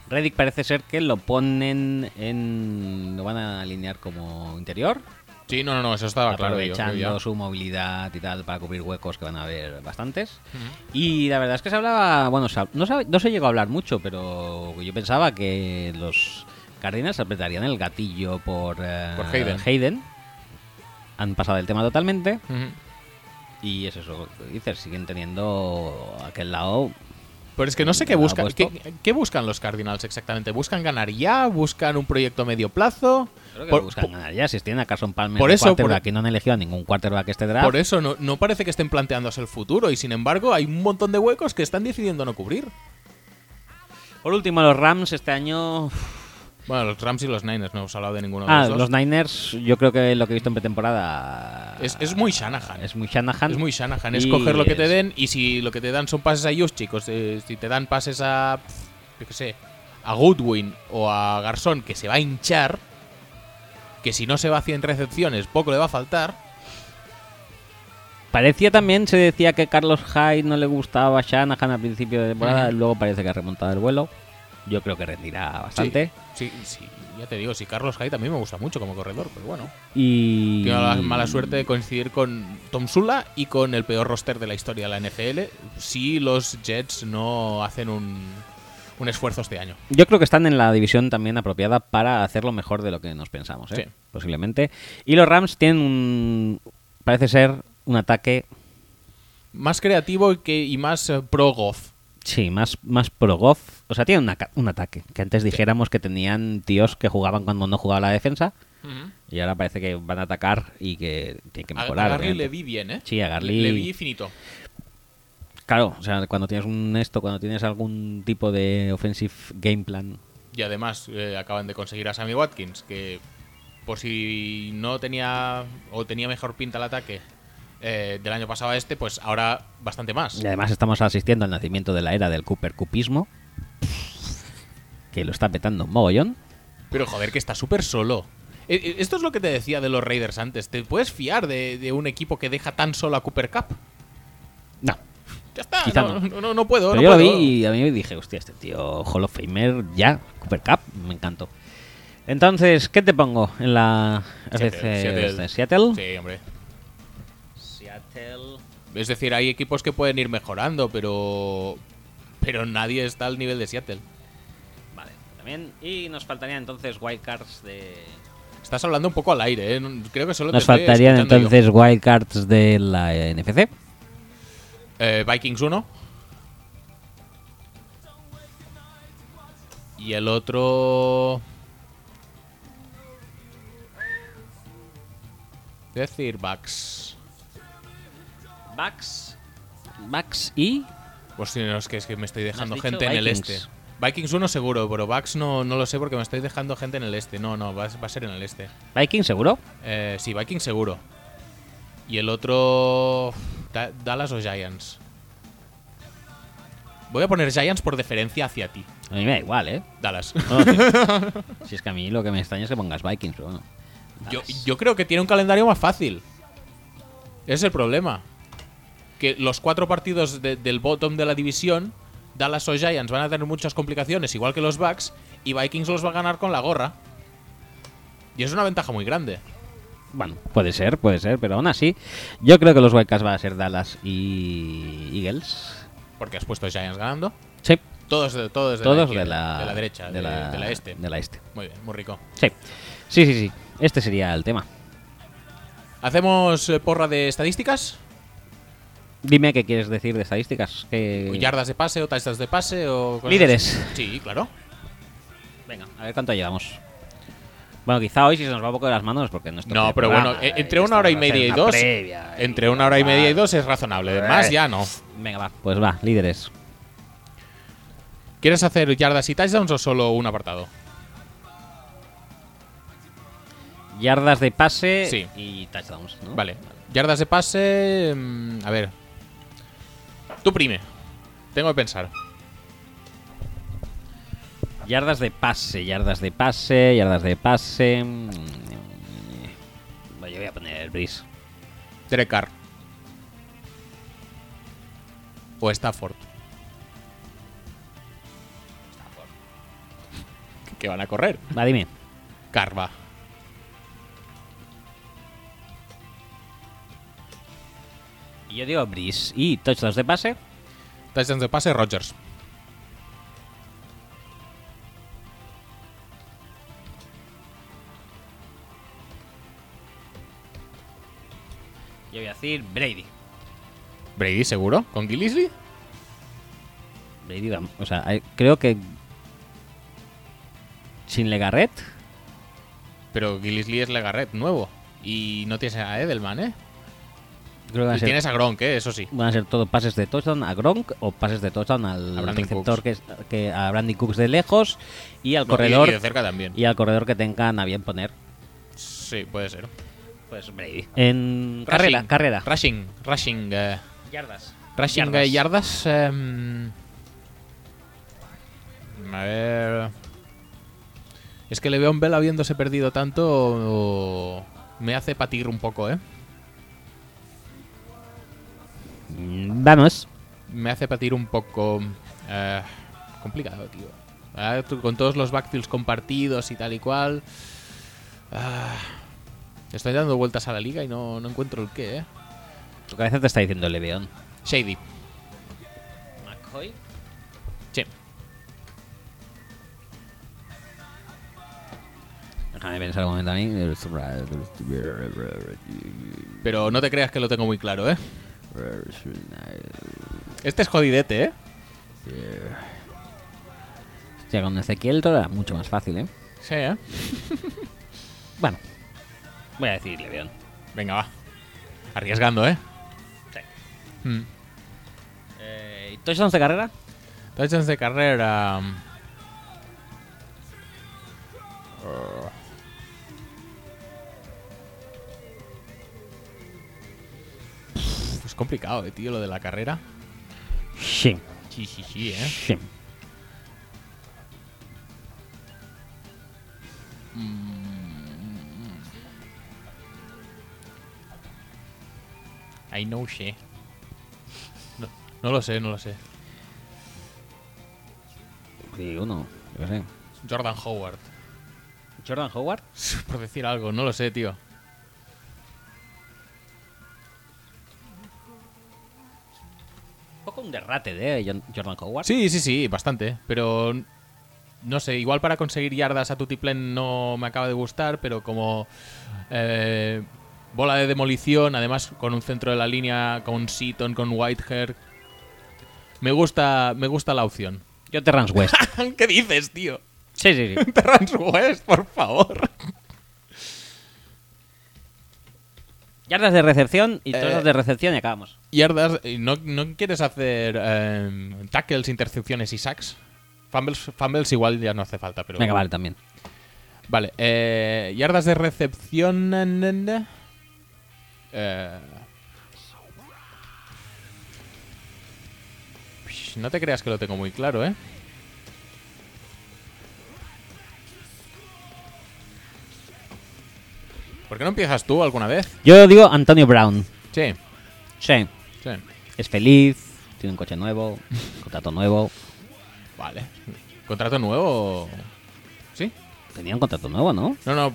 A: Reddick parece ser que lo ponen en. Lo van a alinear como interior.
B: Sí, no, no, no, eso estaba Ah, claro. yo creo
A: aprovechando
B: ya.
A: su movilidad y tal para cubrir huecos que van a haber bastantes.
B: Ujú.
A: Y la verdad es que se hablaba, bueno, se hab- no, se- no se llegó a hablar mucho, pero yo pensaba que los Cardinals apretarían el gatillo por, eh,
B: Por Hayden.
A: Han pasado el tema totalmente
B: Ujú.
A: y es eso que dices, siguen teniendo aquel lado.
B: Pero es que no sé qué
A: Nada,
B: buscan.
A: puesto.
B: ¿Qué, qué buscan los Cardinals exactamente? ¿Buscan ganar ya? ¿Buscan un proyecto a medio plazo?
A: Creo que
B: Por-
A: buscan ganar ya, si tienen a Carson Palmer
B: por
A: de
B: eso, por-
A: quarterback, que no han elegido a ningún quarterback este draft.
B: Por e- eso no, no parece que estén planteándose el futuro y sin embargo hay un montón de huecos que están decidiendo no cubrir.
A: Por último, los Rams este año
B: Bueno, los Rams y los Niners, no hemos hablado de ninguno de
A: Ah,
B: los dos.
A: los Niners, yo creo que lo que he visto en pretemporada.
B: Es- es muy Shanahan.
A: Es muy Shanahan.
B: es muy Shanahan, es
A: Y
B: coger lo que te
A: es-
B: den y si lo que te dan son pases a ellos, chicos, eh, si te dan pases a, pf, yo qué sé, a Goodwin o a Garzón, que se va a hinchar, que si no se va a 100 recepciones, poco le va a faltar.
A: Parecía también, se decía que Carlos Hyde no le gustaba a Shanahan al principio de temporada,
B: Ujú.
A: luego parece que ha remontado el vuelo. Yo creo que rendirá bastante.
B: Sí, sí, ya te digo, si Carlos Hyde también me gusta mucho como corredor, pero bueno.
A: Y.
B: Tiene la mala suerte de coincidir con Tom Sula y con el peor roster de la historia de la NFL si los Jets no hacen un, un esfuerzo este año.
A: Yo creo que están en la división también apropiada para hacerlo mejor de lo que nos pensamos, ¿eh?
B: Sí.
A: posiblemente. Y los Rams tienen un. Parece ser un ataque,
B: Más creativo y, que, y más eh, pro Goff.
A: sí, más, más pro-golf. O sea, tienen un aca- un ataque. Que antes dijéramos que tenían tíos que jugaban cuando no jugaba la defensa. Y ahora parece que van a atacar y que tienen que
B: A- a
A: mejorar.
B: Garly
A: obviamente.
B: le vi bien, ¿eh?
A: Sí, a Garly-
B: Le vi finito.
A: Claro, o sea, cuando tienes un esto, cuando tienes algún tipo de offensive game plan.
B: Y además eh, acaban de conseguir a Sammy Watkins, que por si no tenía o tenía mejor pinta el ataque eh, del año pasado a este, pues ahora bastante más.
A: Y además estamos asistiendo al nacimiento de la era del Cooper Cupismo, que lo está petando un mogollón.
B: Pero joder, que está súper solo. Eh, eh, Esto es lo que te decía de los Raiders antes. ¿Te puedes fiar de, de un equipo que deja tan solo a Cooper Cup?
A: No,
B: Ya está,
A: Quizá
B: no,
A: no.
B: no, no, no puedo.
A: pero
B: no
A: yo lo vi
B: puedo.
A: y a mí me dije, hostia, este tío Hall of Famer ya, Cooper Cup, me encantó. Entonces, ¿qué te pongo en la FC
B: Seattle.
A: Seattle? Seattle.
B: Sí, hombre. Es decir, hay equipos que pueden ir mejorando, pero. Pero nadie está al nivel de Seattle.
A: Vale, también. Y nos faltaría entonces wildcards de
B: Estás hablando un poco al aire, ¿eh? No- Creo que solo te
A: Nos
B: estoy
A: faltarían
B: escuchando yo.
A: entonces wildcards de la NFC.
B: Eh, Vikings 1. Y el otro. Decir Bucks.
A: Bucks. Bucks y.
B: Pues sí, no, es que, es que me estoy dejando
A: dicho
B: gente en el
A: Vikings.
B: este. Vikings 1 seguro, pero Bucks no, no lo sé porque me estoy dejando gente en el este. No, no, va, a- va a ser en el este.
A: Vikings, seguro.
B: Eh, sí, Vikings seguro. Y el otro. Da- Dallas o Giants. Voy a poner Giants por deferencia hacia ti.
A: A mí me da igual, ¿eh?
B: Dallas.
A: No, tío. si es que a mí lo que me extraña es que pongas Vikings, pero bueno.
B: Yo, yo creo que tiene un calendario más fácil. Ese Es el problema. Que los cuatro partidos de- del bottom de la división, Dallas o Giants, van a tener muchas complicaciones, igual que los Bucks, y Vikings los va a ganar con la gorra. Y es una ventaja muy grande.
A: Bueno, puede ser, puede ser, pero aún así, yo creo que los Wildcats van a ser Dallas y Eagles.
B: Porque has puesto Giants ganando.
A: Sí,
B: Todos de, todos de,
A: todos
B: la,
A: de
B: izquierda,
A: la,
B: de la derecha, de, la, de la este.
A: De la este.
B: Muy bien, muy rico.
A: Sí. sí, sí, sí. Este sería el tema.
B: ¿Hacemos eh, porra de estadísticas?
A: Dime qué quieres decir de estadísticas. que-
B: ¿O ¿Yardas de pase o touchdowns de pase? o cosas
A: Líderes.
B: así? Sí, claro.
A: Venga, a ver cuánto llevamos. Bueno, quizá hoy si se nos va un poco de las manos porque no
B: No, pero bueno, eh, entre una hora y media y dos. Entre una hora y media y dos es razonable. Más ya no.
A: Venga, va, pues va, líderes.
B: ¿Quieres hacer yardas y touchdowns o solo un apartado?
A: Yardas de pase
B: Sí.
A: y touchdowns, ¿no?
B: Vale. Yardas de pase. mm, A ver. Tú prime. Tengo que pensar.
A: Yardas de pase, yardas de pase, yardas de pase. Mm, Bueno, yo voy a poner el Breeze.
B: Derek Carr. O Stafford. Que van a correr.
A: Va, dime.
B: Carva.
A: Y Yo digo Breeze y touchdowns de pase.
B: Touchdowns de pase, Rogers.
A: Yo voy a decir Brady.
B: Brady, seguro. ¿Con Gillisley?
A: Brady, vamos, o sea, hay- creo que. Sin Legarret.
B: Pero Gillisley es Legarret, nuevo. Y no tienes a Edelman, ¿eh?
A: Creo que va a
B: Y
A: ser
B: tienes a Gronk, ¿eh? Eso sí.
A: ¿Van a ser todo pases de touchdown a Gronk o pases de touchdown al
B: A Brandon
A: receptor
B: Cooks.
A: que, es- que a Brandy Cooks de lejos y al
B: No, y-
A: corredor
B: Y de cerca también.
A: y al corredor que tengan a bien poner?
B: Sí, puede ser.
A: Pues Brady. En
B: Rushing.
A: carrera, carrera.
B: Rushing. Rushing. eh,
A: Yardas.
B: rushing eh, yardas. em, a ver. Es que Le'Veon Bell habiéndose perdido tanto. Me hace patir un poco, ¿eh?
A: Mm, Vamos.
B: me hace patir un poco eh, complicado, tío. Ah, tú- Con todos los backfields compartidos y tal y cual. Ah, estoy dando vueltas a la liga y no, no encuentro el qué, ¿eh?
A: Tu cabeza te está diciendo Leveón.
B: Shady.
A: McCoy.
B: Sí.
A: Déjame pensar un momento a mí.
B: Pero no te creas que lo tengo muy claro, ¿eh? Este es jodidete, ¿eh?
A: Hostia, con Ezequiel todo era mucho más fácil, ¿eh?
B: Sí, ¿eh?
A: Bueno. Voy a decir Leveón.
B: Venga, va. Arriesgando, ¿eh?
A: Sí.
B: Hmm.
A: Eh, ¿Touchdowns de carrera?
B: Touchdowns de carrera. mm. Pff, Es complicado, eh, tío, lo de la carrera.
A: Sí.
B: Sí, sí, sí, eh.
A: Sí.
B: I know she. No, no lo sé, no lo sé.
A: Sí, uno. Yo sé.
B: Jordan Howard.
A: ¿Jordan Howard?
B: Por decir algo, no lo sé, tío.
A: Un poco un derrate de eh, Jon- Jordan Howard.
B: Sí, sí, sí, bastante. Pero n- no sé, igual para conseguir yardas a Tutiplen no me acaba de gustar, pero como eh, bola de demolición, además con un centro de la línea, con Seaton, con Whitehair. Me gusta, me gusta la opción.
A: Yo Terrance West.
B: ¿Qué dices, tío?
A: sí, sí, sí.
B: Terrance West, por favor.
A: Yardas de recepción y
B: Eh.
A: todos de recepción y acabamos.
B: Yardas, eh, ¿no, no quieres hacer eh, tackles, intercepciones y sacks? Fumbles, fumbles igual ya no hace falta, pero...
A: Venga, vale, también.
B: Vale, eh, yardas de recepción. na, na, na. Eh, Psh, no te creas que lo tengo muy claro, ¿eh? ¿Por qué no empiezas tú alguna vez?
A: Yo digo Antonio Brown.
B: Sí,
A: Sí.
B: sí.
A: Es feliz, tiene un coche nuevo, contrato nuevo.
B: Vale. ¿Contrato nuevo?
A: Tenía un contrato nuevo, ¿no?
B: No, no.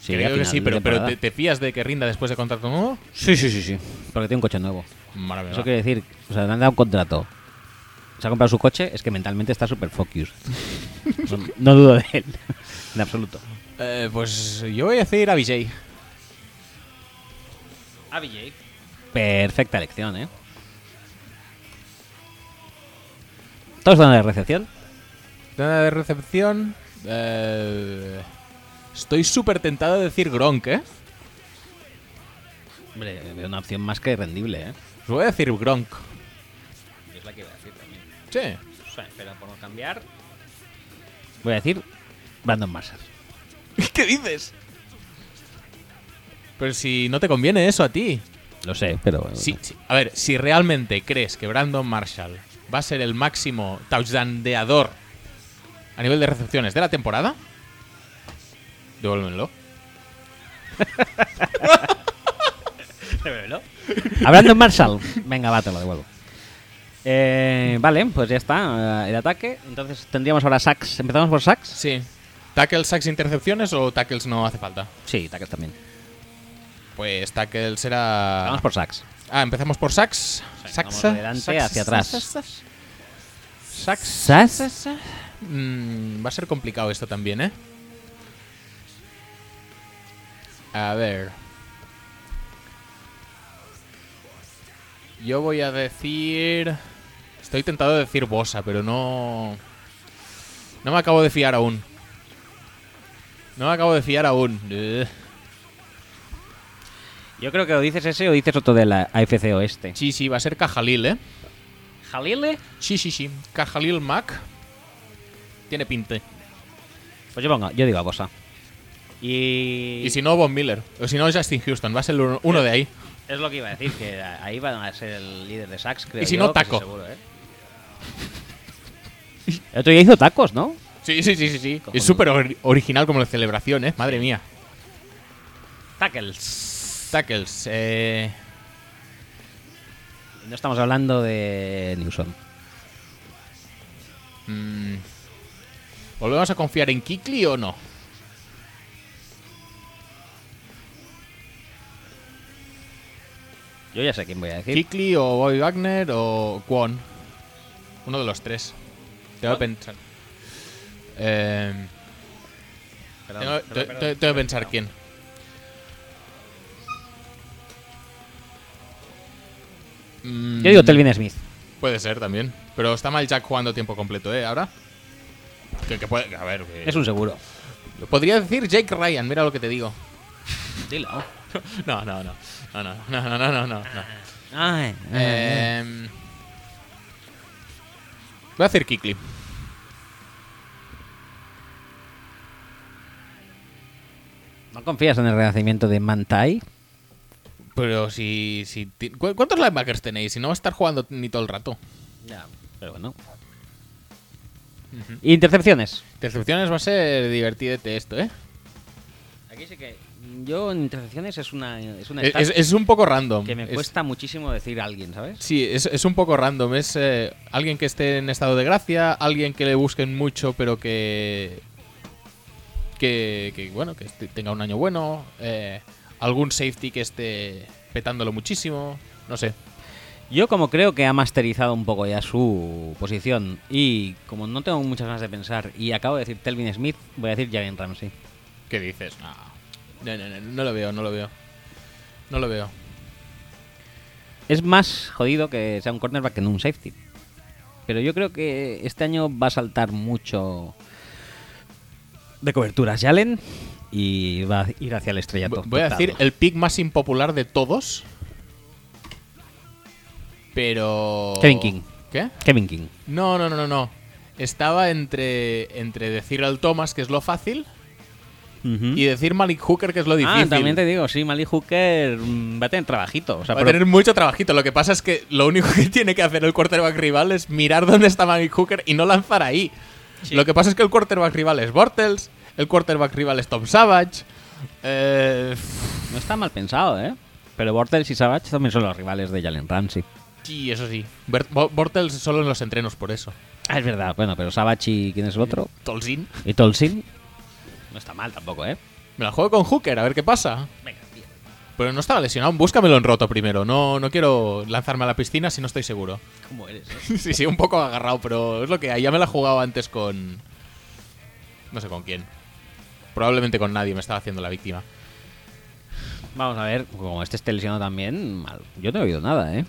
A: Sí, a
B: creo que
A: final
B: sí,
A: de
B: pero, pero
A: temporada.
B: te, te fías de que rinda después de contrato nuevo?
A: Sí, sí, sí, sí. Porque tiene un coche nuevo.
B: Maravilloso.
A: Eso quiere decir, o sea, le han dado un contrato. Se ha comprado su coche, es que mentalmente está super focused. no, no dudo de él, en absoluto.
B: Eh, pues yo voy a decir a Vijay.
A: Ah, Perfecta elección, ¿eh? Todos dan la recepción.
B: Nada de recepción. eh, estoy súper tentado de decir Gronk, ¿eh?
A: Hombre, veo una opción más que rendible, ¿eh?
B: Os voy a decir Gronk.
A: Es la que iba a decir también.
B: Sí.
A: espera, por no cambiar. Voy a decir Brandon Marshall.
B: ¿Qué dices? Pero si no te conviene eso a ti.
A: Lo sé, pero.
B: Sí, sí. A ver, si realmente crees que Brandon Marshall va a ser el máximo touchdowndeador a nivel de recepciones de la temporada, devuélvenlo.
A: A Brandon Marshall. Venga, va, te lo devuelvo. Eh, vale, pues ya está. eh, El ataque. Entonces tendríamos ahora sacks. ¿Empezamos por sacks?
B: Sí. ¿Tackles, sacks, intercepciones o tackles no hace falta?
A: Sí, tackles también.
B: Pues tackles era.
A: Vamos por sacks.
B: Ah, empezamos por sacks.
A: vengamos
B: Saxa.
A: de delante
B: Saxa,
A: hacia atrás.
B: saxa, saxa. Sax.
A: ¿Sacks?
B: Mm, va a ser complicado esto también, ¿eh? A ver. Yo voy a decir... Estoy tentado de decir Bosa, pero no... No me acabo de fiar aún. No me acabo de fiar aún. Eh. Ugh.
A: Yo creo que o dices ese o dices otro de la AFC Oeste.
B: Sí, sí, va a ser Cajalil, ¿eh?
A: ¿Jalile?
B: Sí, sí, sí. Cajalil Mac. Tiene pinte.
A: Pues yo pongo, yo digo a Bosa. Y,
B: Y si no, Von Miller. O si no, Justin Houston. Va a ser uno uno de ahí.
A: es lo que iba a decir, que ahí van a ser el líder de sacks, creo
B: Y si
A: yo,
B: no,
A: casi
B: taco.
A: seguro, ¿eh? El otro día hizo tacos, ¿no?
B: Sí, sí, sí, sí. sí.
A: Cojonudo.
B: Es súper ori- original como la celebración, ¿eh? Madre mía.
A: Tackles.
B: Tackles. Eh,
A: No estamos hablando de Newsom.
B: mm, ¿Volvemos a confiar en Kikli o no?
A: Yo ya sé quién voy a decir.
B: ¿Kikli o Bobby Wagner o Kwon? Uno de los tres. Tengo que pensar. Eh, tengo, te- te- tengo que pensar quién. Mm,
A: Yo digo Telvin Smith.
B: Puede ser también. Pero está mal Jack jugando tiempo completo, ¿eh? Ahora. Que, que puede. A ver. que-
A: Es un seguro.
B: Podría decir Jake Ryan, mira lo que te digo.
A: Dilo.
B: No, no, no. No, no, no, no, no, no. no.
A: Ay, eh,
B: Ah, Em, voy a hacer Kikli.
A: ¿No confías en el renacimiento de Mantai?
B: Pero si. si ti- ¿cu- ¿Cuántos linebackers tenéis? Si no va a estar jugando ni todo el rato.
A: Ya, pero bueno. Intercepciones.
B: Intercepciones va a ser divertidete esto, ¿eh?
A: Aquí sí que yo en intercepciones es una es una
B: Es,
A: stat
B: es un poco random.
A: que me
B: Es-
A: cuesta muchísimo decir a alguien, ¿sabes?
B: Sí, es, es un poco random. Es eh, alguien que esté en estado de gracia, alguien que le busquen mucho, pero que. que, que, bueno, que este- tenga un año bueno. eh, algún safety que esté petándolo muchísimo. No sé.
A: Yo como creo que ha masterizado un poco ya su posición y como no tengo muchas ganas de pensar y acabo de decir Telvin Smith, voy a decir Jalen Ramsey.
B: ¿Qué dices? No. No, no, no, no lo veo, no lo veo. No lo veo.
A: Es más jodido que sea un cornerback que no un safety. Pero yo creo que este año va a saltar mucho de coberturas Jalen y va a ir hacia el estrellato.
B: Vo- Voy a
A: total.
B: decir el pick más impopular de todos. Pero.
A: Kevin King.
B: ¿Qué?
A: Kevin King.
B: No, no, no, no, no. Estaba entre, entre decir al Thomas, que es lo fácil, y decir Malik Hooker, que es lo difícil.
A: ¿Mm? Ah, también te digo, sí, Malik Hooker mm, va a tener trabajito. O sea,
B: Va a
A: pero-
B: tener mucho trabajito. Lo que pasa es que lo único que tiene que hacer el quarterback rival es mirar dónde está Malik Hooker y no lanzar ahí. Lo que pasa es que el quarterback rival es Bortles, el quarterback rival es Tom Savage. Eh,
A: No está mal pensado, ¿eh? Pero Bortles y Savage también son los rivales de Jalen Ramsey.
B: sí, eso sí. Bert- Bo- Bortles solo en los entrenos, por eso.
A: Ah, es verdad. Bueno, pero Savage y... ¿Quién es el otro?
B: Tolzin.
A: Y Tolsin. No está mal tampoco, ¿eh?
B: Me la juego con Hooker, a ver qué pasa.
A: Venga, tío.
B: Pero no estaba lesionado, búscamelo en roto primero. No, no quiero lanzarme a la piscina si no estoy seguro.
A: ¿Cómo eres? eh?
B: sí, sí, un poco agarrado, pero es lo que hay. Ya me la he jugado antes con. No sé con quién. Probablemente con nadie, me estaba haciendo la víctima.
A: Vamos a ver, como este esté lesionado también, mal. Yo no he oído nada, ¿eh?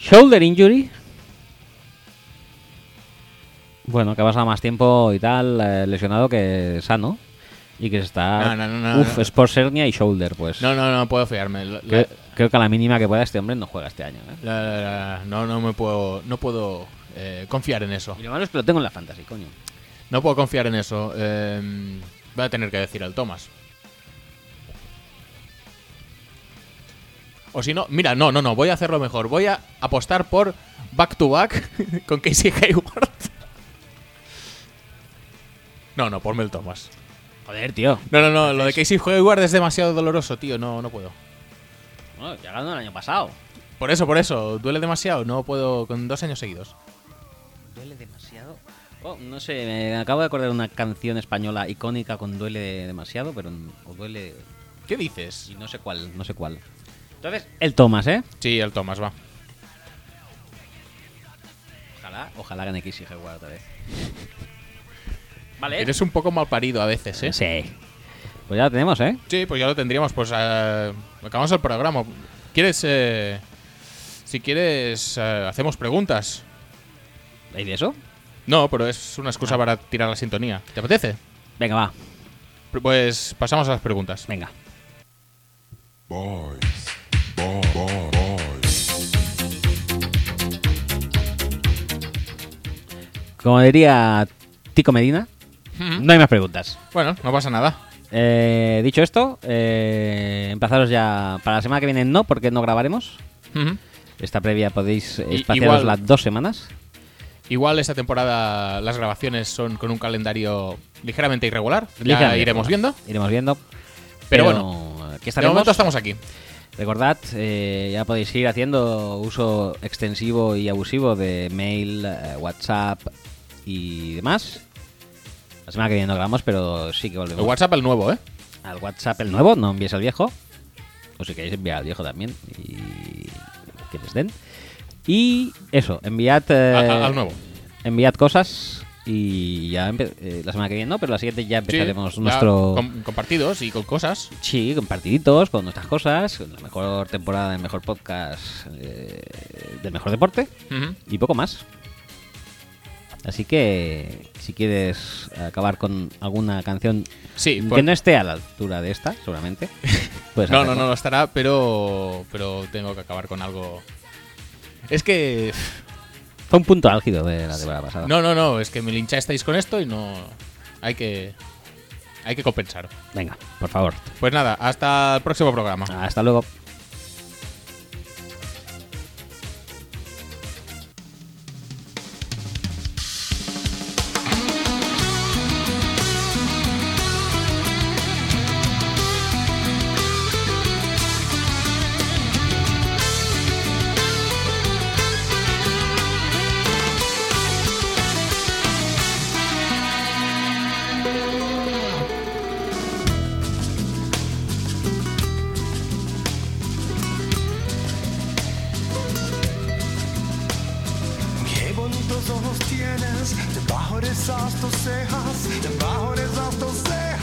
A: Shoulder injury. Bueno, que ha pasado más tiempo y tal eh, lesionado que sano. Y que se está...
B: No, no, no, no,
A: Uf,
B: no.
A: es por hernia y shoulder, pues.
B: No, no, no puedo fiarme. La-
A: Creo,
B: la-
A: creo que a la mínima que pueda este hombre no juega este año. ¿eh?
B: la- la- la- no, no me puedo. No puedo eh, confiar en eso.
A: Y lo malo es que lo tengo en la fantasy, coño.
B: No puedo confiar en eso. Eh, voy a tener que decir al Thomas. O si no, mira, no, no, no, voy a hacerlo mejor. Voy a apostar por back to back con Casey Hayward. No, no, por Mel Thomas.
A: Joder, tío.
B: No, no, no, lo de Casey Hayward es demasiado doloroso, tío. No, no puedo.
A: Bueno, ya ganó el año pasado.
B: Por eso, por eso, duele demasiado. No puedo con dos años seguidos.
A: Duele demasiado. Oh, no sé, me acabo de acordar de una canción española icónica con duele demasiado, pero n- o duele
B: ¿Qué dices?
A: y no sé cuál, no sé cuál. Entonces, el Thomas, ¿eh?
B: Sí, al Thomas, va.
A: Ojalá, ojalá gane Kissy Hayward otra vez. Vale.
B: Eres un poco mal parido a veces, ¿eh?
A: Sí. Pues ya lo tenemos, ¿eh?
B: Sí, pues ya lo tendríamos. Pues eh, acabamos el programa. ¿Quieres.? eh, si quieres, eh, hacemos preguntas.
A: ¿Hay de eso?
B: No, pero es una
A: Ah.
B: excusa para tirar la sintonía. ¿Te apetece?
A: Venga, va.
B: Pr- Pues pasamos a las preguntas.
A: Venga.
E: Boys. Boy, boy, boys.
A: Como diría Tico Medina, no hay más preguntas.
B: Mm-hmm. Bueno, no pasa nada.
A: Eh, dicho esto, eh, emplazaros ya para la semana que viene no, porque no grabaremos. Mm-hmm.
B: Ujú.
A: Esta previa podéis
B: I-
A: espaciaros
B: igual.
A: las dos semanas.
B: Igual esta temporada las grabaciones son con un calendario ligeramente irregular. Ya
A: Ligeramente,
B: iremos
A: ¿no?
B: viendo.
A: Iremos viendo.
B: Pero bueno,
A: aquí
B: De
A: estaremos.
B: momento estamos aquí.
A: Recordad, eh, ya podéis ir haciendo uso extensivo y abusivo de mail, eh, WhatsApp y demás. La semana que viene no grabamos, pero sí que
B: El
A: volvemos
B: WhatsApp el nuevo, ¿eh?
A: al WhatsApp el nuevo, no envíes al viejo. O si queréis enviar al viejo también y que les den. Y eso, enviad... eh,
B: A- a- al nuevo.
A: enviad cosas y ya empe- eh, la semana que viene no, pero la siguiente ya
B: Sí,
A: empezaremos
B: ya
A: nuestro
B: com- compartidos y con cosas.
A: sí con partiditos, con nuestras cosas, con la mejor temporada del mejor podcast eh, del mejor deporte
B: Ujú.
A: y poco más. Así que si quieres acabar con alguna canción
B: Sí,
A: que
B: por-
A: no esté a la altura de esta, seguramente. Pues
B: No, no, no lo estará, pero, pero tengo que acabar con algo. Es que.
A: Fue un punto álgido de la temporada pasada.
B: No, no, no, es que me linchasteis con esto y no. Hay que. Hay que compensar.
A: Venga, por favor.
B: Pues nada, hasta el próximo programa.
A: Hasta luego.
C: Qué bonitos ojos tienes debajo de esas dos cejas, debajo de esas dos cejas.